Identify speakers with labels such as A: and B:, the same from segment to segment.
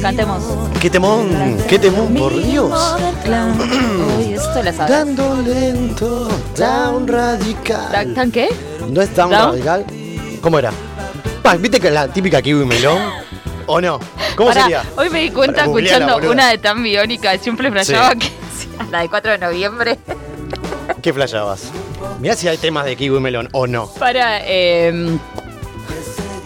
A: Cantemos.
B: ¡Qué temón! ¡Qué temón, por Dios!
A: Uy, esto la sabes.
B: Dando lento, tan radical.
A: ¿Tan, tan qué?
B: ¿No es tan
A: ¿Down?
B: radical? ¿Cómo era? Pa, ¿Viste que la típica kiwi melón? ¿O no? ¿Cómo
A: Pará,
B: sería?
A: Hoy me di cuenta
B: Pará, googleala,
A: escuchando
B: boluda.
A: una de tan biónica, siempre flashaba que decía la de 4 de noviembre.
B: ¿Qué flashabas? Mirá si hay temas de kiwi melón o no.
A: Para, eh,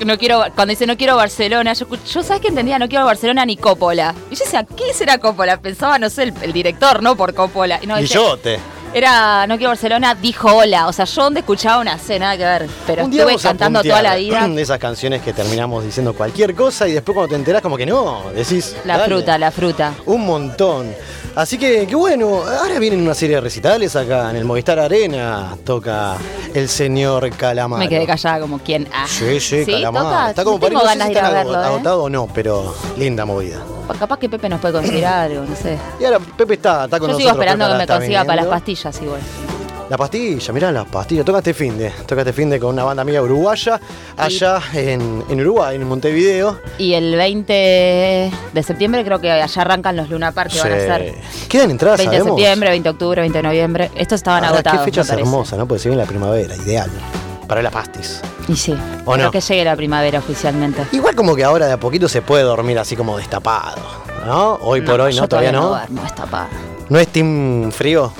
A: no quiero, cuando dice no quiero Barcelona, yo, escu- yo sabes que entendía no quiero Barcelona ni Coppola. Y yo decía, ¿qué será Coppola? Pensaba, no sé, el, el director, ¿no? Por Coppola. Y, no,
B: Y
A: decía,
B: yo te.
A: Era no quiero Barcelona, dijo hola. O sea, yo donde escuchaba una C, nada que ver. Pero
B: Un día
A: estuve
B: vamos a
A: cantando toda la vida.
B: puntear de esas canciones que terminamos diciendo cualquier cosa y después cuando te enterás como que no, decís...
A: La
B: dale.
A: fruta, la fruta.
B: Un montón. Así que, qué bueno. Ahora vienen una serie de recitales acá en el Movistar Arena. Toca el señor Calamar.
A: Me quedé callada como quien. Ah.
B: Sí, sí, Calamar.
A: toca.
B: Está como
A: No tengo
B: para
A: ganas de ir a verlo. ¿eh?
B: agotado o no, pero linda movida.
A: Capaz que Pepe nos puede conseguir algo, no sé.
B: Y ahora Pepe está, está con
A: Yo
B: nosotros.
A: sigo esperando
B: Pepe
A: que
B: la
A: me
B: está
A: consiga para las
B: viniendo.
A: pastillas igual.
B: La pastilla, mirá las pastillas. Toca este fin de. Toca este fin de con una banda amiga uruguaya. Allá en, en Uruguay, en Montevideo.
A: Y el 20 de septiembre creo que allá arrancan los Luna Park que van a
B: Sí.
A: ser.
B: Quedan entradas,
A: 20 de
B: sabemos.
A: septiembre, 20 de octubre, 20 de noviembre. Estos estaban
B: Ahora,
A: agotados.
B: Qué
A: me
B: fechas
A: parece.
B: hermosas, ¿no? Porque se viene la primavera, ideal. Para la pastis.
A: Y sí.
B: ¿O
A: Creo
B: no?
A: que llegue la primavera oficialmente.
B: Igual como que ahora de a poquito se puede dormir así como destapado, ¿no? Hoy por hoy
A: yo
B: no, todavía,
A: no.
B: no.
A: duermo, está pa-
B: ¿No es team frío?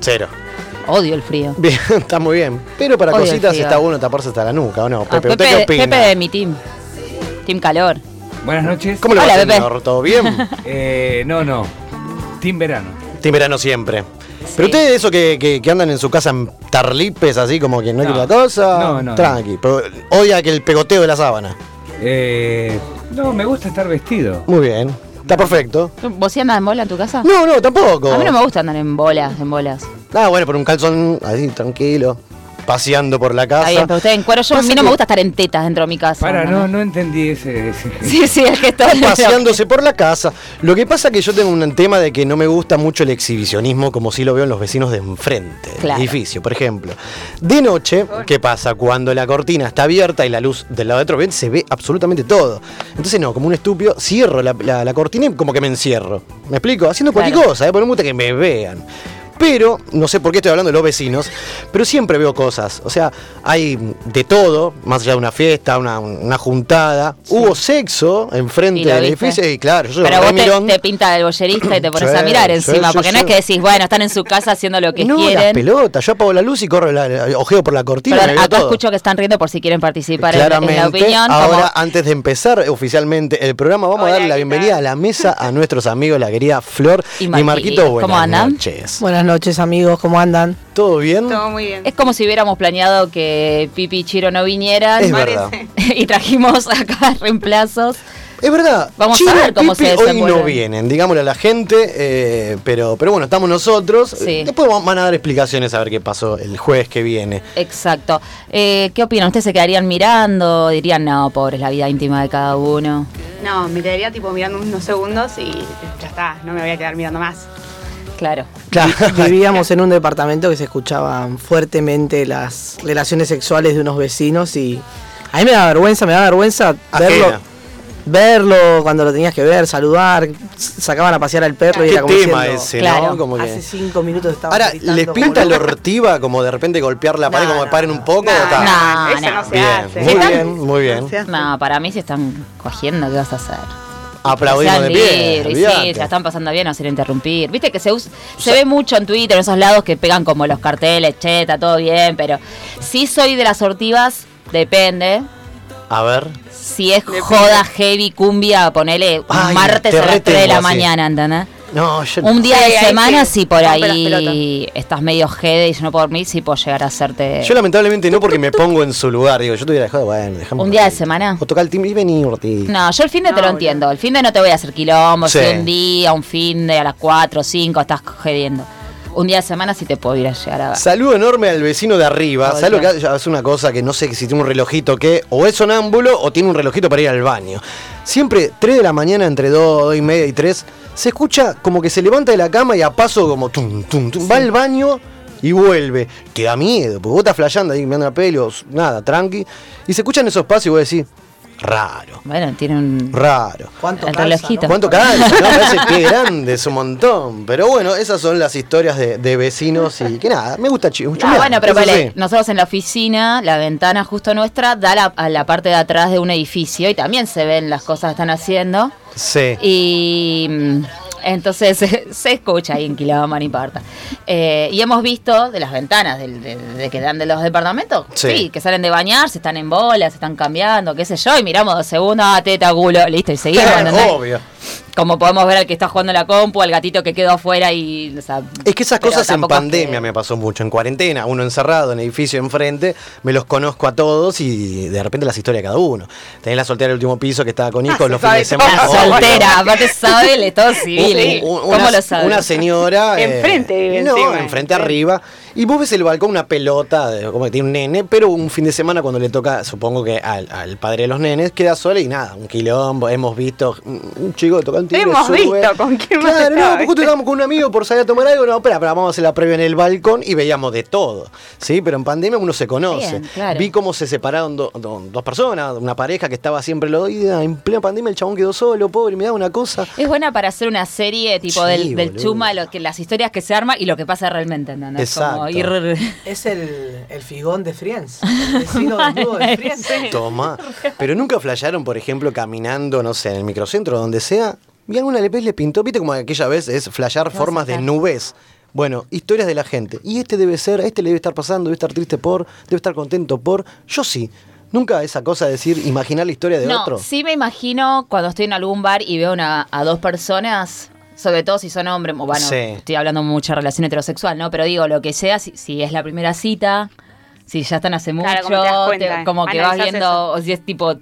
B: Cero.
A: Odio el frío.
B: Bien, está muy bien. Pero para
A: Odio el
B: cositas
A: frío.
B: está bueno taparse hasta la nuca, ¿o no?
A: Ah,
B: Pepe, ¿usted qué opina?
A: Pepe de mi team. Team calor.
C: Buenas noches.
B: ¿Cómo le va,
A: Hola, Pepe.
B: señor? ¿Todo bien?
C: Eh, no, no. Team Verano.
B: team verano siempre. Pero ustedes eso que, que- que andan en su casa en tarlipes así como que no hay
C: No.
B: otra cosa,
C: No, no,
B: tranqui. Pero odia que el pegoteo de la sábana.
C: Eh, no, me gusta estar vestido.
B: Muy bien. Está perfecto.
A: ¿Vos sí andas en bola en tu casa?
B: No, no, tampoco.
A: A mí no me gusta andar en bolas, en bolas.
B: Ah, bueno, por un calzón así, tranquilo, paseando por la casa.
A: Está bien, pero usted en cuero, yo a
B: Pasa
A: mí no
B: que
A: me gusta estar en tetas dentro de mi casa.
C: Para, no, no entendí ese. ese-
A: Sí, sí, es que está
B: están paseándose por la casa. Lo que pasa que yo tengo un tema de que no me gusta mucho el exhibicionismo como si lo veo en los vecinos de enfrente, del
A: Claro.
B: edificio, por ejemplo. De noche, ¿qué pasa? Cuando la cortina está abierta y la luz del lado de otro bien se ve absolutamente todo. Entonces no, como un estúpido, cierro la, la- la cortina y como que me encierro. ¿Me explico? Haciendo cualquier
A: Claro.
B: cosa, ¿eh? Porque no me gusta que me vean. Pero, no sé por qué estoy hablando de los vecinos, pero siempre veo cosas. O sea, hay de todo, más allá de una fiesta, una, una juntada. Hubo sexo enfrente
A: Y lo
B: del
A: viste.
B: edificio y claro, yo soy
A: Pero
B: re
A: vos
B: mirón.
A: te, te pinta el bollerista y te pones a
B: Sí,
A: mirar
B: sí,
A: encima,
B: sí,
A: porque no
B: sí.
A: es que decís, bueno, están en su casa haciendo lo que
B: no, las
A: quieren.
B: pelotas, yo apago la luz y corro, la, la- ojeo por la cortina.
A: Perdón,
B: me veo
A: acá
B: todo.
A: escucho que están riendo por si quieren participar en- en la
B: Claramente,
A: opinión. como-
B: ahora antes de empezar eh, oficialmente el programa, vamos
A: Hola,
B: a darle la
A: ¿qué
B: bienvenida
A: tal?
B: a la mesa a nuestros amigos, la querida Flor
A: Y
B: y,
A: Marquito.
B: Marquito. Buenas
A: ¿Cómo andan?
B: noches.
D: Buenas noches amigos, ¿cómo andan?
B: ¿Todo bien?
A: es como si hubiéramos planeado que Pipi y Chiro no vinieran
B: Es verdad.
A: y trajimos acá reemplazos.
B: Es verdad.
A: Vamos a
B: Chino
A: ver
B: y
A: cómo se
B: Pipi hoy no
A: desenvuelven.
B: vienen, digámosle a la gente, eh, pero, pero bueno, estamos nosotros.
A: Sí.
B: Después van a dar explicaciones a ver qué pasó el jueves que viene.
A: Exacto. Eh, ¿Qué opinan? ¿Ustedes se quedarían mirando? ¿Dirían, no, pobre, es la vida íntima de cada uno?
E: No, me quedaría tipo mirando unos segundos y ya está, no me voy a quedar mirando más.
A: Claro.
D: Vivíamos en un departamento que se escuchaban fuertemente las relaciones sexuales de unos vecinos y a mí me da vergüenza, me da vergüenza
B: Ajena.
D: verlo, verlo cuando lo tenías que ver, saludar, s- sacaban a pasear al perro y
B: ¿Qué
D: era como
B: tema
D: diciendo,
B: ese,
A: Claro.
B: no? Como que-
D: Hace cinco minutos estaba
B: Ahora, ¿les pinta el ortiva como de repente golpear la pared,
D: No,
B: como que
D: no,
B: paren un poco? o está?
A: No,
E: eso
A: no.
E: no se
B: Bien,
E: hace.
B: muy
A: ¿Están?
B: bien, muy bien.
A: No, para mí si están cogiendo, ¿qué vas a hacer?
B: Aplaudimos de pie.
A: Sean libres, sí,
B: olvidate.
A: se la están pasando bien, no se interrumpir. Viste que se, us- se ve mucho en Twitter, en esos lados que pegan como los carteles, che, está todo bien, pero sí soy de las sortivas, depende.
B: A ver.
A: Si es joda heavy cumbia, ponele un
B: Ay,
A: martes
B: te
A: a las 3 de la
B: retengo así.
A: mañana, ¿entendés?
B: No, yo
A: Un día
E: Sí,
A: de
E: ahí
A: semana,
E: sí,
A: si por
E: rompe las
A: ahí estás medio jede y yo no puedo dormir, si puedo llegar a hacerte.
B: Yo lamentablemente no porque me pongo en su lugar, digo, yo te hubiera dejado, bueno, dejame
A: ¿Un día de
B: partir.
A: semana?
B: O tocar el timbre y venir, Ortiz.
A: No, yo el fin de te
E: No,
A: lo
E: boludo.
A: entiendo. El fin de no te voy a hacer quilombo.
B: Sí.
A: Si un día, un fin de a las 4, 5, estás jodiendo. Un día de semana sí te puedo ir a llegar a ver.
B: Saludo enorme al vecino de arriba.
A: Hola.
B: ¿Sabes lo que hace? hace una cosa que no sé si tiene un relojito que o es sonámbulo o tiene un relojito para ir al baño? Siempre 3 de la mañana, entre 2, 2 y media y 3, se escucha como que se levanta de la cama y a paso como tum, tum, tum, va al baño y vuelve. Te da miedo, porque vos estás flasheando ahí, mirando la peli o s- nada, tranqui. Y se escuchan esos pasos y vos decís, Raro,
A: Bueno, tiene un.
B: raro.
D: ¿Cuánto
A: El
D: calza,
A: relojito.
B: ¿Cuánto calza? ¿no? Parece que grande, es un montón. Pero bueno, esas son las historias de, de vecinos y que nada, me gusta chi-
A: Ah,
B: chumear,
A: bueno, pero
B: eso
A: ponele,
B: sí.
A: nosotros en la oficina, la ventana justo nuestra da la- a la parte de atrás de un edificio y también se ven las cosas que están haciendo.
B: Sí.
A: Y mm, entonces se, escucha ahí en Quilombo, no importa. Eh, y hemos visto de las ventanas del- de, de que dan de los departamentos,
B: Sí.
A: sí. que salen de bañar, se están en bolas, se están cambiando, qué sé yo, y miramos dos segundos, ah, teta, culo, listo, y seguimos. ¿entendés?
B: Obvio.
A: Como podemos ver al que está jugando la compu, al gatito que quedó afuera y... o sea,
B: Es que esas
A: pero
B: cosas en
A: tampoco es
B: pandemia
A: que-
B: me pasó mucho, en cuarentena, uno encerrado en edificio enfrente, me los conozco a todos y de repente las historias de cada uno. Tenés la soltera del último piso que estaba
A: Ah,
B: con hijos
E: se
B: los fines
E: sabe
B: de
E: todo.
B: semana.
A: La
B: Obvio.
A: soltera, aparte sabe el estado civil. ¿eh?
B: Un- un-
A: ¿Cómo
B: una,
A: lo sabe?
B: una señora. eh,
E: Enfrente vive
B: No,
E: encima,
B: enfrente
E: ¿eh?
B: arriba. Y vos ves el balcón, una pelota, de- como que tiene un nene, pero un fin de semana cuando le toca, supongo que al, al padre de los nenes, queda sola y nada, un quilombo. Hemos visto un un chico tocar un tigre.
E: Hemos
B: sube.
E: visto con quién más
B: Claro, no,
E: estaba,
B: porque justo
E: ¿viste?
B: estábamos con un amigo por salir a tomar algo, no, espera, pero vamos a hacer la previa en el balcón y veíamos de todo. Sí, pero en pandemia uno se conoce.
A: Bien, claro.
B: Vi cómo se separaron do- do- dos personas, una pareja que estaba siempre lo en plena pandemia el chabón quedó solo, pobre, me da una cosa.
A: Es buena para hacer una serie tipo
B: Sí,
A: del, del
B: boludo.
A: chuma, lo que, las historias que se arma y lo que pasa realmente, ¿entendés?
B: Exacto.
A: Como ir-
D: Es el, el figón de Friends. El vecino desnudo de Friends.
B: Toma. Pero nunca flashearon, por ejemplo, caminando, no sé, en el microcentro, donde sea. Y alguna vez le pintó, viste como aquella vez es flashear
A: Vas a
B: formas de
A: estar.
B: nubes. Bueno, historias de la gente. Y este debe ser, a este le debe estar pasando, debe estar triste por, debe estar contento por. Yo sí. Nunca esa cosa de decir, imaginar la historia de
A: no,
B: otro.
A: sí me imagino cuando estoy en algún bar y veo una, a dos personas, sobre todo si son hombres, o bueno,
B: Sí.
A: estoy hablando mucha relación heterosexual, ¿no? Pero digo, lo que sea, si, si es la primera cita, si ya están hace mucho,
E: Claro, como te das cuenta,
A: como que vas
E: analizás
A: viendo,
E: eso.
A: o si es tipo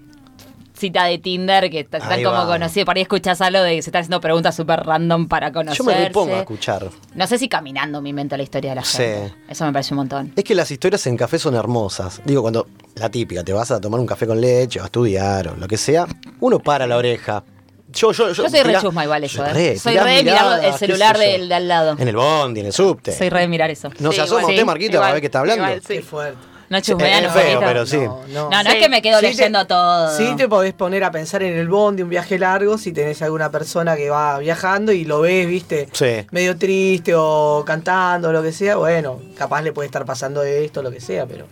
A: cita de Tinder, que t- están
B: Ahí
A: como
B: va.
A: conocidos, por ahí escuchás algo de que se están haciendo preguntas súper random para conocerse.
B: Yo me repongo a escuchar.
A: No sé si caminando me invento la historia de la
B: Sí.
A: gente. Eso me parece un montón.
B: Es que las historias en café son hermosas. Digo, cuando la típica, te vas a tomar un café con leche o a estudiar o lo que sea, uno para la oreja. Yo, yo, yo,
A: Yo soy re
B: tirá-
A: chusma igual eso, ¿eh?
B: Re,
A: Soy
B: tirá
A: re de mirar
B: miradas,
A: el
B: qué
A: celular
B: sé yo.
A: del- de al lado.
B: En el bondi, en el subte.
A: Soy re de mirar eso.
B: no
E: Sí,
B: se asoma
E: igual,
B: usted,
E: sí,
B: Marquita,
E: igual,
B: para ver qué está hablando.
E: igual, sí.
D: Qué fuerte.
A: No
B: Es
A: chusmean un
B: feo,
A: poquito.
B: pero sí.
A: No, no es que me quedo
D: Sí te-
A: leyendo todo.
D: Sí, te podés poner a pensar en el bond de un viaje largo si tenés alguna persona que va viajando y lo ves, viste,
B: Sí.
D: medio triste o cantando o lo que sea. Bueno, capaz le puede estar pasando esto, lo que sea, pero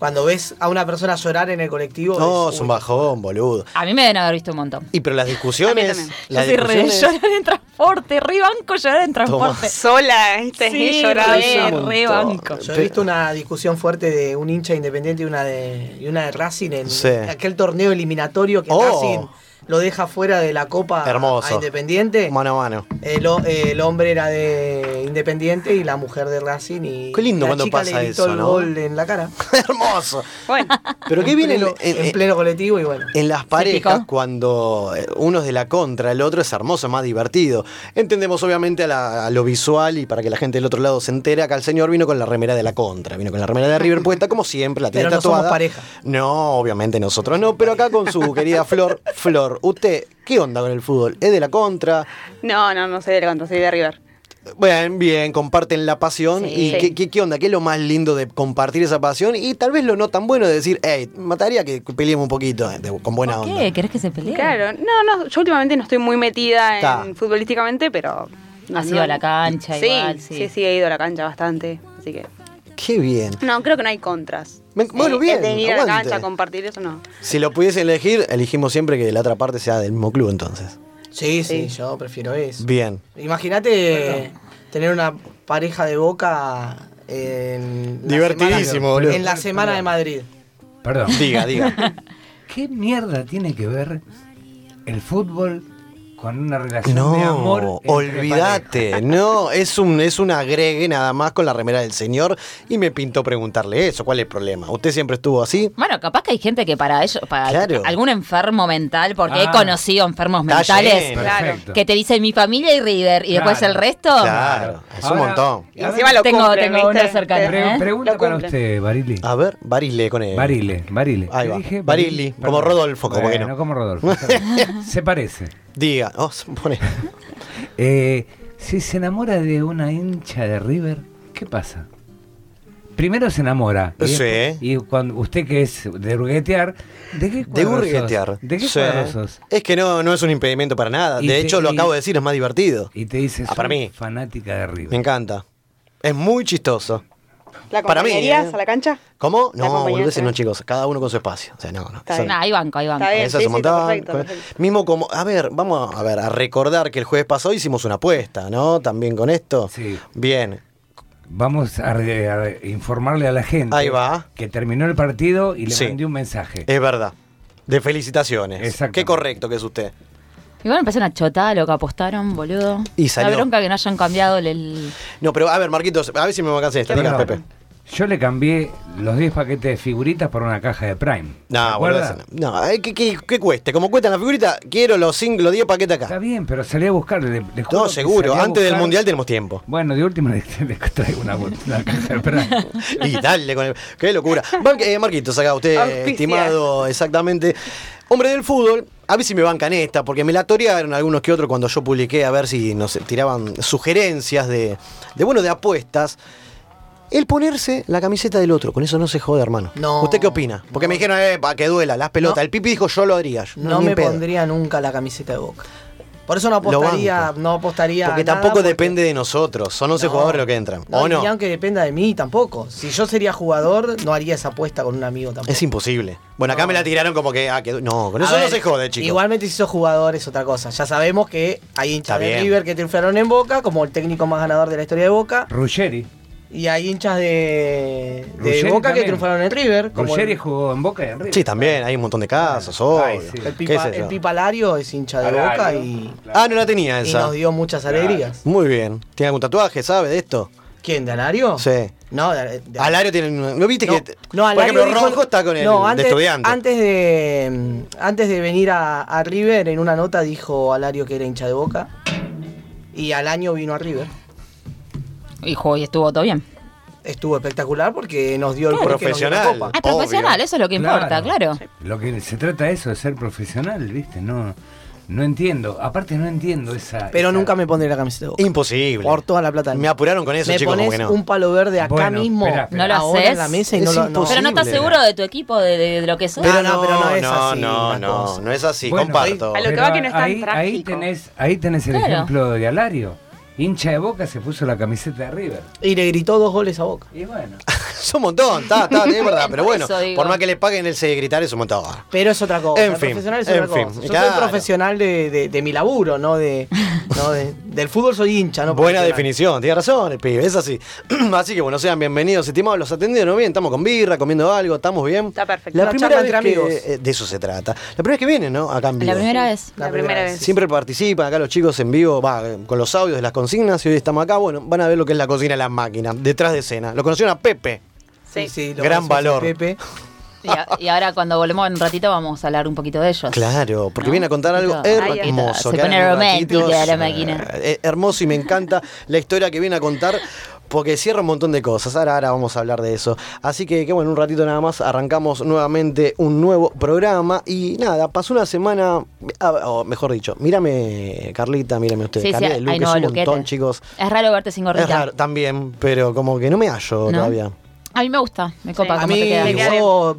D: cuando ves a una persona llorar en el colectivo.
B: No,
D: es-
B: es un
D: uy.
B: bajón, boludo.
A: A mí me deben haber visto un montón.
B: Y pero las discusiones.
E: también.
A: Yo
B: las
A: soy re de
B: discusiones-
A: llorar en transporte, re banco llorar en transporte.
E: Sola, este
A: Sí,
E: lloraba.
A: re,
E: yo.
A: re banco.
D: Yo he visto una discusión fuerte de un hincha independiente y una de, y una de Racing en
B: Sí.
D: aquel torneo eliminatorio que
B: Oh.
D: Racing lo deja fuera de la copa a-
B: Hermoso.
D: a Independiente.
B: Mano a mano.
D: El, ho- el hombre era de Independiente y la mujer de Racing y
B: Qué lindo
D: la
B: cuando
D: chica
B: pasa
D: le gritó
B: eso,
D: el
B: ¿no?
D: gol en la cara.
B: Hermoso.
E: Bueno,
B: Pero qué
D: en
B: viene en,
D: pleno,
B: en-
D: en pleno colectivo y bueno.
B: en las
A: Se
B: parejas
A: picó.
B: cuando eh, uno es de la contra, el otro es hermoso, más divertido. Entendemos obviamente a, la- a lo visual y para que la gente del otro lado se entere, acá el señor vino con la remera de la contra, vino con la remera de River puesta, como siempre, la tiene
D: Pero no somos
B: tatuada.
D: pareja.
B: No, obviamente nosotros no, pero acá con su querida Flor, Flor, usted, ¿qué onda con el fútbol? ¿Es de la contra?
E: no, no, no soy de Leganto, soy de River.
B: Bien, bien, comparten la pasión.
A: Sí.
B: ¿Y qué, qué- qué onda? ¿Qué es lo más lindo de compartir esa pasión? Y tal vez lo no tan bueno de decir, hey, mataría que peleemos un poquito, eh, de- con buena
A: ¿Por
B: onda.
A: ¿Qué? ¿Querés que se peleen?
E: Claro, no, no, yo últimamente no estoy muy metida en
B: Ta.
E: futbolísticamente, pero. no,
A: Has ido
E: no-
A: a la cancha
E: sí,
A: igual, sí.
E: sí. Sí, he ido a la cancha bastante, así que.
B: Qué bien.
E: No, creo que no hay contras.
B: Me-
E: Sí,
B: bueno, bien,
E: De ir a la
B: aguante.
E: cancha, compartir eso, no.
B: Si lo pudiesen elegir, elegimos siempre que la otra parte sea del mismo club entonces.
D: Sí, sí, yo prefiero eso.
B: Bien.
D: Imagínate tener una pareja de boca en la
B: Divertidísimo,
D: semana-
B: boludo.
D: En la semana de Madrid.
C: Perdón.
B: Diga, diga.
C: ¿Qué mierda tiene que ver el fútbol con una relación de amor?
B: No,
C: entre
B: olvídate. No, es un, es un agregue nada más con la remera del señor y me pintó preguntarle eso. ¿Cuál es el problema? ¿Usted siempre estuvo así?
A: Bueno, capaz que hay gente que para ellos, para
B: Claro.
A: algún enfermo mental, porque he
C: Ah.
A: conocido enfermos
B: Está
A: mentales
B: lleno.
C: parejas?
E: Claro.
C: Perfecto.
A: que te dicen mi familia y River y después
C: Claro.
A: el resto.
B: Claro, es un
C: Ahora-
B: montón.
E: Y encima lo
A: Tengo-
E: cumplen,
A: tengo una
E: ¿viste?
A: cercana,
E: Te-
C: Pre-
A: ¿eh?
C: Pregunta
E: Lo
C: para
E: cumplen.
C: usted, Barili.
B: A ver, Barile con él.
C: Barile, Barile.
B: Ahí
C: ¿Qué
B: va. Barilli, como
C: Perdón.
B: Rodolfo, como que
C: Bueno,
B: no.
C: como Rodolfo. está bien. se parece.
B: Diga. Oh, se pone-
C: Eh, si se enamora de una hincha de River, ¿qué pasa? primero se enamora. y
B: Sí.
C: después- Y cuando usted que es de burguetear, ¿de qué
B: De
C: cuadro sos?
B: burguetear.
C: ¿De qué
B: Sí.
C: cuadro sos?
B: Es que no, no es un impedimento para nada.
C: Y
B: De
C: te-
B: hecho, lo
C: y-
B: acabo de decir, es más divertido.
C: Y te dice,
B: Ah, para
C: "Soy
B: mí.
C: fanática de River.
B: Me encanta. Es muy chistoso.
E: ¿La
B: Para mí,
E: acompañarías
B: ¿eh?
E: a la cancha?
B: ¿Cómo?
E: La
B: No,
E: compañía
B: boludeces
E: se
B: no,
E: va.
B: chicos. Cada uno con su espacio. O sea, no, no.
E: Está
B: Son-
E: bien. Ah,
A: Nah, ahí banco, ahí banco.
E: Está bien.
B: Esas
E: sí,
B: se
E: sí, está
B: montaban.
E: perfecto,
B: con-
E: perfecto.
B: Mismo como, a ver, vamos a ver, a recordar que el jueves pasado hicimos una apuesta, ¿no? También con esto.
C: Sí.
B: Bien.
C: Vamos a, re- a re- informarle a la gente
B: Ahí va.
C: que terminó el partido y le
B: Sí.
C: mandé un mensaje.
B: Es verdad. De felicitaciones.
C: Exactamente.
B: Qué correcto que es usted.
A: Igual me parece una chotada lo que apostaron, boludo.
B: Y salió.
A: La bronca que no hayan cambiado el- el...
B: No, pero a ver, Marquitos, a ver si me alcanza esta.
C: No,
B: Diga,
C: no.
B: Pepe.
C: Yo le cambié los 10 paquetes de figuritas por una caja de Prime. ¿Se
B: No,
C: acuerda?
B: boludeces no. No, eh, ¿qué, qué, qué cueste? Como cuesta la figurita, quiero los 5, los 10 paquetes
C: Está
B: acá.
C: bien, pero salí a buscar. Le, le juro
B: No,
C: que
B: seguro.
C: salí a
B: Antes del
C: buscar.
B: mundial tenemos tiempo.
C: Bueno, de última le, le traigo una, bol- una caja de Prime.
B: Y dale con el. ¡Qué locura! Mar- eh, Marquitos, acá usted,
E: Auspicia.
B: estimado, exactamente. Hombre del fútbol, a ver si me bancan esta, porque me la torearon algunos que otros cuando yo publiqué a ver si nos tiraban sugerencias de, de bueno, de apuestas. El ponerse la camiseta del otro, con eso no se jode, hermano.
D: No.
B: ¿Usted qué opina? Porque me dijeron, eh, para que duela, las pelotas.
D: No.
B: El Pipi dijo, yo lo haría. Yo,
D: No
B: ni
D: me
B: en pedo.
D: pondría nunca la camiseta de Boca. Por eso no
B: Lo
D: apostaría,
B: banco.
D: no apostaría.
B: Porque
D: a nada,
B: tampoco
D: porque-
B: depende de nosotros. Son 11
D: No.
B: jugadores los que entran. ¿O
D: y
B: no?
D: ni aunque dependa de mí tampoco. Si yo sería jugador, no haría esa apuesta con un amigo tampoco.
B: Es imposible. Bueno, acá me la tiraron como que. ah, que no, con eso
D: A
B: no
D: ver,
B: se jode, chicos.
D: Igualmente si sos jugador es otra cosa. Ya sabemos que hay hinchas
B: Está
D: de
B: bien.
D: River que triunfaron en Boca, como el técnico más ganador de la historia de Boca.
C: Ruggeri.
D: Y hay hinchas de, de
C: Ruggeri
D: Boca que
C: también.
D: triunfaron en River. Como
C: Ruggeri
D: el,
C: jugó en Boca y en River.
B: Sí, también, hay un montón de casos,
C: Ay,
B: obvio.
C: sí.
D: el,
B: ¿Qué
D: pipa,
B: sé yo?
D: el Pipa Lario es hincha de
C: Alario.
D: Boca y,
B: Ah, no la tenía
D: y
B: esa.
D: nos dio muchas alegrías.
B: Muy bien. ¿Tiene algún tatuaje, sabe de esto?
D: ¿Quién? ¿De Alario?
B: Sí.
D: No, de, de-
B: Alario tiene. ¿No viste
D: no,
B: que.?
D: no,
B: por
D: Alario
B: ejemplo,
D: dijo-
B: Rojo está con el
D: no,
B: de
D: antes,
B: estudiante.
D: Antes de, antes de venir a, a River, en una nota dijo Alario que era hincha de Boca. Y al año vino a River.
A: Hijo, y estuvo todo bien.
D: Estuvo espectacular porque nos dio el
B: Claro.
D: gol que nos dio la
B: Profesional.
D: copa.
A: Ah, es
B: Obvio.
A: profesional, eso es lo que importa, claro.
C: Lo que se trata de eso, de ser profesional, ¿viste? No, no entiendo. Aparte, no entiendo esa.
D: Pero
C: esa-
D: nunca me pondré la camiseta de Boca.
B: Imposible.
D: Por toda la plata. del
B: Me
D: mundo.
B: apuraron con eso,
D: me
B: chicos, como
D: pones
B: que no.
D: un palo verde acá
C: Bueno,
D: mismo.
C: espera, espera.
A: ¿No lo
D: ahora
A: haces?
D: en la mesa y no
B: Es
D: lo Ah, no.
A: Pero no estás
B: Posible.
A: seguro de tu equipo, de, de- de lo que sos.
D: Pero no, pero no es así
B: Ah, No,
D: la
B: no,
D: cosa.
B: no es así,
C: Bueno,
B: comparto.
E: ahí- A lo que
C: Pero
E: va que no es tan
C: ahí, ahí
E: trágico.
C: tenés, ahí tenés el
A: Claro.
C: ejemplo de Alario. Hincha de Boca se puso la camiseta de River.
D: Y le gritó dos goles a Boca.
C: Y bueno.
B: Es un montón, está, está, es verdad. Pero
A: Por
B: bueno,
A: eso digo.
B: por más que le paguen el se gritar, es un montón.
D: Pero es otra cosa.
B: En
D: el
B: fin,
D: profesional es
B: en
D: otra
B: fin,
D: cosa. Yo
B: claro.
D: soy profesional de, de- de mi laburo, no de, no de- del fútbol soy hincha, no
B: Buena
D: profesional.
B: definición, tiene razón el pibe, es así. así que bueno, sean bienvenidos, estimados, los atendieron bien, estamos con birra, comiendo algo, estamos bien.
E: Está perfecto.
B: La
D: Una
B: primera
D: charla
B: vez
D: entre
B: que-
D: amigos.
B: eh, de eso se trata. La primera vez que vienen, ¿no? Acá en vivo.
A: La primera vez.
E: La primera vez.
B: Siempre participan acá los chicos en vivo, va, eh, con los audios de las consignas y hoy estamos acá, bueno, van a ver lo que es la cocina de las máquinas, detrás de escena. Lo conocieron a Pepe.
E: Sí.
D: lo
B: Gran
D: gracioso
B: valor.
D: de Pepe.
A: Y, a- y ahora cuando volvemos en un ratito vamos a hablar un poquito de ellos.
B: Claro, porque
A: ¿No?
B: viene a contar algo
A: Poquito. Ahí está.
B: hermoso.
A: Se
B: que
A: pone
B: ahora en un
A: romántica
B: ratito,
A: la máquina.
B: eh, hermoso y me encanta la historia que viene a contar porque cierra un montón de cosas. Ahora, ahora vamos a hablar de eso. Así que, que bueno, un ratito nada más arrancamos nuevamente un nuevo programa y nada, pasó una semana, ah, o mejor dicho, mírame Carlita, mírame usted,
A: Sí, sí,
B: Carlita de
A: hay
B: Luque,
A: nuevo
B: es un
A: Luquete.
B: montón, chicos.
A: Es raro verte sin gorrita.
B: Es raro, también, pero como que no me hallo
A: ¿No?
B: todavía.
A: A mí me gusta, me copa
E: A
A: cómo
D: A mí
A: te queda.
E: Te queda bien.
D: yo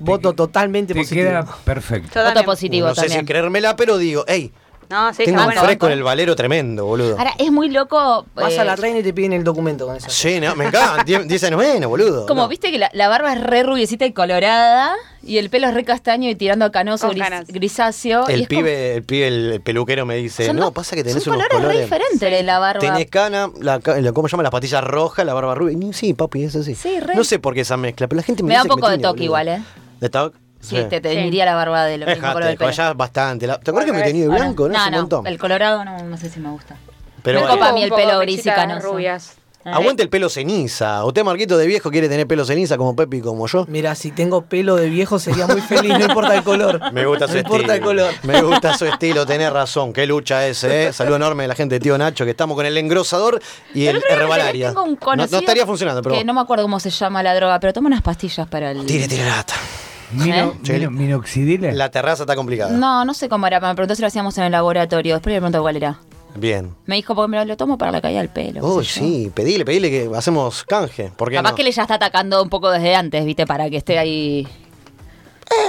D: voto totalmente
C: Te
D: positivo.
C: queda perfecto.
E: Yo
A: Voto
E: también.
A: positivo
B: no sé
A: también.
B: si creérmela, pero digo, hey,
E: No, sí,
B: tengo
E: está
B: un
E: bueno.
B: fresco en el valero tremendo, boludo.
A: ah, Ahora, es muy loco.
D: Vas
A: eh,
D: a la reina y te piden el documento con eso.
B: Sí, no, me encanta. 10 años menos, boludo.
A: Como
B: No.
A: viste que la, la barba es re rubiecita y colorada y el pelo es re castaño y tirando a canoso,
E: Con
A: gris-
E: canas.
A: grisáceo. y
B: El
A: es como-
B: pibe, el pibe, el peluquero me dice,
A: son
B: no,
A: dos-
B: pasa que tenés
A: son
B: unos
A: colores,
B: colores.
A: re diferentes de la barba.
B: Tenés cana, la, ca- la- ¿cómo se llama? Las patillas rojas, la barba rubia. Y Sí, papi, es así.
A: Sí, re.
B: No sé por qué esa mezcla, pero la gente me,
A: Me da
B: dice
A: un poco
B: que
A: de toque
B: tiene,
A: igual,
B: boludo.
A: ¿eh?
B: ¿De toque?
A: Sí, te, te
E: Sí.
A: diría la barba de lo mismo color del
B: Dejate,
A: pelo.
B: ya bastante. La- ¿Te acuerdas que me
E: Al
B: tenía de
A: Ahora,
B: blanco? No,
A: no,
B: es un
A: no,
B: montón.
A: el colorado no, no sé si me gusta.
B: Pero
E: Tengo
A: me
B: bueno.
A: copa a mí el
E: un poco
A: pelo
E: de
A: gris y
E: mechitas
A: canoso. Ah.
E: rubias.
B: aguante el pelo ceniza. Usted, Marquito, de viejo quiere tener pelo ceniza como Pepi y como yo.
D: Mira, si tengo pelo de viejo sería muy feliz, no importa el color.
B: Me gusta su
D: no
B: estilo.
D: importa el color.
B: Me gusta su estilo, tenés razón. Qué lucha ese, ¿eh? Saludo enorme de la gente de Tío Nacho, que estamos con el engrosador y el,
A: otro día me enteré,
B: herbalaria.
A: tengo un
B: no, no
A: conocido
B: estaría funcionando, pero.
A: Que no me acuerdo cómo se llama la droga, pero toma unas pastillas para el.
B: Tire, tire lata.
A: ¿Eh?
C: Mino,
B: Sí.
C: mino- minoxidil.
B: La terraza está complicada.
A: No, no sé cómo era, me preguntó si lo hacíamos en el laboratorio. Después le pregunto cuál era.
B: Bien.
A: Me dijo, porque me lo, lo tomo para la caída del pelo. qué
B: Oh,
A: sé yo.
B: sí, pedile, pedile que hacemos canje. ¿Por qué
A: Capaz
B: no?
A: que le ya está atacando un poco desde antes, viste, para que esté ahí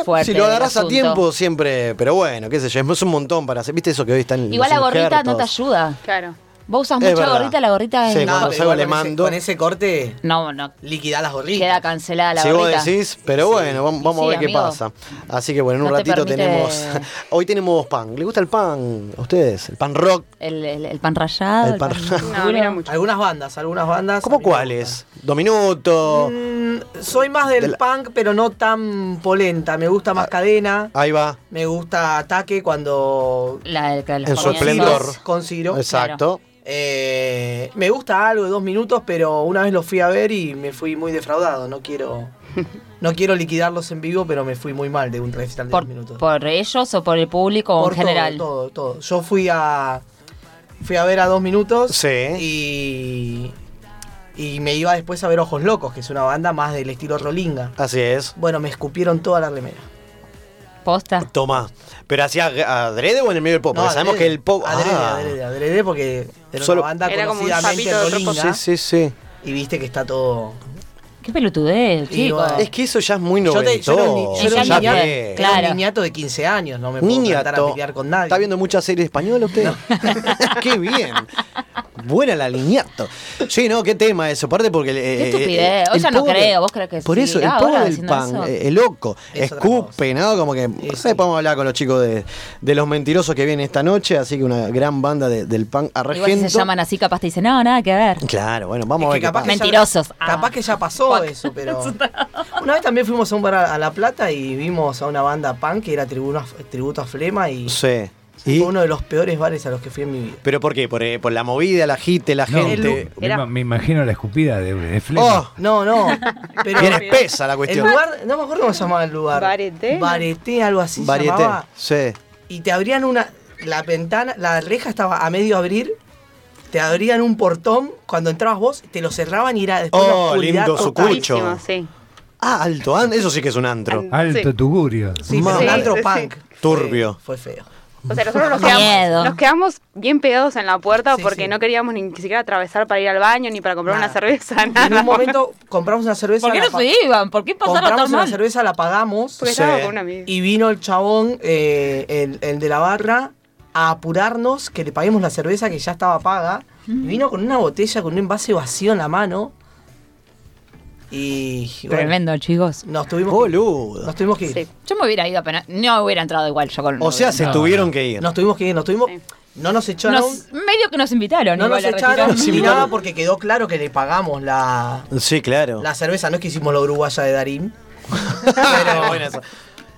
A: fuerte.
B: Eh, si lo
A: el
B: agarras a
A: asunto.
B: tiempo, siempre. Pero bueno, qué sé yo, es un montón para hacer. ¿Viste eso que hoy están
A: Igual la gorrita no te ayuda.
E: Claro.
A: Vos usas
B: Es
A: mucho
B: verdad.
A: gorrita, la gorrita es.
B: Sí, cuando
D: pero
B: salgo
D: igual
B: le
D: con ese-
B: mando.
D: Con ese corte,
A: No, no.
D: liquidá las gorritas.
A: Queda cancelada la
B: si vos
A: gorrita.
B: decís, pero bueno, vam-
A: Y
B: vamos
A: sí,
B: a ver qué
A: amigo.
B: pasa. Así que bueno, en un
A: No te
B: ratito
A: permite-
B: tenemos. Hoy tenemos pan. ¿Le gusta el pan a ustedes? El pan rock.
A: El, el- el pan rallado.
B: El
A: El,
B: pan
A: pan,
B: rallado.
E: No, a mí no mucho.
D: Algunas bandas, algunas bandas. a
B: ¿Cómo
D: mí me
B: cuáles? Dominuto.
A: Mm.
D: gustan. Soy más del
B: De la- Ah.
D: punk, pero no tan polenta. Me gusta más cadena.
B: Ahí va.
D: Me gusta ataque cuando.
A: La, la- los
B: En su
A: comienzos.
B: esplendor.
D: Con Ciro.
B: Exacto.
D: Eh, me gusta algo de dos minutos, pero una vez lo fui a ver y me fui muy defraudado. No quiero. No quiero liquidarlos en vivo, pero me fui muy mal de un recital de dos
A: Por,
D: minutos.
A: por ellos o por el público o
D: Por
A: en general.
D: Todo, todo, todo. Yo fui a. Fui a ver a dos minutos.
B: Sí.
D: Y. Y me iba después a ver Ojos Locos, que es una banda más del estilo Rolinga.
B: Así es.
D: Bueno, me escupieron toda la remera.
A: Posta.
B: Toma. ¿Pero hacía adrede o en el medio del pop?
D: No,
B: Porque sabemos
D: adrede,
B: que el pop.
D: Adrede,
B: ah.
D: adrede, adrede, porque era
B: Solo-
D: una banda
E: Era como un
D: conocidamente
E: sapito de otro
D: Rolinga.
B: Sí, sí, sí.
D: Y viste que está todo.
A: Qué pelotudez,
D: Y
A: chicos.
D: bueno.
B: Es que eso ya es muy
D: Yo, te, yo era un, ni-
B: noventoso.
D: yo era un
A: Ya
B: Ya
D: niñato,
A: fue.
B: fue.
D: era un
A: Claro.
D: niñato de 15 años, no me puedo plantar a
B: Niñato.
D: pelear con nadie.
B: ¿Está viendo mucha serie española usted? Qué bien. Buena la Niñato. Sí, no, qué tema eso. Aparte porque... eh,
A: Qué
B: eh,
A: estupidez.
B: el
A: Yo no
B: pobre-
A: creo, vos crees que
B: Por
A: sí.
B: eso, el
A: Ah,
B: pobre
A: ahora
B: del
A: haciendo
B: pan,
A: eso.
B: eh, el loco,
D: Es otra
B: escupe, ¿no? Como que...
D: Sí,
B: no sé,
D: sí.
B: podemos hablar con los chicos de, de Los Mentirosos que vienen esta noche. Así que una gran banda de- del pan argento.
A: Igual si se llaman así, capaz te dicen, no, nada que ver.
B: Claro, bueno, vamos a
D: Es que
B: ver qué
D: capaz
B: pasa.
D: que ya-
A: Mentirosos. Ah.
D: Capaz que ya pasó eso, pero. Una vez también fuimos a un bar a, a La Plata y vimos a una banda punk que era tributo a, tributo a Flema y
B: Sí.
D: fue
B: ¿Y?
D: uno de los peores bares a los que fui en mi vida.
B: ¿Pero por qué? ¿Por, eh, por la movida, la jite, la
C: No,
B: gente?
C: me, ima- me imagino la escupida de, de Flema.
B: ¡Oh!
D: No, no. Pero
B: Bien espesa la
D: el
B: cuestión.
D: lugar, no me acuerdo cómo se llamaba el lugar.
E: Varieté.
D: Varieté, algo así. se
B: Varieté.
D: llamaba.
B: Sí.
D: y te abrían una. La ventana, la reja estaba a medio abrir, te abrían un portón, cuando entrabas vos, te lo cerraban y era después una
B: Oh,
D: oscuridad
B: lindo su
D: total.
B: cucho. Mucho.
E: Sí.
B: Ah, alto, an- eso sí que es un antro.
E: An-
C: Alto
E: Sí.
C: tugurio.
D: Sí,
B: Ma-
D: pero un
E: Sí,
D: antro
E: sí, sí.
D: punk.
B: Turbio.
D: Fue, fue feo.
E: O sea, nosotros nos
A: Miedo.
E: quedamos, nos quedamos bien pegados en la puerta
D: Sí,
E: porque
D: sí.
E: no queríamos ni siquiera atravesar para ir al baño ni para comprar una
D: Nada.
E: cerveza,
D: Y
E: nada.
D: en un momento compramos una cerveza.
A: ¿Por qué
D: la
A: no
D: pa-
A: se iban? ¿Por qué pasaron
D: Compramos
A: tan
D: una
A: mal?
D: cerveza, la pagamos.
E: Porque
B: Sí.
E: estaba con un amigo.
D: Y vino el chabón, eh, el, el de la barra, a apurarnos que le paguemos la cerveza que ya estaba paga.
A: Mm.
D: Y vino con una botella, con un envase vacío en la mano. Y. bueno,
A: Tremendo, chicos.
D: nos tuvimos. que-
B: Boludo.
D: Nos tuvimos que ir.
E: Sí.
A: Yo me hubiera ido apenas. No hubiera entrado igual yo con.
B: O sea, se
C: No,
B: tuvieron
C: no.
B: que ir.
D: Nos tuvimos que ir, nos tuvimos.
E: Sí.
D: No nos echaron.
A: nos, medio que nos invitaron.
D: no
A: igual
D: nos
A: a
D: echaron
A: retirar.
D: ni
B: Ah,
D: nada porque quedó claro que le pagamos la,
B: Sí, claro.
D: la cerveza. No es que hicimos la uruguaya de Darín.
B: pero, bueno, eso.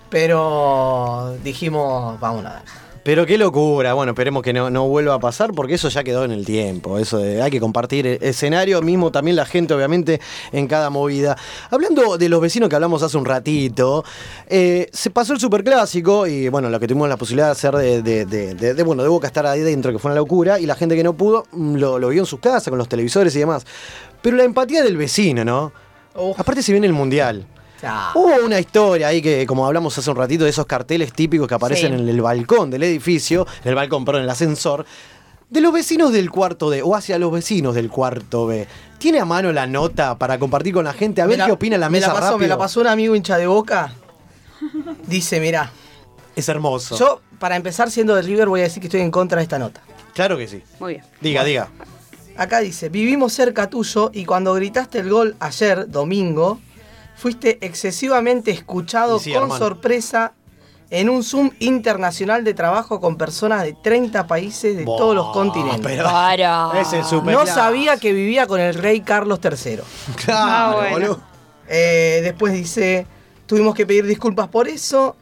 D: Pero dijimos, vamos a ver.
B: Pero qué locura. Bueno, esperemos que no, no vuelva a pasar porque eso ya quedó en el tiempo. Eso de hay que compartir e- escenario, mismo también la gente, obviamente, en cada movida. Hablando de los vecinos que hablamos hace un ratito, eh, se pasó el superclásico y bueno, lo que tuvimos la posibilidad de hacer de, de- de- de- de, bueno, de Boca estar ahí dentro, que fue una locura, y la gente que no pudo mm, lo, lo vio en sus casas, con los televisores y demás. Pero la empatía del vecino, ¿no?
D: Uf.
B: Aparte se viene el mundial.
D: Ya.
B: Hubo una historia ahí que, como hablamos hace un ratito, de esos carteles típicos que aparecen
A: Sí.
B: en el balcón del edificio, en el balcón, perdón, en el ascensor, de los vecinos del cuarto D, o hacia los vecinos del cuarto B. ¿Tiene a mano la nota para compartir con la gente? A
D: Me
B: ver qué opina la mesa
D: me la pasó,
B: rápido.
D: Me la pasó un amigo hincha de boca. Dice, mira,
B: Es hermoso.
D: yo para empezar siendo de River voy a decir que estoy en contra de esta nota.
B: Claro que sí.
E: Muy bien.
B: Diga, diga.
D: Acá dice, vivimos cerca tuyo y cuando gritaste el gol ayer, domingo, fuiste excesivamente escuchado
B: Y sí,
D: con
B: hermano.
D: sorpresa en un Zoom internacional de trabajo con personas de 30 países de todos los
B: Buah,
D: continentes.
B: pero-
A: Para.
B: Es el super.
D: no sabía que vivía con el rey Carlos III.
B: Claro,
E: Ah, bueno.
B: boludo.
D: Eh, después dice, tuvimos que pedir disculpas por eso.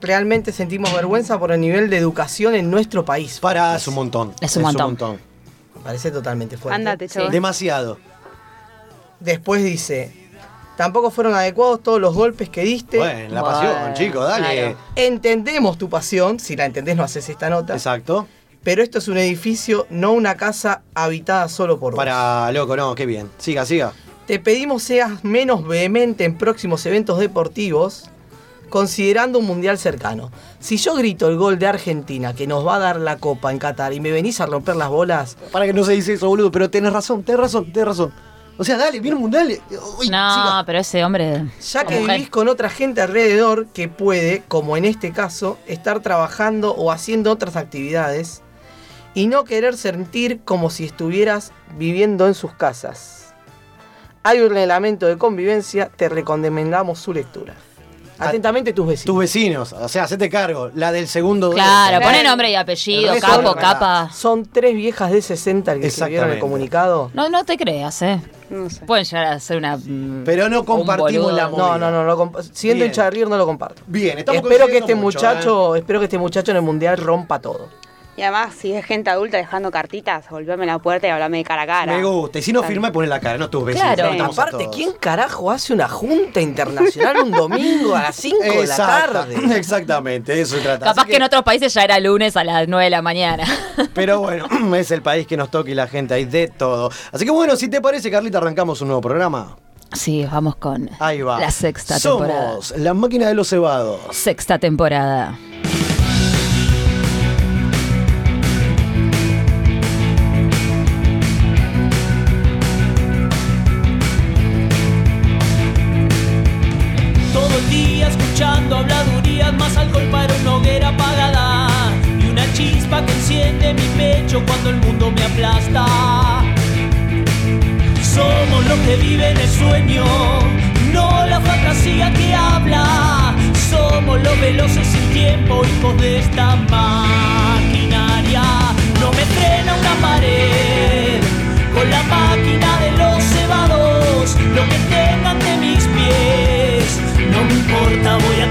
D: Realmente sentimos vergüenza por el nivel de educación en nuestro país.
B: Pará, es un montón.
A: Es un montón.
D: Parece totalmente fuerte.
E: Ándate,
A: Sí.
E: chaval.
B: Demasiado.
D: Después dice, tampoco fueron adecuados todos los golpes que diste.
B: Bueno, la
A: Bueno,
B: pasión, chicos, dale.
A: claro.
D: Entendemos tu pasión, si la entendés no haces esta nota.
B: Exacto.
D: Pero esto es un edificio, no una casa habitada solo por vos.
B: Para, loco, no, qué bien. Siga, siga.
D: Te pedimos seas menos vehemente en próximos eventos deportivos. considerando un mundial cercano. Si yo grito el gol de Argentina que nos va a dar la copa en Qatar y me venís a romper las bolas,
B: Para que no se dice eso, boludo, pero tenés razón, tenés razón, tenés razón. O sea, dale, viene un mundial. y- uy,
A: No,
B: siga.
A: pero ese hombre.
D: ya
A: o
D: que
A: mujer.
D: vivís con otra gente alrededor que puede, como en este caso, estar trabajando o haciendo otras actividades y no querer sentir como si estuvieras viviendo en sus casas. Hay un reglamento de convivencia, te recomendamos su lectura. Atentamente tus vecinos.
B: Tus vecinos, o sea, hacete cargo. La del segundo.
A: Claro,
B: dedo.
A: pone nombre y apellido,
B: El resto
A: capo,
B: no.
A: capa.
D: Son tres viejas de 60 que escribieron
B: Exactamente.
D: el comunicado.
A: No, no te creas, ¿eh?
E: No sé.
A: Pueden llegar a ser una. mm,
B: Pero no
A: un
B: compartimos
A: boludo.
B: la mo-
D: No, no, no, no comp- siendo
B: Bien.
D: hincha de River no lo comparto.
B: Bien, estamos
D: espero que
B: consiguiendo
D: este
B: mucho, ¿eh?
D: muchacho, espero que este muchacho en el mundial rompa todo.
E: Y además, si es gente adulta dejando cartitas, golpeame la puerta y hablame de cara a cara.
B: Me gusta. Y si no firma, poné la cara, no tus vecinos.
A: Claro.
B: no estamos a
D: Aparte,
B: todos.
D: ¿quién carajo hace una junta internacional un domingo a las 5 de la
B: Exacta-
D: tarde?
B: Exactamente, de eso se trata.
A: Capaz
B: Así
A: que... en otros países ya era lunes a las 9 de la mañana.
B: Pero bueno, es el país que nos toca y la gente hay de todo. Así que bueno, si te parece, Carlita, arrancamos un nuevo programa.
A: sí, vamos con.
B: Ahí va.
A: La sexta
B: Somos
A: temporada.
B: la máquina de los cebados.
A: Sexta temporada.
F: Todo el día escuchando habladurías, más alcohol para una hoguera apagada. Y una chispa que enciende mi pecho cuando el mundo me aplasta. Somos los que viven el sueño, no la fantasía que habla. Somos los veloces sin tiempo, hijos de esta maquinaria. No me frena una pared con la máquina de los cebados. Lo que tengan de mis pies, no me importa, voy a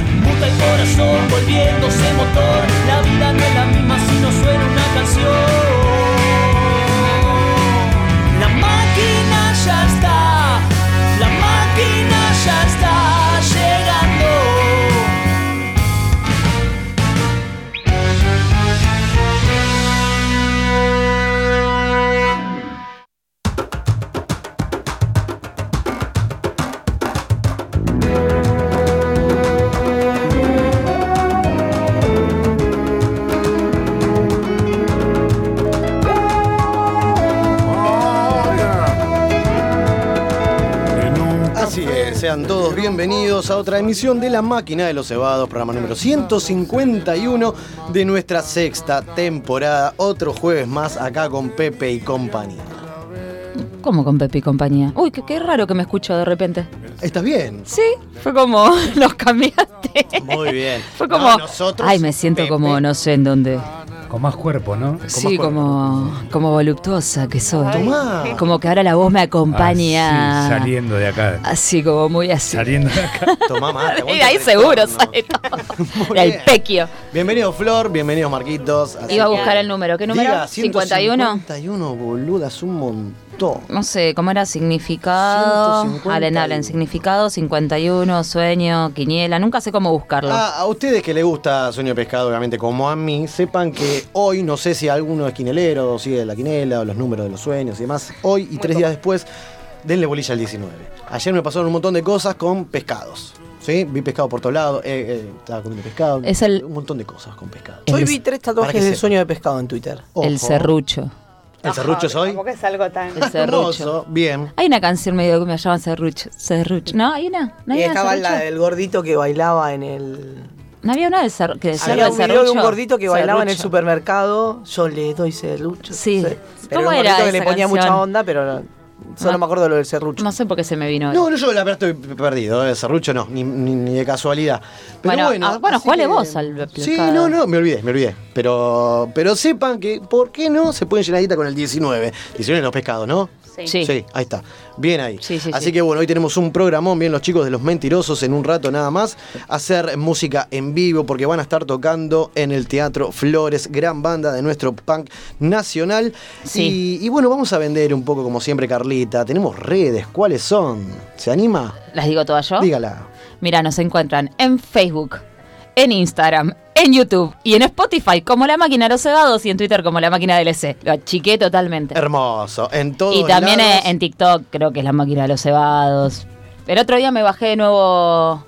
F: Muta el corazón volviéndose motor La vida no es la misma si no suena una canción La máquina ya está La máquina ya está llegando
B: Así es, sean todos bienvenidos a otra emisión de La Máquina de los Cebados, programa número 151 de nuestra sexta temporada. Otro jueves más acá con Pepe y compañía.
A: ¿Cómo con Pepe y compañía? Uy, qué, qué raro que me escucho de repente.
B: ¿Estás bien?
A: Sí, fue como. Nos cambiaste.
B: Muy bien.
A: Fue como.
B: No, nosotros,
A: Ay, me siento
B: Pepe,
A: como no sé en dónde.
G: Con más cuerpo, ¿no?
A: Sí, como, como voluptuosa que soy.
B: Tomá.
A: Como que ahora la voz me acompaña.
G: Así, saliendo de acá.
A: Así como muy así.
G: Saliendo de acá.
B: Tomá mate.
A: Y de ahí
B: aguanta
A: seguro
B: Ah, el retorno.
A: sale todo.
B: Muy
A: Era el
B: bien.
A: pequio.
B: Bienvenido Flor, bienvenidos Marquitos. Así
A: Iba a
B: que-
A: buscar el número. ¿Qué número?
B: Diga,
A: 51.
B: 51, boludas, un montón.
A: No sé, ¿cómo era? Significado.
B: 151.
A: Hablen, hablen. Significado, 51, sueño, quiniela. Nunca sé cómo buscarlo.
B: Ah, a ustedes que les gusta Sueño de Pescado, obviamente, como a mí, sepan que hoy, no sé si alguno es quinelero, sigue la quinela, o los números de los sueños y demás, hoy y tres días después, denle bolilla al 19. Ayer me pasaron un montón de cosas con pescados. ¿Sí? Vi pescado por todos lados, eh, eh, estaba comiendo pescado,
A: Es el-
B: un montón de cosas con pescado.
A: El-
D: Hoy vi
B: Para
D: tres
B: que
D: tatuajes de
B: sepa.
D: sueño de pescado en Twitter.
A: El
B: Ojo.
A: serrucho.
B: ¿El serrucho es hoy?
E: Tampoco es algo tan.
A: El serrucho.
B: Hermoso, bien.
A: Hay una canción medio que me llaman serrucho. Serrucho. ¿No? ¿Hay una? ¿No hay una
D: y Eh, estaba
A: de
D: la
A: serrucho?
D: del gordito que bailaba en el.
A: ¿No había una del serrucho? Que decía
D: Había
A: algo
D: un
A: del
D: video de un
A: serrucho?
D: gordito que bailaba en el
A: Serrucho.
D: supermercado. Yo le doy serrucho.
A: Sí.
D: Pero
A: ¿Cómo
D: era un
A: era
D: gordito que
A: esa
D: le ponía
A: canción?
D: mucha onda, pero no- solo
A: No.
D: me acuerdo de lo del serrucho.
A: No sé por qué se me vino.
B: No, no, yo la verdad estoy perdido, el serrucho no, ni, ni- ni de casualidad. Pero
A: Bueno,
B: bueno,
A: ah, bueno,
B: así
A: jugale vos al
B: Sí,
A: pescado.
B: no, no, me olvidé, me olvidé. Pero, pero sepan que, ¿por qué no se pueden llenar guita con el 19? 19 en los pescados, ¿no?
E: Sí.
A: Sí.
B: Sí, ahí está. Bien ahí.
A: Sí, sí,
B: Así
A: sí.
B: que bueno, hoy tenemos un programón, bien los chicos de los mentirosos en un rato nada más, hacer música en vivo porque van a estar tocando en el Teatro Flores, gran banda de nuestro punk nacional.
A: Sí.
B: Y, y, bueno, vamos a vender un poco como siempre, Carlita. Tenemos redes, ¿cuáles son? ¿Se anima?
A: ¿Las digo todas yo?
B: Dígala.
A: Mira, nos encuentran en Facebook, en Instagram, en YouTube y en Spotify como La Máquina de los Cebados y en Twitter como La Máquina del S. Lo achiqué totalmente.
B: Hermoso. En todos
A: Y también
B: lados.
A: eh, en TikTok creo que es La Máquina de los Cebados. El otro día me bajé de nuevo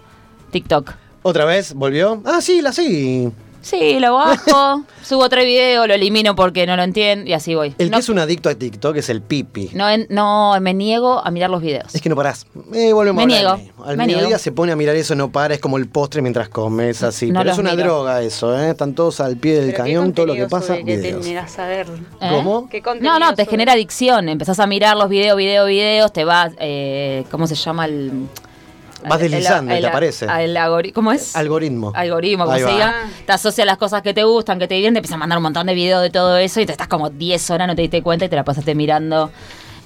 A: TikTok.
B: ¿Otra vez? ¿Volvió? Ah, sí, la sí.
A: Sí, lo bajo, subo otro video, lo elimino porque no lo entiendo y así voy.
B: El
A: no,
B: que es un adicto a TikTok es el pipi.
A: no, en- no, me niego a mirar los videos.
B: Es que no parás. Eh, volvemos a
A: Me
B: hablar
A: niego,
B: de- Al
A: me
B: mediodía
A: niego.
B: se pone a mirar eso, no para, es como el postre mientras comes, así.
A: No
B: Pero es
A: los
B: una
A: miro.
B: droga eso, ¿eh? Están todos al pie del
E: Pero qué
B: cañón, todo lo que
E: contenido
B: pasa.
E: sobre que te
B: videos.
E: negas a ver.
A: ¿Eh?
B: ¿Cómo?
E: ¿Qué
A: No,
E: contenido
A: no, te
E: sobre-
A: genera adicción. Empezás a mirar los videos, videos, videos, te vas, eh, ¿cómo se llama el...?
B: Vas deslizando y te aparece.
A: el algori- ¿Cómo es?
B: Algoritmo.
A: Algoritmo, como
B: Ahí
A: se
B: va.
A: diga. Te asocia a las cosas que te gustan, que te vienen, te empieza a mandar un montón de videos de todo eso y te estás como 10 horas, no te diste cuenta y te la pasaste mirando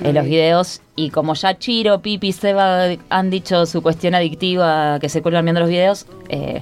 A: eh, los videos. Y como ya Chiro, Pipi, Seba han dicho su cuestión adictiva que se cuelgan viendo los videos, eh,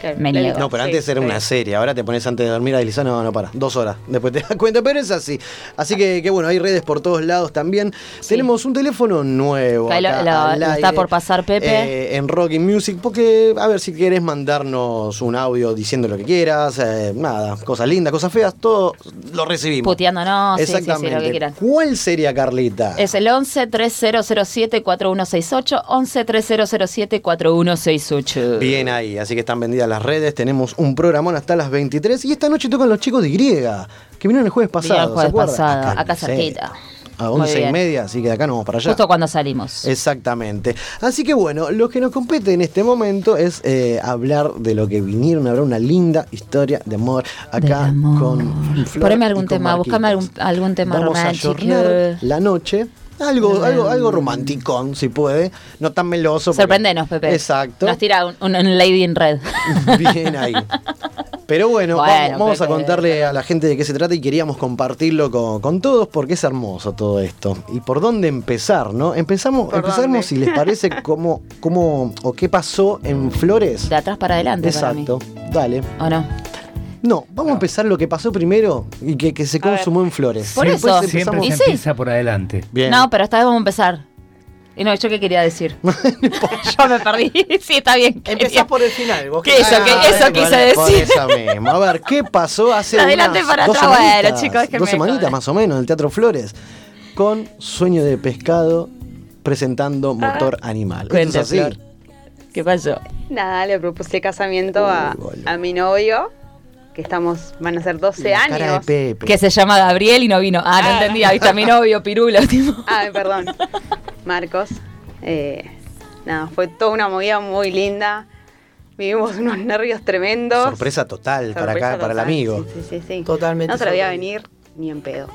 E: Claro,
A: Me
E: la
A: niego.
E: vida.
B: No, pero
E: Sí,
B: antes era
E: sí.
B: una serie. Ahora te pones antes de dormir a deslizar, no, no para. Dos horas. Después te das cuenta, pero es así. Así que, que bueno, hay redes por todos lados también. Tenemos un teléfono nuevo.
A: Ahí lo-
B: acá
A: lo-
B: al
A: lo
B: aire,
A: está por pasar Pepe.
B: eh, en Rock and Music, porque a ver si querés mandarnos un audio diciendo lo que quieras, eh, nada, cosas lindas, cosas feas, todo lo recibimos.
A: puteándonos, sí, sí, sí, lo que quieran.
B: ¿Cuál sería, Carlita?
A: Es el 11 3007 4168, 11 3007 4168.
B: Bien ahí, así que están vendidas las redes, tenemos un programón hasta las 23 y esta noche tocan los chicos de Y, que vinieron el jueves pasado.
A: Vinieron el
B: ¿se
A: jueves
B: acuerdan?
A: pasado,
B: en
A: acá
B: el
A: cerquita.
B: set. A
A: Muy
B: 11 y
A: bien.
B: media, así que de acá nos vamos para allá.
A: Justo cuando salimos.
B: Exactamente. Así que bueno, lo que nos compete en este momento es eh, hablar de lo que vinieron. Habrá una linda historia de amor
A: Del
B: acá
A: amor.
B: con Flor
A: Poneme
B: y
A: algún
B: con
A: tema, buscame algún,
B: Marquitos.
A: algún tema
B: Vamos
A: romántico.
B: a llorar la noche. Algo, algo, algo romanticón, si puede. No tan meloso. porque-
A: Sorprendenos, Pepe.
B: Exacto.
A: Nos tira un, un- un Lady in Red.
B: Bien ahí. Pero bueno,
A: Bueno,
B: vamos, vamos a
A: Pepe.
B: contarle a la gente de qué se trata y queríamos compartirlo con, con todos porque es hermoso todo esto. ¿Y por dónde empezar, no? Empezamos,
E: ¿Por
B: empezamos
E: dónde?
B: si les parece cómo, cómo o qué pasó en Flores.
A: De atrás para adelante.
B: Exacto, dale.
A: Para mí. ¿O no?
B: No, vamos a empezar lo que pasó primero y que, que se
E: ver.
B: consumó en Flores.
A: Por
B: Después
A: eso.
C: Siempre
B: empezamos-
A: Y
C: se
A: sí.
C: empieza por adelante.
B: Bien.
A: No, pero esta vez vamos a empezar. Y no, ¿yo qué quería decir? Yo me perdí. sí, está bien.
D: Empezás por el final. Vos
A: ¿Qué eso? ¿Qué eso
B: Por-
A: quise
B: Ah, por
A: decir?
B: esa misma. A ver, ¿qué pasó hace
A: De adelante
B: unas
A: para
B: dos
A: atrás, bueno,
B: semanitas?
A: chicos, es que
B: dos
A: me
B: semanitas
A: joden.
B: más o menos en el Teatro Flores con Sueño de Pescado presentando Motor Animal. Esto
A: Ah, Cuente,
B: es así.
A: Flor. ¿Qué pasó?
E: Nada, le propuse casamiento a,
B: Uy, boludo.
E: a mi novio, que estamos, van a ser 12
B: La cara de
E: años.
B: Pepe.
A: Que se llama Gabriel y no vino. Ah, no
E: Ah.
A: entendía. Viste a mi novio, pirulo. Tipo.
E: Ay, Ah, perdón. Marcos. Eh, nada, fue toda una movida muy linda. Vivimos unos nervios tremendos.
B: Sorpresa total para
E: Sorpresa
B: acá, para el
E: total,
B: amigo.
E: Sí, sí, sí, sí.
D: Totalmente
E: No se lo voy a
D: sorprendido.
E: venir ni en pedo.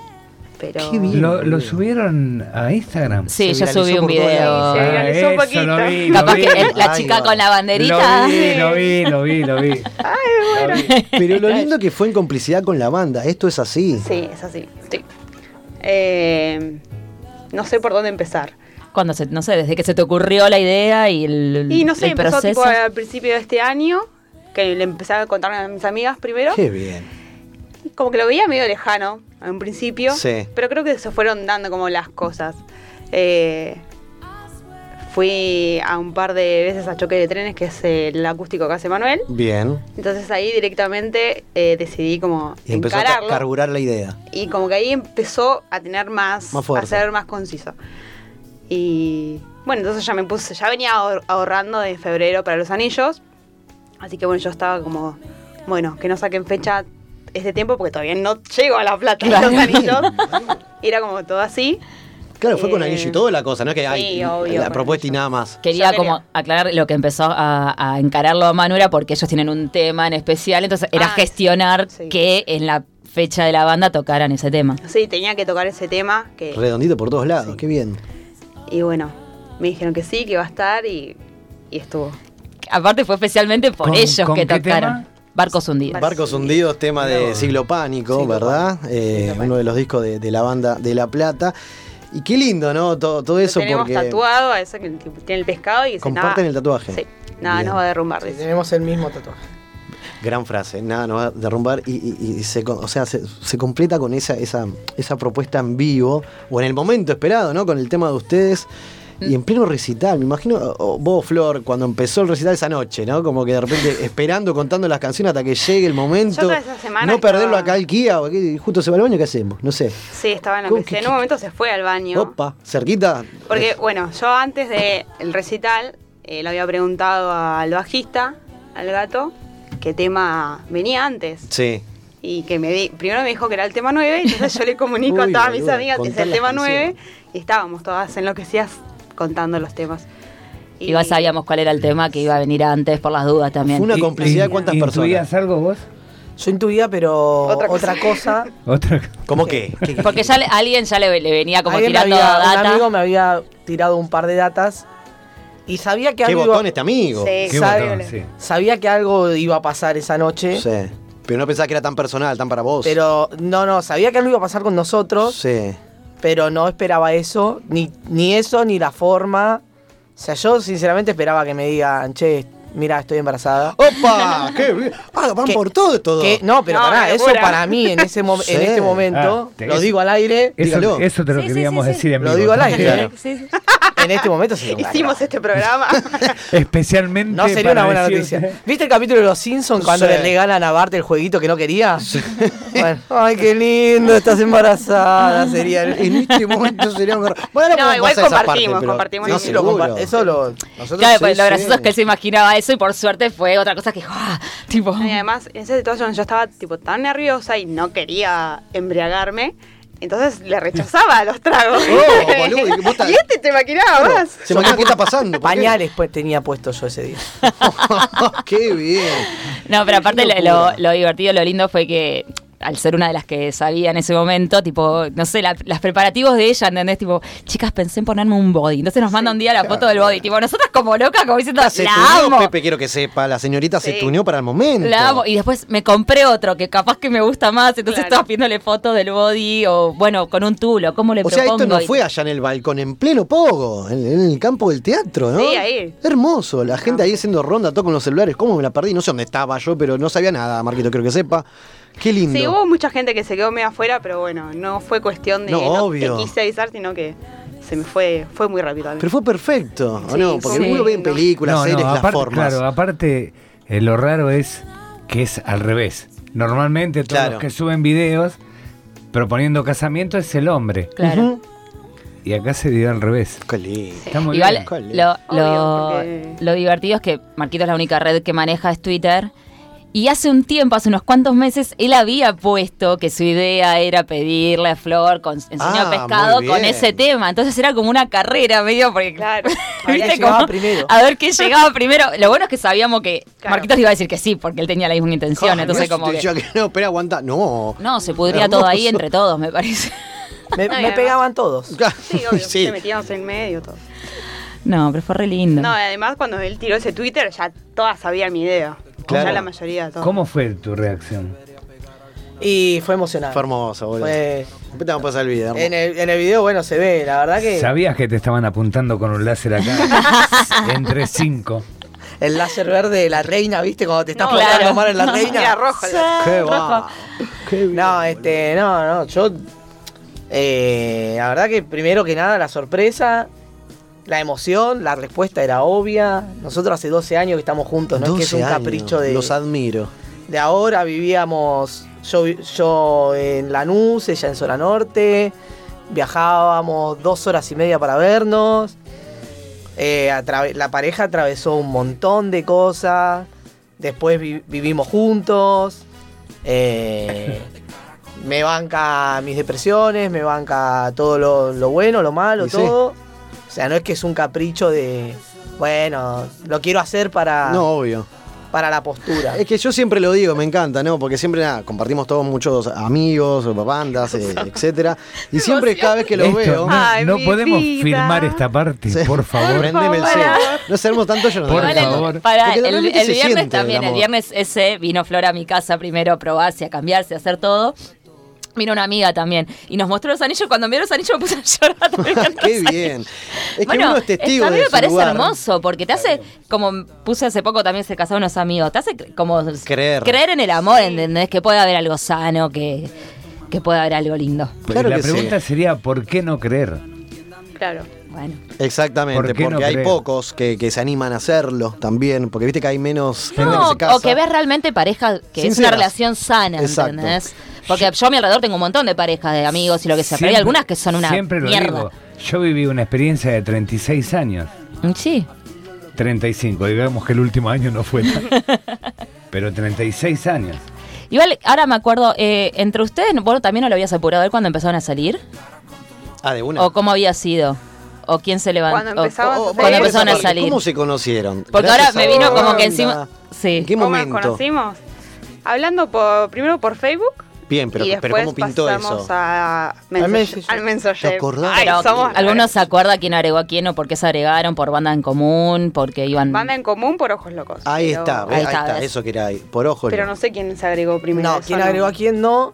E: Pero.
B: Qué bien.
C: ¿Lo, lo subieron a Instagram?
A: Sí,
B: Se
A: yo
B: viralizó
A: subí un
B: por todos
A: video.
E: lados. Se
C: Ah,
E: viralizó un
C: eso,
E: poquito.
C: lo vi, lo
A: Capaz
C: vi.
A: que el- la
B: Ahí
A: chica
B: va.
A: con la banderita.
C: Lo vi, lo vi, lo vi, lo vi.
E: Ay, bueno.
B: Pero lo lindo que fue en complicidad con la banda, esto es así.
E: Sí, es así. Sí. Eh, no sé por dónde empezar.
A: Cuando se, no sé, desde que se te ocurrió la idea y el,
E: Y no sé,
A: el
E: empezó
A: proceso.
E: tipo, al principio de este año, que le empecé a contar a mis amigas primero.
B: Qué bien.
E: Como que lo veía medio lejano en principio,
B: Sí.
E: pero creo que se fueron dando como las cosas. Eh, fui a un par de veces a Choque de Trenes, que es el acústico que hace Manuel.
B: Bien.
E: Entonces ahí directamente eh, decidí como
B: Y empezó a
E: encararlo.
B: carburar la idea.
E: Y como que ahí empezó a tener más,
B: Más fuerza.
E: a ser más conciso. Y bueno, entonces ya me puse, ya venía ahor- ahorrando de febrero para los anillos. Así que bueno, yo estaba como, bueno, que no saquen fecha este tiempo porque todavía no llego a la plata de los anillos. Y era como todo así.
B: Claro, fue con
E: Eh,
B: anillo y todo la cosa, ¿no? Es que hay
E: sí, obvio,
B: la
E: con
B: propuesta y
E: anillo.
B: nada más.
A: Quería
E: Yo
A: como
E: quería.
A: aclarar lo que empezó a, a encararlo a Manuela porque ellos tienen un tema en especial, entonces era
E: Ah,
A: gestionar
E: sí.
A: que en la fecha de la banda tocaran ese tema.
E: Sí, tenía que tocar ese tema. Que,
B: Redondito por todos lados, qué bien.
E: y bueno, me dijeron que sí, que iba a estar y, y estuvo.
A: Aparte fue especialmente por
C: ¿Con-
A: ellos
C: con
A: que
C: qué
A: tocaron.
C: tema?
A: Barcos hundidos.
E: Bar-
B: Barcos hundidos, tema de
C: No.
B: Siglo Pánico,
E: Siglo
B: ¿verdad? Eh,
E: Pánico.
B: uno de los discos de, de la banda de La Plata. Y qué lindo, ¿no? Todo, todo
E: Lo
B: eso
E: tenemos
B: porque
E: tatuado a ese que que tiene el pescado y dice,
B: comparten
E: nada,
B: el tatuaje.
E: Sí, nada,
B: Bien.
E: nos va a derrumbar.
D: Sí,
E: dice.
D: tenemos el mismo tatuaje.
B: Gran frase, nada nos va a derrumbar y, y- y se, con- o sea, se, se completa con esa, esa, esa propuesta en vivo o en el momento esperado, ¿no? Con el tema de ustedes
E: Mm.
B: y en pleno recital, me imagino, o- o vos Flor, cuando empezó el recital esa noche, ¿no? Como que de repente esperando, contando las canciones hasta que llegue el momento,
E: Yo toda esa semana
B: no perderlo
E: estaba-
B: acá al Kia, o aquí, justo se va al baño, ¿qué hacemos? No sé.
E: Sí, estaba en la
B: ¿Cómo
E: PC.
B: que-
E: En un momento se fue al baño.
B: Opa, cerquita.
E: Porque, bueno, yo antes del recital eh, le había preguntado al bajista, al gato, qué tema venía antes.
B: Sí.
E: Y que me di- primero me dijo que era el tema 9, y entonces yo le comunico a
B: Uy,
E: todas mis
B: boluda,
E: amigas que es
B: contá
E: el
B: las
E: tema
B: canciones.
E: 9, y estábamos todas enloquecidas contando los temas.
A: Y Igual sabíamos cuál era el tema que iba a venir antes por las dudas también.
B: Fue una
C: ¿Y-
B: complicidad de
C: y-
B: cuántas
C: ¿Intuías
B: personas.
C: algo vos?
D: Yo intuía, pero
E: Otra
D: otra
E: cosa.
D: cosa.
C: Otra.
B: ¿Cómo qué? ¿Qué- qué-
A: Porque ya le- alguien ya le, le venía como
D: Alguien me
A: tirando
D: había- Un
A: data.
D: amigo me había tirado un par de datas y sabía que
B: qué
D: algo iba-
B: botón este amigo?
E: Sí,
C: Qué
D: sabe-
C: botón, sí.
D: sabía que algo iba a pasar esa noche,
B: Sí. Pero no pensaba que era tan personal, tan para vos.
D: pero no, no, sabía que algo iba a pasar con nosotros,
B: Sí.
D: pero no esperaba eso, ni, ni eso, ni la forma. O sea, yo sinceramente esperaba que me digan, che, mira, estoy embarazada.
B: ¡Opa! ¡Qué bien! Ah, van
D: Que-
B: por todo esto.
D: Que- no, pero
E: No,
D: pará,
E: una
D: eso
E: locura.
D: para mí en, ese mo-
B: Sí.
D: en este momento,
C: Ah, te-
D: lo digo al aire,
C: Eso,
B: Dígalo.
C: eso te lo
H: Sí, sí,
C: queríamos
H: sí, sí.
C: decir en
D: Lo
C: vivo.
D: digo al aire.
B: este Claro.
H: Sí, sí.
D: en este momento se
E: Hicimos este programa.
C: Especialmente
D: No sería
C: para
D: una buena
C: decirte-
D: noticia. ¿Viste el capítulo de Los Simpsons cuando
B: ¿eh? Sí.
D: le regalan a Bart el jueguito que no quería? Bueno, ay, qué lindo, estás embarazada, sería el...
B: En este momento sería un Bueno,
E: No,
B: podemos
E: igual
B: pasar esa
E: compartimos,
B: pero-
E: compartimos
B: No,
E: Sí,
D: Sí,
B: seguro.
D: lo compa- eso lo...
B: Nosotros
A: Claro,
B: sí,
A: pues lo
B: sí.
A: gracioso es que él se imaginaba eso y por suerte fue otra cosa que, ¡ah! tipo,
E: y además, en esa situación yo estaba tipo tan nerviosa y no quería embriagarme, entonces le rechazaba los tragos.
B: Oh, boludo, y vos ta-
E: y este te maquinaba más.
B: Se me olvidó, ¿Qué está pasando? ¿Por qué?
D: Pañales pues, tenía puesto yo ese día.
B: ¡Qué bien!
A: No, pero aparte
B: Qué
A: lo- lo,
B: locura.
A: lo divertido, lo lindo fue que al ser una de las que sabía en ese momento, tipo, no sé, la- las preparativos de ella, ¿entendés? Tipo, chicas, pensé en ponerme un body. Entonces nos manda un día la foto del body. Tipo, nosotras como locas, como diciendo,
B: Ah, Se
A: la
B: tuneó,
A: amo,
B: Pepe, quiero que sepa. La señorita se
E: Sí.
B: tuneó para el momento.
A: la amo. Y después me compré otro que capaz que me gusta más. Entonces
E: Claro.
A: todas pidiéndole fotos del body o, bueno, con un tulo, ¿cómo le
B: O sea,
A: propongo?
B: esto no
A: Y-
B: fue allá en el balcón, en pleno pogo, en, en el campo del teatro, ¿no?
E: Sí, ahí.
B: Hermoso, la gente ahí haciendo ronda, todo con los celulares. ¿Cómo me la perdí? No sé dónde estaba yo, pero no sabía nada, Marquito, creo que sepa. Qué lindo.
E: Sí, hubo mucha gente que se quedó medio afuera, pero bueno, no fue cuestión de
B: No,
E: no
B: obvio.
E: te quise avisar, sino que se me fue, fue muy rápido. a mí.
B: Pero fue perfecto, ¿o
E: Sí,
B: no? Porque
A: sí.
B: uno ve en películas, series, las
C: aparte,
B: formas.
C: Claro, aparte, eh, lo raro es que es al revés. Normalmente todos
B: Claro.
C: los que suben videos proponiendo casamiento es el hombre.
A: Claro.
C: Y acá se dio al revés.
B: Qué lindo.
C: Está muy
A: Igual
C: bien.
B: Cole.
A: lo, lo-
E: Obvio, porque-
A: lo divertido es que Marquito es la única red que maneja es Twitter. Y hace un tiempo, hace unos cuantos meses, él había puesto que su idea era pedirle a Flor con, en Sueño
B: Ah,
A: de pescado
B: muy
A: con
B: bien.
A: ese tema. Entonces era como una carrera medio porque
E: Claro.
A: ¿Viste
D: Ahí
A: cómo?
D: llegaba primero.
A: A ver qué llegaba primero. Lo bueno es que sabíamos que
E: Claro.
A: Marquitos iba a decir que sí, porque él tenía la misma intención.
B: Ah,
A: entonces,
B: no,
A: como
B: te
A: que-
B: decía que No, espera, aguanta. No.
A: No, se pudría todo ahí entre todos, me parece.
D: Me,
E: No, y
D: me
E: además-
D: pegaban todos.
E: Sí, obvio,
B: Sí.
E: se metíamos en medio todo.
A: No, pero fue re lindo.
E: No, además cuando él tiró ese Twitter ya todas sabían mi idea.
B: Claro.
E: Ya la mayoría de todas.
C: ¿Cómo fue tu reacción?
D: Y fue emocionante.
B: Fue hermoso, boludo.
D: Fue-
B: Después te vamos a pasar el video. hermoso.
D: en, el, en el video, bueno, se ve, la verdad que
C: ¿Sabías que te estaban apuntando con un láser acá? entre cinco.
D: el láser verde de la reina, ¿viste? Cuando te estás
E: No,
D: poniendo
A: claro.
D: la mano en la
E: Era
D: reina.
E: rojo.
B: Qué va.
D: No, este, no, no, yo. eh, la verdad que primero que nada la sorpresa, la emoción, la respuesta era obvia. Nosotros hace 12 años que estamos juntos, no es que es
B: 12
D: un
B: años.
D: capricho de,
B: Los admiro.
D: de ahora. Vivíamos yo, vi- yo en Lanús, ella en Zona Norte. Viajábamos dos horas y media para vernos. Eh, atrave- la pareja atravesó un montón de cosas. Después vi- vivimos juntos. Eh, me banca mis depresiones, me banca todo lo, lo bueno, lo malo,
B: Y sí.
D: todo. O sea, no es que es un capricho de, bueno, lo quiero hacer para,
B: No, obvio.
D: para la postura.
B: Es que yo siempre lo digo, me encanta, ¿no? Porque siempre nada, compartimos todos muchos amigos, bandas, eh, etcétera. Y siempre cada vez que lo
C: Esto,
B: veo,
C: No,
E: Ay,
C: no
E: mi
C: podemos
E: vida.
C: firmar esta parte,
B: Sí.
C: por favor.
B: prendeme el cel. No seremos tanto yo no
C: Por
A: Igual el-
C: favor.
A: Para,
B: Porque
A: el,
B: realmente
A: el
B: se
A: viernes
B: siente el
A: también, el
B: amor.
A: viernes ese vino Flor a mi casa primero a probarse, a cambiarse, a hacer todo. Vino una amiga también y nos mostró los anillos. Cuando miró los anillos me puse a llorar. mirando
B: Qué
A: los
B: bien.
A: anillos.
B: Es que
A: bueno,
B: uno es testigo
A: a mí
B: de
A: me
B: su
A: parece
B: lugar.
A: hermoso porque te hace, como puse hace poco también se casaron unos amigos, te hace como
B: Creer.
A: creer en el amor, ¿entendés? Que puede haber algo sano, que, que puede haber algo lindo.
B: Claro
C: la
B: que sí.
C: pregunta sería, ¿por qué no creer?
E: Claro.
A: Bueno,
B: Exactamente,
C: ¿Por qué no
B: porque hay
C: creen?
B: pocos que, que se animan a hacerlo también, porque viste que hay menos gente que
A: no,
B: se casa.
A: o que ves realmente pareja que es una
B: Sinceras.
A: relación sana,
B: Exacto.
A: ¿entendés? Porque yo a mi alrededor tengo un montón de parejas, de amigos y lo que sea, pero hay
C: Siempre-
A: algunas que son una
C: Siempre lo
A: mierda.
C: digo. Yo viví una experiencia de 36 años.
A: Mm, Sí.
C: 35, digamos que el último año no fue tan- Pero 36 años.
A: Igual, ahora me acuerdo, eh, entre ustedes, bueno, también no lo habías apurado a ver cuando empezaron a salir.
B: Ah, de una. Oh,
A: ¿O cómo había sido? ¿O quién se levantó?
E: Cuando
A: o-
E: empezamos
A: o-
E: a
A: o
E: salir.
B: Vamos
A: cuando
B: por esa
A: empezaron a
B: parte.
A: salir.
B: ¿Cómo se conocieron?
A: Porque
B: Gracias
A: ahora me
B: a
A: vino
B: la
A: como
B: banda.
A: que encima- sí.
B: ¿En qué
E: ¿Cómo nos
B: momento?
E: conocimos? Hablando por, primero por Facebook.
B: Bien, pero,
E: y
B: pero
E: después
B: ¿cómo pintó
E: pasamos
B: eso?
E: a
D: Al
E: Messenger.
D: Messenger.
E: Al Messenger.
B: ¿Te acordás?
E: Eh, Ay,
A: Pero,
E: somos-
A: ¿Alguno se acuerda quién agregó a quién o por qué se agregaron? ¿Por banda en común? ¿Porque iban...?
E: Banda en común por Ojos Locos.
B: Ahí
E: pero-
B: está, ve,
A: Ahí
B: ahí
A: está,
B: está,
A: ¿ves?
B: eso que era ahí, por ojo.
E: Pero
B: ¿no?
E: no sé quién se agregó primero.
D: No,
E: eso
D: ¿quién agregó a quién no?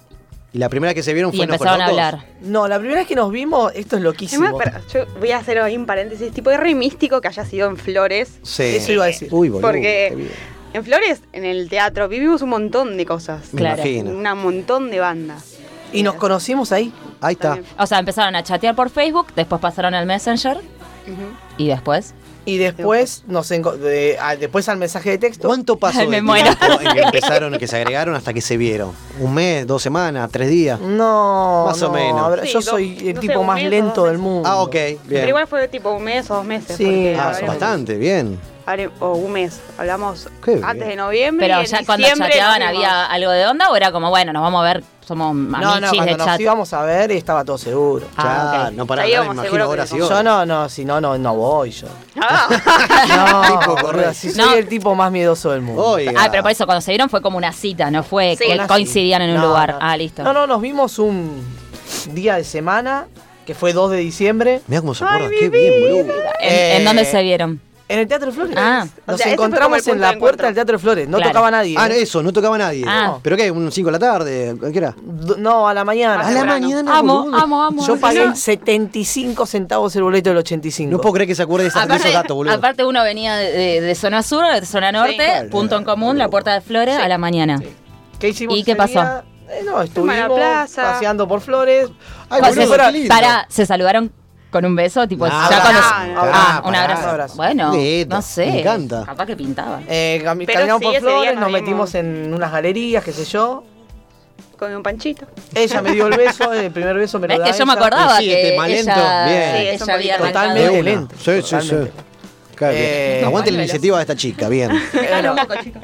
B: Y la primera que se vieron
A: Y
B: fue en Ojos
A: empezaron a
B: Locos.
A: hablar.
D: No, la primera vez que nos vimos, esto es
E: Es más,
D: loquísimo.
E: para- yo voy a hacer ahí un paréntesis, tipo es re místico que haya sido en Flores.
B: Sí.
D: Eso iba a decir.
B: Uy, boludo.
E: Porque-
B: qué bien.
E: En Flores, en el teatro, vivimos un montón de cosas.
B: Me
A: Claro.
B: imagino.
E: Un montón de bandas.
D: Y nos conocimos ahí.
B: Ahí está.
E: También.
A: O sea, empezaron a chatear por Facebook, después pasaron al Messenger
E: Ujú.
A: y después...
D: Y después nos enco- de- a- después al mensaje de texto.
B: ¿Cuánto pasó
A: Ay, me
B: de
A: muero.
B: tiempo en que empezaron, que se agregaron hasta que se vieron? ¿Un mes, dos semanas, tres días?
D: No.
B: Más o
D: no,
B: menos.
D: a ver,
E: Sí,
D: yo
E: dos-
D: soy el
E: no sé,
D: tipo
E: un
D: más
E: mes o
D: lento
E: dos
D: del
E: meses.
D: mundo.
B: Ah, ok,
E: Pero
B: bien.
E: igual fue tipo un mes o dos meses.
D: Sí.
E: porque
D: Ah,
B: Ah,
E: hablamos-
B: bastante, bien.
E: hablé- O un mes. Hablamos
B: Qué bien.
E: antes de noviembre. y
A: Pero
E: en
A: ya cuando
E: diciembre
A: chateaban
E: nos vimos.
A: había algo de onda o era como, bueno, nos vamos a ver, somos
D: No, no,
A: amichis de
D: cuando nos
A: chat.
D: íbamos a ver estaba todo seguro.
A: Ah,
B: ya,
A: ok.
B: no para
E: Ya
B: hablar, me
E: íbamos seguro
B: imagino
E: que
B: horas y
E: íbamos.
D: Yo
B: horas.
D: no, no, si no, no, no voy yo.
E: Ah,
D: No,
B: Tipo, corre.
D: boludo, si
A: No.
D: soy el tipo más miedoso del mundo.
B: Oiga.
A: Ah, pero por eso, cuando se vieron fue como una cita, no fue
E: Sí.
A: que
E: Una
A: coincidían en un
D: No,
A: lugar.
D: no.
A: Ah, listo.
D: No, no, nos vimos un día de semana, que fue 2 de diciembre,
B: Mirá cómo se acuerda, qué bien, boludo.
A: ¿En,
D: Eh,
A: en dónde se vieron?
D: en el Teatro Flores.
E: O
A: Ah.
E: sea,
D: Nos
E: ese fue como el
D: encontramos
E: punto
D: en la
E: de
D: puerta
E: encuentro.
D: del Teatro Flores, no
A: Claro.
D: tocaba nadie.
B: Ah,
D: ¿eh?
B: eso, no tocaba a nadie.
A: Ah.
B: ¿Pero qué? ¿Un 5 de la tarde? ¿Qué era?
D: D- No, a la mañana.
E: Más
B: A la
E: temprano.
B: mañana,
A: Amo,
B: boludo.
A: amo, amo.
D: Yo
A: Sí,
D: pagué
A: sí.
D: 75 centavos el boleto del 85.
B: No puedo creer que se acuerde de esas- de
A: Aparte,
B: esos datos, boludo.
A: aparte uno venía de, de- de zona sur, de zona norte,
B: Claro.
A: punto en común, la puerta de Flores a la mañana.
D: ¿Qué hicimos?
A: ¿Y qué
D: ese
A: pasó?
D: día? Eh, no,
E: a la
D: estuvimos
E: plaza.
D: paseando por Flores.
B: Ay,
A: O
B: boludo,
A: sea,
B: qué
A: se-
B: lindo.
A: para, se saludaron con un beso, tipo,
B: No,
A: ya
B: abrazo,
A: cuando-
E: abrazo,
A: ah, un
B: pará.
A: abrazo.
D: Abrazo.
A: Bueno,
B: Lindo,
A: no sé.
B: me encanta.
A: Capaz que pintaba.
D: Eh, cami-
E: Pero
D: caminamos
E: sí,
D: por
E: ese día
D: Flores,
E: nos
D: nos
E: vimos.
D: metimos en unas galerías, qué sé yo.
E: Con un panchito.
D: Ella me dio el beso, el primer beso me lo
A: Es
D: da
A: que yo me
D: ella.
A: acordaba
B: Sí,
A: que
B: este malento,
A: ella,
B: bien.
E: Sí, es un
A: ella había
E: poquito.
A: arrancado.
B: De
D: Totalmente
B: una.
D: lento.
B: Sí, sí, sí.
D: Totalmente.
B: Claro, bien.
D: Eh,
B: Aguante la
A: pañuelos.
B: iniciativa de esta chica, bien.
D: Bueno,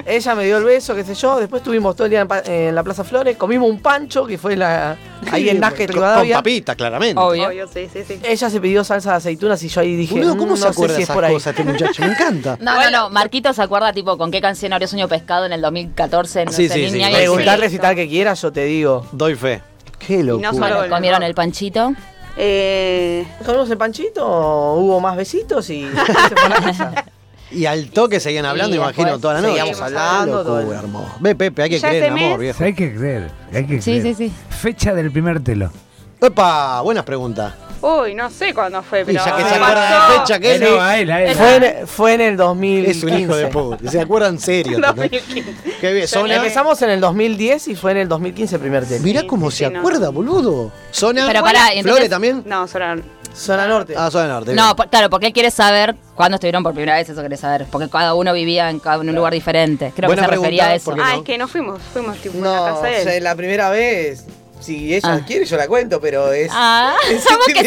D: ella me dio el beso, qué sé yo. Después estuvimos todo el día en, pa- en la Plaza Flores. Comimos un pancho, que fue la, ahí en Nazca y
B: Con- Con
D: Rivadavia.
B: papita, claramente.
A: Obvio.
E: Obvio, sí, sí, sí.
D: Ella se pidió salsa de aceitunas y yo ahí dije,
B: Boludo, ¿cómo
D: "Mm,
B: se
D: no
B: acuerda
D: sé si es
B: esas
D: por ahí.
B: cosas este muchacho? Me encanta.
A: No, no, no. Marquito se acuerda, tipo, con qué canción abrió Sueño Pescado en el 2014. No
B: Sí,
A: sé,
B: sí,
A: ni-
B: sí.
A: ni había-
D: Preguntarle
E: Sí.
D: si tal que quieras, yo te digo.
B: Doy fe. Qué locura.
E: solo
A: Bueno,
E: Bueno,
A: comieron el panchito.
E: Eh,
D: Comimos el panchito, hubo más besitos y se fue a la casa.
B: Y al toque seguían hablando,
A: Y
B: imagino,
A: después
B: toda la noche.
D: seguíamos hablando, todo
B: Locura,
D: el-
B: hermoso. Ve, Pepe, hay que
E: Ya
B: creer en
E: ese
B: amor,
E: mes-
B: viejo.
C: Hay que creer, hay que creer.
A: Sí, sí, sí.
C: Fecha del primer telo.
B: ¡Epa! Buenas preguntas.
E: uy, no sé cuándo fue,
B: Y
E: pero.
B: ya que
D: Ah,
B: se acuerda
E: pasó.
B: de fecha, que
C: Eh, no, a él, a él.
D: Fue en, fue en el 2015.
B: es un hijo de puta. Se acuerdan serio. ¿no? Qué bien. Zona.
D: Empezamos en el 2010 y fue en el 2015 primer tema.
B: Mirá cómo
E: sí,
B: se
E: no.
B: acuerda, boludo. Zona.
A: Pero pará, entonces-
B: ¿Flores también?
E: No, Során.
D: Zona Norte.
B: Ah, zona norte.
A: No,
B: bien.
A: por- claro, porque él quiere saber cuándo estuvieron por primera vez, eso quiere saber. Porque cada uno vivía en, cada, en un lugar diferente. Creo
B: Buena
A: que se refería
B: pregunta,
A: a eso.
B: porque-
E: Ah,
B: no?
E: es que no fuimos, fuimos tipo a la
D: no, o
E: casa de él.
D: sea, la primera vez, si ella
A: Ah.
D: quiere, yo la cuento, pero es...
A: Ah, somos que se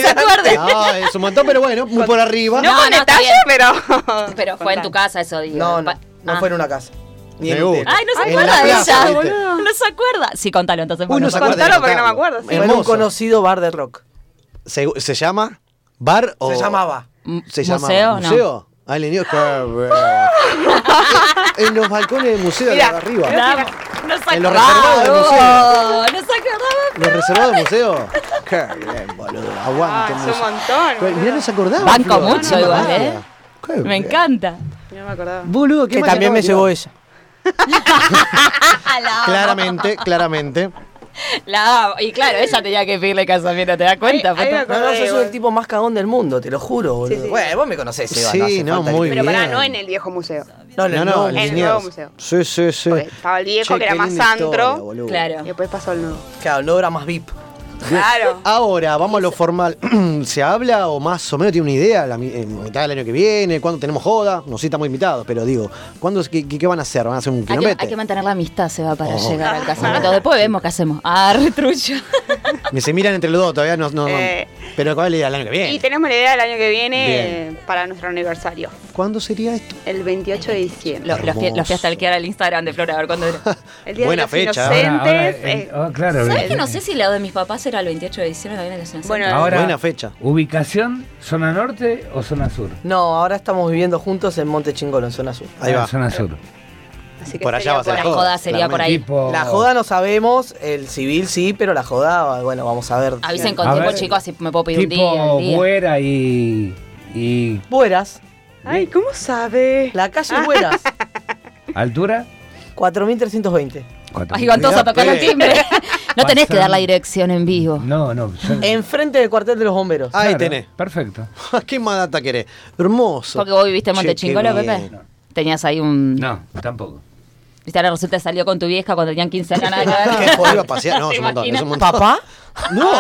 A: acuerde.
D: intimidante.
B: No, es un montón, pero bueno, muy por arriba.
A: No,
E: No, con
A: no, está
E: detalle,
A: bien.
E: pero.
A: Pero fue en tu casa eso, digo.
D: No, no,
A: Pa-
D: no
A: ah.
D: fue en una casa. Ni
B: Me
D: en un
B: gusta.
D: tema.
A: Ay, no se
B: En
A: acuerda
B: la
A: de
B: plaza,
A: ella,
B: ¿viste?
A: boludo. No se acuerda. Sí, contalo entonces.
B: Uy,
A: vos
B: no
A: no
B: se
A: te
B: acuerda.
E: Contalo
B: de
E: porque no me
B: contarlo.
E: acuerdo. sí.
D: Fue en un
B: Hermoso.
D: conocido bar de rock.
B: ¿Se, se llama? ¿Bar o.?
D: Se llamaba.
A: acuerdas.
B: Se
A: ¿Museo?
B: llama
A: No.
B: museo. Ah, el niño- en los balcones del museo de
E: Mirá,
B: arriba.
A: Claro, No se
B: En los
A: acordaba,
B: reservados del museo.
A: boludo. No se acordaba.
B: Los reservados del museo. Qué bien, boludo. Aguante,
E: Ah, es un
B: museo.
E: montón,
B: Pero Mirá,
E: boludo.
B: no se acordaba.
A: Banco
B: Flor.
A: mucho
B: No,
A: igual,
B: no,
A: ¿eh?
B: Qué
A: Me
B: bien.
A: encanta.
E: No me acordaba.
B: Boludo, qué
D: Que
B: mal
D: también me
B: acaba de
D: llevó
B: tirar.
D: ella.
A: La amo.
B: Claramente, claramente.
A: La, y claro, ella tenía que pedirle casamiento, ¿te das cuenta?
E: Ay,
A: Fue
E: ay,
A: todo-
E: me
D: No,
E: acordé,
D: no, sos
E: boludo.
D: el tipo más cagón del mundo, te lo juro, boludo.
E: Sí, sí.
D: Bueno, vos me conocés, Eva,
B: Sí,
D: no hace
B: no,
D: falta
B: muy
D: que-
E: Pero pará,
B: Bien.
E: no en el viejo museo.
D: No,
B: No,
D: no, no.
B: no,
E: el nuevo
B: Liniers.
E: museo.
B: Sí, sí, sí.
E: Porque estaba el viejo,
B: Che,
E: que era
B: qué
E: más
B: linda historia,
E: antro.
B: boludo.
A: Claro.
E: Y después pasó el nuevo.
D: Claro, no era más VIP.
E: Claro.
B: Ahora, vamos a lo formal. ¿Se habla o más o menos tiene una idea? La mi- en mitad del año que viene, ¿cuándo tenemos joda? No sé si estamos invitados, pero digo, ¿cuándo, es- qué, qué- qué van a hacer? ¿Van a hacer un
A: Hay que, hay
B: kilomete?
A: que mantener la amistad, se va para
B: Oh.
A: llegar
E: Ah.
A: al casamiento. Después vemos qué hacemos. Ah, retrucha.
B: Me se miran entre los dos, todavía no. no- no.
E: Eh.
B: Pero ¿cuál es la idea del año que
E: Y
B: viene?
E: tenemos la idea del año que viene
B: Bien.
E: eh, para nuestro aniversario.
B: ¿Cuándo sería esto?
E: El 28 de diciembre.
A: Lo, lo fui, lo fui a stalkear al Instagram de Flora a ver cuándo era.
E: El día
B: Buena
E: de los
B: fecha.
E: inocentes.
C: Ahora- ahora,
E: eh,
C: eh, oh, claro,
A: ¿Sabes
C: eh,
A: que no sé si la de mis papás era el 28 de diciembre? también en la Nación
E: Bueno,
A: Central?
C: ahora,
B: Buena fecha.
C: ¿Ubicación zona norte o zona sur?
D: No, ahora estamos viviendo juntos en Monte Chingolo, en zona sur.
B: Ahí
C: Ah,
B: va.
C: Zona sur.
E: así que
B: Por allá
E: sería
B: va a ser
E: por
B: la
A: la
E: ahí.
A: joda sería por ahí.
C: Tipo-
D: La joda no sabemos, el civil sí, pero la joda, bueno, vamos a ver.
A: Avisen
C: A
A: con tiempo,
C: ver.
A: chicos, así me puedo pedir un día.
C: Tipo
A: el día.
C: Buera y, y
D: Bueras,
E: Ay, ¿cómo sabe? Ah.
D: la calle Bueras,
C: altura.
D: 4320.
C: ¿Cuánto?
A: Ay, van todos a tocar el
B: Mirá,
A: timbre. No tenés que
C: Pasan-
A: dar la dirección en vivo. Eh,
C: No, no. yo-
D: Enfrente del cuartel de los bomberos.
B: Ahí
C: claro,
B: tenés. Ah,
C: Perfecto.
B: ¿Qué más data querés? Hermoso.
A: Porque vos viviste en
B: Che,
A: Montechingolo,
B: qué
A: Pepe.
B: bien.
A: Tenías ahí un.
C: No, tampoco.
A: Viste, ahora resulta que salió con tu vieja cuando tenían 15 años. nada que ver.
B: ¿Qué joda iba a pasear? No,
A: ¿Te
B: es un montón.
A: imaginas?
B: Es un montón. ¿Papá? No.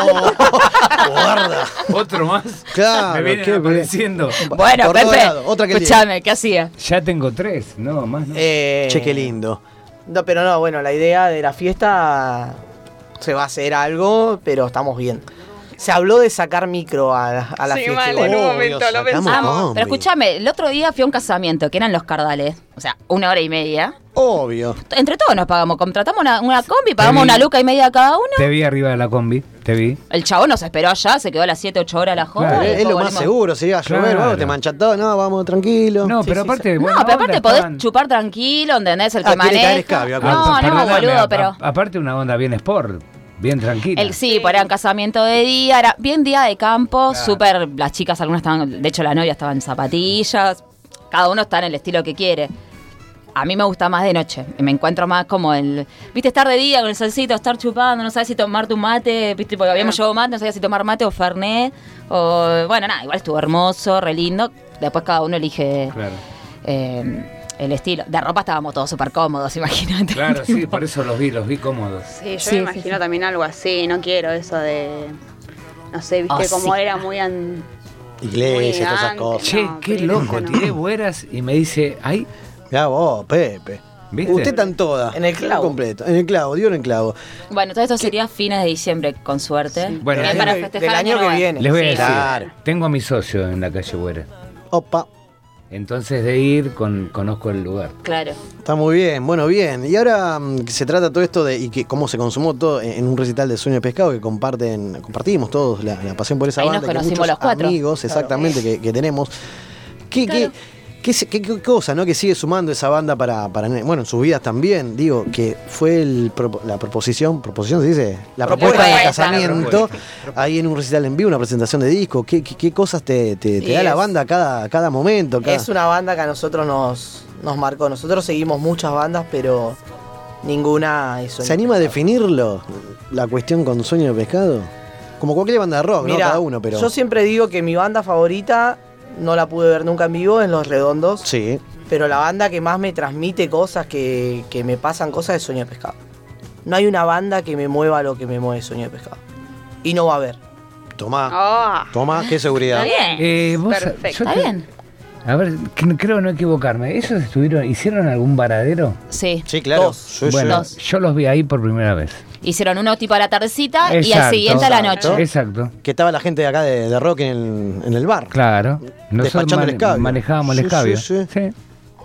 B: Guarda.
C: Otro más.
B: Claro,
C: Me vienen
B: qué bien.
C: apareciendo.
A: Bueno,
B: Por todos
A: Pepe,
B: lados, otra que el día.
A: escúchame, ¿qué hacía?
C: Ya tengo tres, no, más no.
D: Eh,
B: Che, qué lindo.
D: No, pero no, bueno, la idea de la fiesta se va a hacer algo, pero estamos bien. Se habló de sacar micro a, la- a la
E: Sí,
D: fiesta.
E: mal,
D: igual.
E: en un
B: Obvio,
E: momento lo
B: sacamos
E: pensamos.
A: Ah,
B: Combi.
A: pero escúchame, el otro día fui a un casamiento que eran los cardales, o sea, una hora y media.
B: Obvio.
A: Entre todos nos pagamos, contratamos una, una combi, pagamos
C: Sí.
A: una luca y media cada uno.
C: Te vi arriba de la combi, te vi.
A: El chabón nos esperó allá, se quedó a las 7, 8 horas la joda.
C: Claro.
A: y
C: Eh,
B: Es
A: después
B: lo más
A: volvimos.
B: seguro, si iba a llover,
C: Claro.
B: bueno, te manchan todo, no, vamos tranquilo.
C: No,
D: Sí,
C: pero
D: sí,
C: aparte,
A: No,
C: bueno.
A: pero aparte podés chupar tranquilo, ¿entendés? El que
B: Ah, quiere caer
A: maneja.
B: escabio, acá.
A: no, no, boludo, pero.
C: aparte, una onda bien sport, bien tranquila.
A: El, sí, por era un casamiento de día, era bien día de campo, súper. Las chicas, algunas estaban. De hecho, la novia estaba en zapatillas. Cada uno está en el estilo que quiere. A mí me gusta más de noche. Me encuentro más como el. Viste, estar de día con el solcito, estar chupando, no sabes si tomar tu mate. Viste, porque habíamos llevado mate, no sabías si tomar mate o fernet. O, bueno, nada, igual estuvo hermoso, re lindo. Después cada uno elige
C: Claro.
A: eh, el estilo. De ropa estábamos todos súper cómodos, imagínate.
C: Claro, sí, por eso los vi, los vi cómodos.
E: Sí, yo
A: Sí, sí,
E: me imagino también algo así. No quiero eso de. No sé, viste
A: Ah,
E: como
A: sí.
E: era muy. an-
B: Iglesias,
E: Muy
B: todas esas
E: elegante.
B: cosas.
C: Che,
E: No,
C: qué
E: pero
C: loco,
E: no.
C: tiré bueras y me dice, ay,
B: Mirá vos, Pepe.
C: ¿Viste?
B: Usted tan toda.
D: En el clavo.
B: Completo. En el clavo, dio en el clavo.
A: Bueno, todo esto sería fines de diciembre, con suerte.
C: Bueno,
A: Bien,
C: del
A: para
D: año que-
A: festejar
D: del año que
A: nuevo.
D: viene.
C: les voy a
A: Sí.
C: decir,
B: Claro.
C: tengo a mi socio en la calle Buera.
B: Opa.
C: Entonces de ir, con, conozco el lugar.
A: Claro.
B: Está muy bien, bueno, bien. Y ahora mm, que se trata todo esto de y que cómo se consumó todo en en un recital de Sueño de Pescado que comparten, compartimos todos la, la pasión por esa
A: Ahí nos
B: banda. que
A: conocimos
B: muchos
A: los cuatro.
B: Amigos, exactamente, que, que tenemos. ¿Qué, qué- qué se- qué- qué cosa, no? Que sigue sumando esa banda para, para bueno, en sus vidas también. Digo, que fue el propo- la proposición, proposición se dice, la propuesta, de
A: Propuesta.
B: casamiento ahí en un recital en vivo, una presentación de disco. ¿Qué, qué- qué cosas te, te- te
D: Y
B: da la
D: es-
B: banda a cada, cada momento? cada-
D: Es una banda que a nosotros nos, nos marcó. Nosotros seguimos muchas bandas, pero ninguna hizo.
B: ¿Se anima a definirlo? La cuestión con sueño de pescado. Como cualquier banda de rock, ¿no?
D: Mira,
B: Cada uno, pero.
D: yo siempre digo que mi banda favorita no la pude ver nunca en vivo, en Los Redondos.
B: Sí.
D: Pero la banda que más me transmite cosas que, que me pasan cosas es Sueño de Pescado. No hay una banda que me mueva lo que me mueve Sueño de Pescado. Y no va a haber.
B: Tomá.
E: Ah,
B: Tomá, qué seguridad.
A: Está bien.
C: Eh, vos-
E: Perfecto.
C: yo
A: Está
C: te-
A: bien.
C: A ver, que- creo no equivocarme. ¿Ellos estuvieron, hicieron algún varadero?
A: Sí.
B: Sí, claro.
D: Dos.
B: Sí, sí.
C: bueno,
A: sí.
C: yo los vi ahí por primera vez.
A: Hicieron uno tipo a la tardecita y al
C: Exacto.
A: siguiente a la
B: Exacto.
A: noche.
C: Exacto.
B: Que estaba la gente de acá de, de rock en el, en el bar.
C: Claro. Nosotros
B: Despachando el
C: mane-
B: escabio.
C: manejábamos
B: Sí,
C: el escabio.
B: sí, sí.